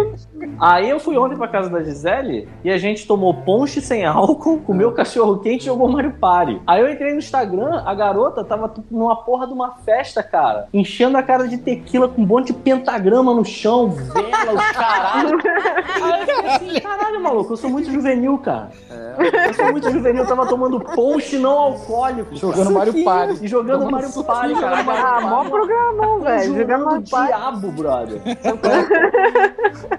B: Aí eu fui ontem pra casa da Gisele e a gente tomou ponche sem álcool,
C: É.
B: comeu cachorro quente e jogou Mario Party. Aí eu entrei no Instagram, a garota tava numa porra de uma festa, cara, enchendo a cara de tequila com um monte de pentagrama no chão, vela, os caralho. Aí eu falei assim, caralho, maluco, eu sou muito juvenil, cara.
C: É.
B: Eu sou muito juvenil, eu tava tomando ponche não alcoólico.
C: Jogando Mario Party.
B: E jogando Mario Party, cara.
J: Ah, mó programão, velho. Jogando
B: Jogando
J: uma
B: do diabo, brother.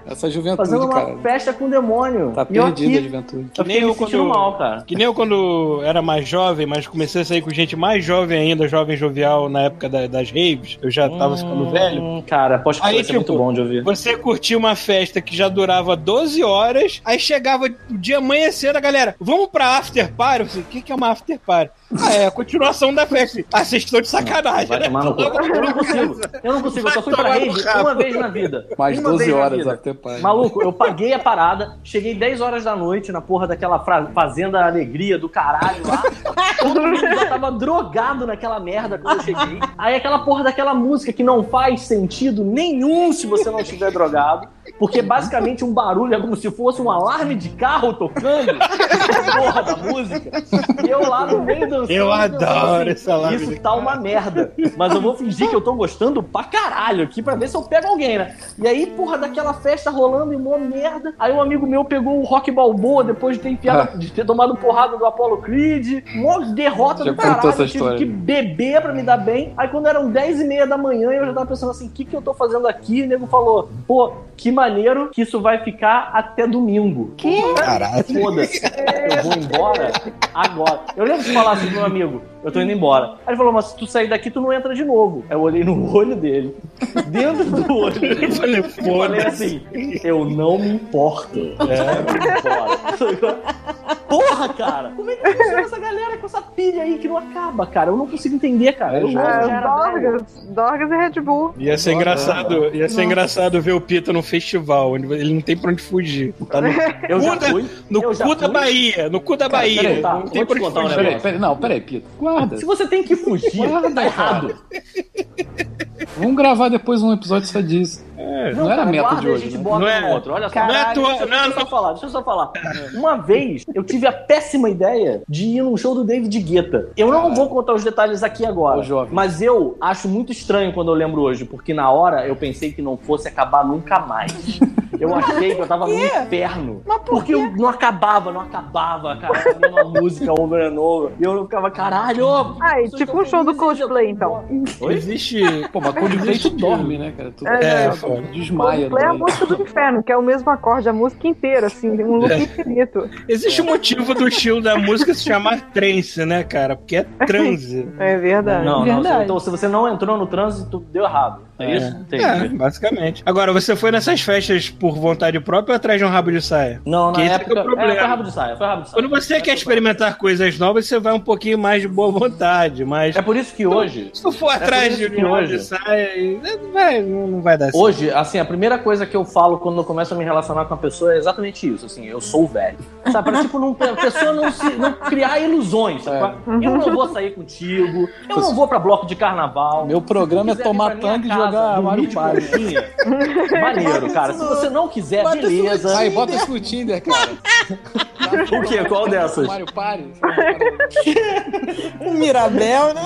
C: Essa juventude,
B: Fazendo uma
C: cara.
B: festa com o demônio.
C: Tá
B: E eu
C: perdida a
B: aqui,
C: juventude.
B: Eu
E: Nem
B: fiquei
E: eu
B: me sentindo
E: quando-
B: mal, cara.
E: Que nem eu quando era mais jovem, mas comecei a sair com gente mais jovem ainda, jovem jovial na época da- das raves, eu já tava ficando velho.
B: Hum, Cara, aposto que
E: Aí,
B: vai ser
E: tipo,
B: muito bom de ouvir.
E: Você curtia uma festa que já durava 12 horas, aí chegava o dia amanhecendo, a galera, vamos pra after party? Eu falei, o que, que é uma after party? Ah, é a continuação da festa. Ah, vocês estão de sacanagem,
B: Vai
E: né?
B: tomar no cu. Eu não consigo. Eu não consigo. Eu só fui pra
E: Vai tomar no
B: rave
E: rabo.
B: uma vez na vida.
C: Mais
B: uma
C: 12
B: vez na
C: horas
B: vida.
C: até pai.
B: Maluco, eu paguei a parada, cheguei 10 horas da noite na porra daquela fra- fazenda alegria do caralho lá. Todo mundo já tava drogado naquela merda quando eu cheguei. Aí aquela porra daquela música que não faz sentido nenhum se você não estiver drogado. Porque basicamente um barulho é como se fosse um alarme de carro tocando. porra da música. E eu lá no meio dançando.
E: Eu adoro esse alarme de
C: né?
B: Isso tá uma merda. Mas eu vou fingir que eu tô gostando pra caralho aqui pra ver se eu pego alguém, né? E aí, porra, daquela festa rolando e mó merda. Aí um amigo meu pegou o Rock Balboa depois de ter enfiado,
C: Ah.
B: de ter tomado porrada do Apollo Creed. Mó derrota
C: Já
B: do
C: contou
B: caralho.
C: essa
B: tive
C: história.
B: que beber pra me dar bem. Aí quando eram 10 e meia da manhã, eu já tava pensando assim, o que que eu tô fazendo aqui? E o nego falou, pô, que maneiro que isso vai ficar até domingo. Que?
E: Caralho.
B: Foda-se. Eu vou embora agora. Eu lembro de falar assim pro meu amigo, eu tô indo embora. Aí ele falou, mas se tu sair daqui, tu não entra de novo. Aí eu olhei no olho dele. Dentro do olho dele. Eu falei,
E: "Foda-se."
B: assim, eu não me importo. É, eu vou embora. Porra, cara! Como é que funciona essa galera com essa pilha aí que não acaba, cara? Eu não consigo entender, cara. Eu já
J: Ah,
B: era velho.
J: Dorgas, Dorgas e Red Bull.
E: Ia ser engraçado, ia ser engraçado ver o Pita num festival, onde ele não tem pra onde fugir. Tá no
B: Eu
E: cu
B: já
E: da,
B: fui.
E: no
B: Eu já
E: cu da
B: fui.
E: Bahia, no cu da
B: Cara,
E: Bahia.
B: peraí, tá,
E: não tem
B: vou
E: pra
B: te
E: onde
B: contar um
E: fugir.
C: Peraí, peraí, não, peraí, Pito. Guarda.
B: Se você tem que fugir, tá errado.
C: Vamos gravar depois um episódio só disso. Não, era a
B: cara,
C: meta
B: guarda
C: de
B: e
C: hoje.
B: A gente
C: né?
B: bota
E: Não
B: no
E: é-
B: outro. Olha só.
E: não é tua-
B: deixa, eu- deixa eu só falar, deixa eu só falar. Uma vez eu tive a péssima ideia de ir num show do David Guetta. Eu não vou contar os detalhes aqui agora,
C: Ô, jovem.
B: mas eu acho muito estranho quando eu lembro hoje, porque na hora eu pensei que não fosse acabar nunca mais. Eu achei que eu tava no inferno.
I: Mas por
B: porque
I: quê?
B: eu não acabava, não acabava, cara. Eu vendo uma música over and over. E eu ficava, caralho.
J: Ai, tipo um show do Coldplay, então.
E: Existe.
C: Pô, mas quando o peito dorme, né, cara? Tu
J: É,
C: tu
E: foda.
C: desmaia.
J: Coldplay é a
C: né?
J: música do inferno, que é o mesmo acorde, a música inteira, assim, tem um loop infinito.
E: Existe
B: é.
E: um motivo do estilo da música se chamar trance, né, cara? Porque é transe.
J: É verdade.
B: Não, não,
I: Verdade.
B: então se você não entrou no trânsito, deu errado. É, isso? Entendi.
E: É, basicamente. Agora, você foi nessas festas por vontade própria ou atrás de um rabo de saia?
B: Não, na
E: Que esse é que
B: época.
E: é o problema.
B: é, foi rabo de saia, foi rabo de saia.
E: Quando você quer experimentar coisas novas, você vai um pouquinho mais de boa vontade, mas.
B: É por isso que hoje.
E: Se tu for atrás de
B: por isso
E: um
B: que
E: rabo de
B: hoje-
E: saia, aí, não vai, não vai dar certo.
B: Hoje, assim, a primeira coisa que eu falo quando eu começo a me relacionar com a pessoa é exatamente isso, assim, eu sou velho. Sabe, pra, tipo, não, a pessoa não, se, não criar ilusões, sabe? Eu não vou sair contigo, eu não vou pra bloco de carnaval.
C: Meu programa
B: quiser
C: é
B: vir pra
C: tomar
B: minha
C: tanque e
B: casa,
C: jogar
B: dormir
C: Mario
B: de
C: Party.
B: conchinha, Maneiro, cara. Se você não quiser,
I: Bota isso no
B: beleza.
C: Aí, bota isso no Tinder, cara.
B: O quê? Qual dessas?
C: Mario Party?
I: Um Mirabel, né?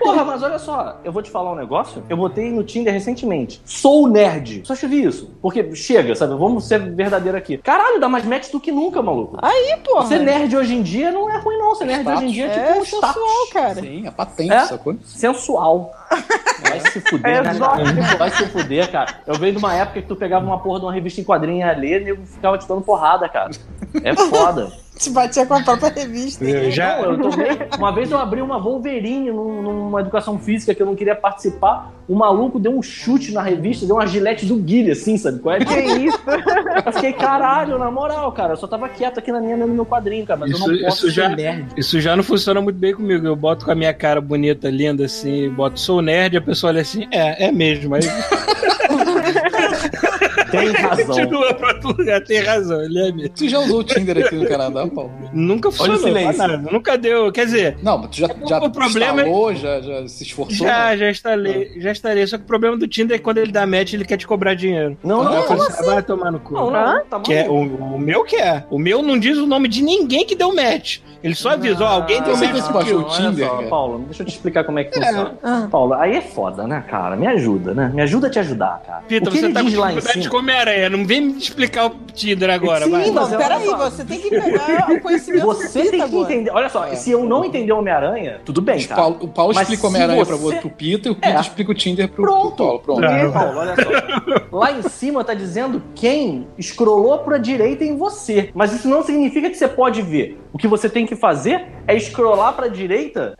B: Porra, mas olha só, eu vou te falar um negócio. Eu botei no Tinder recentemente. Sou nerd. Só escrevi isso. Porque chega, sabe? Vamos ser verdadeiro aqui. Caralho, dá mais match do que nunca, maluco.
I: Aí, porra.
B: Ser nerd hoje em dia não é ruim, não. Ser nerd
C: Status.
B: hoje em dia é tipo
I: é
B: um status.
I: sensual, cara.
C: Sim, a patente,
B: É?
C: sacou?
B: Sensual. Vai se fuder,
I: É
B: né, cara? Vai se fuder, cara. Eu venho de uma época que tu pegava uma porra de uma revista em quadrinha a ler e nego ficava te dando porrada, cara. É foda.
I: Te batia com a própria revista.
E: Eu já,
B: Não, eu tomei- Uma vez eu abri uma Wolverine num- numa educação física que eu não queria participar. O maluco deu um chute na revista, deu uma gilete do Guilherme, assim, sabe? Qual é?
J: Que isso?
B: Eu fiquei, caralho, na moral, cara. Eu só tava quieto aqui na minha, no meu quadrinho, cara. Mas eu
E: Isso-
B: não posso
E: isso já-
B: ser nerd.
E: Isso já não funciona muito bem comigo. Eu boto com a minha cara bonita, linda, assim, boto sou nerd, a pessoa olha assim, é, é mesmo. Aí
B: Tem razão.
E: continua pra outro lugar, tem razão, ele é mesmo.
C: Tu já usou o Tinder aqui no Canadá, Paulo?
E: Nunca funcionou,
C: o silêncio.
E: pra nada, nunca deu. Quer dizer,
C: Não, mas tu já,
E: O-
C: já
E: o problema é-
C: instalou, já, já se esforçou. né?
B: é.
E: já, já estarei, já estarei. Só que o problema do Tinder é que quando ele dá match, ele quer te cobrar dinheiro.
B: Não,
E: Aí eu
B: não,
E: falei assim, "Ah, vai tomar no cu.
B: não, não, tá
E: Quer,
B: maluco.
E: o, o meu quer. O meu não diz o nome de ninguém que deu match. Ele só avisou, ó, alguém deu
C: eu sei que
E: match.
C: esse baixou o
B: olha
C: Tinder,
B: só,
C: cara.
B: Paulo, deixa eu te explicar como é que funciona.
J: Ah.
B: Paulo, aí é foda, né, cara? Me ajuda, né? Me ajuda a te ajudar, cara.
E: Pita,
B: o que
E: você
B: ele
E: tá com
B: diz lá em
E: dificuldade
B: cima...
E: com Homem-Aranha. Não vem me explicar o Tinder agora,
B: Sim,
E: vai.
B: É. mas
I: Não, peraí, você tem que pegar o conhecimento
B: Você
I: do
B: tem
I: Pita
B: que
I: agora.
B: entender. Olha só, se eu não entender Homem-Aranha, tudo bem,
C: Mas
B: cara.
C: Tipo, Paulo- o Paulo
B: Mas
C: explica
B: se
C: o Homem-Aranha pra
B: você-
C: pro Pita e o Pita
B: É.
C: explica o Tinder pro,
B: Pronto.
C: pro Paulo. Pronto.
E: Tá.
B: Ei, Paulo, olha só. Lá em cima tá dizendo quem scrollou pra direita em você. Mas isso não significa que você pode ver. O que você tem que fazer é scrollar pra direita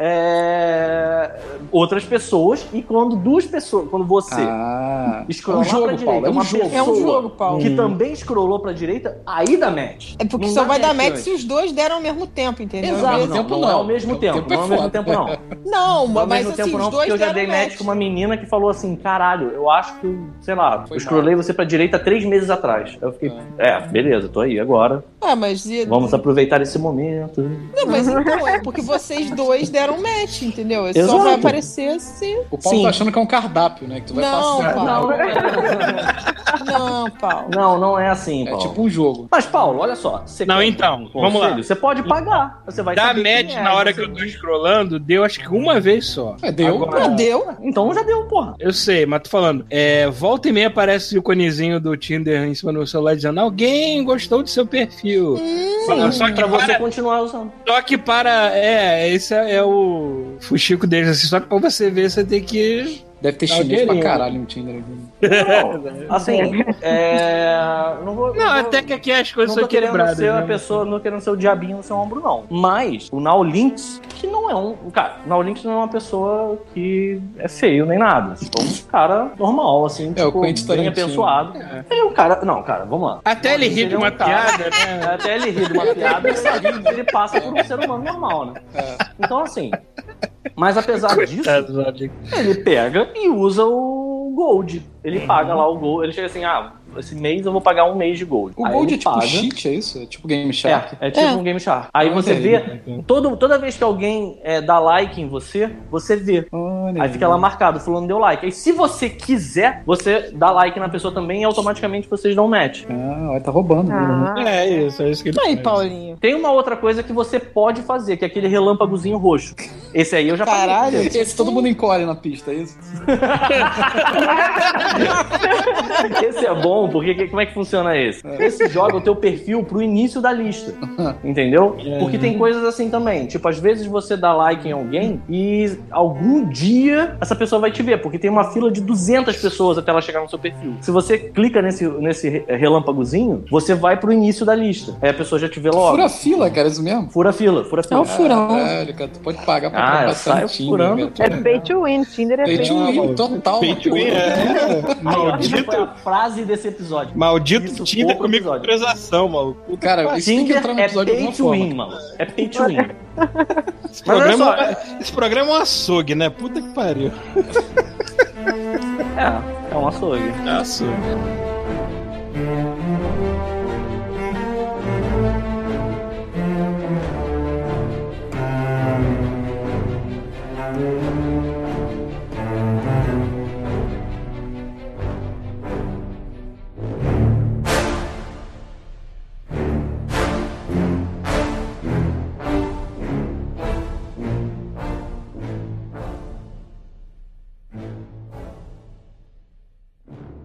B: é, outras pessoas e quando duas pessoas, quando você
C: Ah,
B: Escrolar
C: é um jogo,
B: pra direita,
C: Paulo, é um
B: uma
C: jogo.
B: pessoa
I: É um jogo, Paulo.
B: que também scrollou pra direita, aí dá match.
I: É porque
B: Não
I: só vai dar match
B: antes.
I: se os dois deram ao mesmo tempo, entendeu?
B: Exato,
C: mesmo
B: não,
C: tempo,
B: não,
C: não.
B: é ao mesmo
C: Ao
B: tempo,
C: tempo
B: não é ao
C: é
B: mesmo
C: foda.
B: tempo não.
I: Não,
B: Ao
I: mas
B: mesmo
I: assim,
B: tempo
I: os
B: não,
I: dois
B: porque eu já
I: deram
B: dei match
I: match.
B: com uma menina que falou assim, caralho, eu acho que, eu, sei lá,
C: Foi
B: eu escrolei você pra direita três meses atrás. Eu fiquei, é, beleza, tô aí agora,
I: Ah, mas, e-
B: vamos aproveitar esse momento.
I: não, mas então é porque vocês dois deram match, entendeu? Só
B: Exato.
I: vai aparecer se.
C: O Paulo
B: Sim.
C: tá achando que é um cardápio, né? Que tu vai
I: Não,
C: passar.
I: Paulo. Não, Paulo.
B: Não, não é assim, Paulo. É
C: tipo um jogo.
B: Mas, Paulo, olha só. Você
E: Não,
B: quer
E: então,
B: um
E: vamos lá.
B: Você pode pagar. Você vai
E: Da
B: saber quem
E: match
B: é,
E: na hora
B: você-
E: que eu tô scrollando, deu acho que uma vez só.
C: É, deu.
E: Agora-
I: Deu?
B: Então já deu, porra.
E: Eu sei, mas tô falando. É, volta e meia aparece o iconezinho do Tinder em cima do meu celular dizendo: Alguém gostou do seu perfil.
B: Hum.
E: Fala, só, que
B: pra você
E: para,
B: continuar usando.
E: só que para. É, esse é, é o fuxico deles. Assim, só que pra você ver, você tem que.
C: Deve ter
E: Tá
C: chinês pra
E: querendo.
C: caralho no Tinder. aqui.
B: Não, assim, é... Não, vou,
E: Não,
B: vou-
E: até que aqui as
B: não
E: coisas
B: tô
E: são
B: querendo
E: quebradas.
B: ser a
E: né?
B: pessoa, não querendo ser o diabinho no seu ombro, não. Mas o Naulinks, que não é um. Cara, o Naulinks não é uma pessoa que é feio nem nada. Tipo, um cara normal, assim,
C: É, o
B: tipo,
C: Quentin
B: bem
C: Tarantino.
B: abençoado. Ele é um cara. Não, cara, vamos lá.
E: Até ele ri de
B: é um
E: uma
B: cara-
E: piada, né?
B: É, Até ele ri de uma piada, ele- ele passa por um ser humano normal, né?
C: É.
B: Então, assim. Mas apesar disso,
E: Coitado, Alex.
B: ele pega e usa o Gold. Ele
C: Uhum.
B: paga lá o Gold. Ele chega assim, ah, esse mês eu vou pagar um mês de Gold.
C: O
B: Aí
C: Gold
B: ele
C: é tipo
B: paga.
C: cheat, é isso? É tipo Game Shark.
B: É, é tipo
I: É.
B: um Game Shark. Aí
C: Ah,
B: você
C: entendi,
B: vê,
E: É
B: todo, toda vez que alguém é, dá like em você, você vê.
C: Olha
B: É. Aí fica lá marcado, fulano deu like. Aí se você quiser, você dá like na pessoa também e automaticamente vocês dão match.
C: Ah, olha, tá roubando. né?
I: Ah.
E: É isso, é isso que ele
I: Aí,
E: faz.
I: Paulinho.
B: Tem uma outra coisa que você pode fazer, que é aquele relâmpagozinho roxo. Esse aí eu já falei.
I: Caralho.
C: Esse todo mundo encolhe na pista, é isso?
B: Esse é bom, porque que- como é que funciona esse? Esse joga o teu perfil pro início da lista. Entendeu?
C: É.
B: Porque tem coisas assim também. Tipo, às vezes você dá like em alguém e algum dia essa pessoa vai te ver, porque tem uma fila de 200 pessoas até ela chegar no seu perfil. Se você clica nesse, nesse re- relâmpagozinho, você vai pro início da lista. Aí a pessoa já te vê logo.
C: Fura
B: Fura,
C: a fila, cara, é isso mesmo?
B: a fila, fura a
I: É
B: fila.
I: um furão.
C: Caralho, cara, tu pode pagar pra
B: Ah, eu
C: passar
B: saio
C: no Tinder.
B: furando.
C: velho.
J: É pay to win. Tinder é pay,
C: Pay to
J: to win.
C: win, total.
E: Pay to win, é.
B: Essa foi
E: Maldito,
B: tipo, a frase desse episódio.
E: maldito
B: Isso,
E: Tinder
B: pouco
E: comigo
B: episódio.
E: transação, maluco. Puta
C: Cara, isso tem que
B: é. Tinder
C: entrar no
B: é
C: episódio de
B: pay
C: alguma
B: to
C: forma.
B: win, mano. É pay to win.
E: Esse
B: Mas olha
E: programa, esse programa é um açougue, né? Puta que pariu.
B: É, é um açougue.
E: É açougue.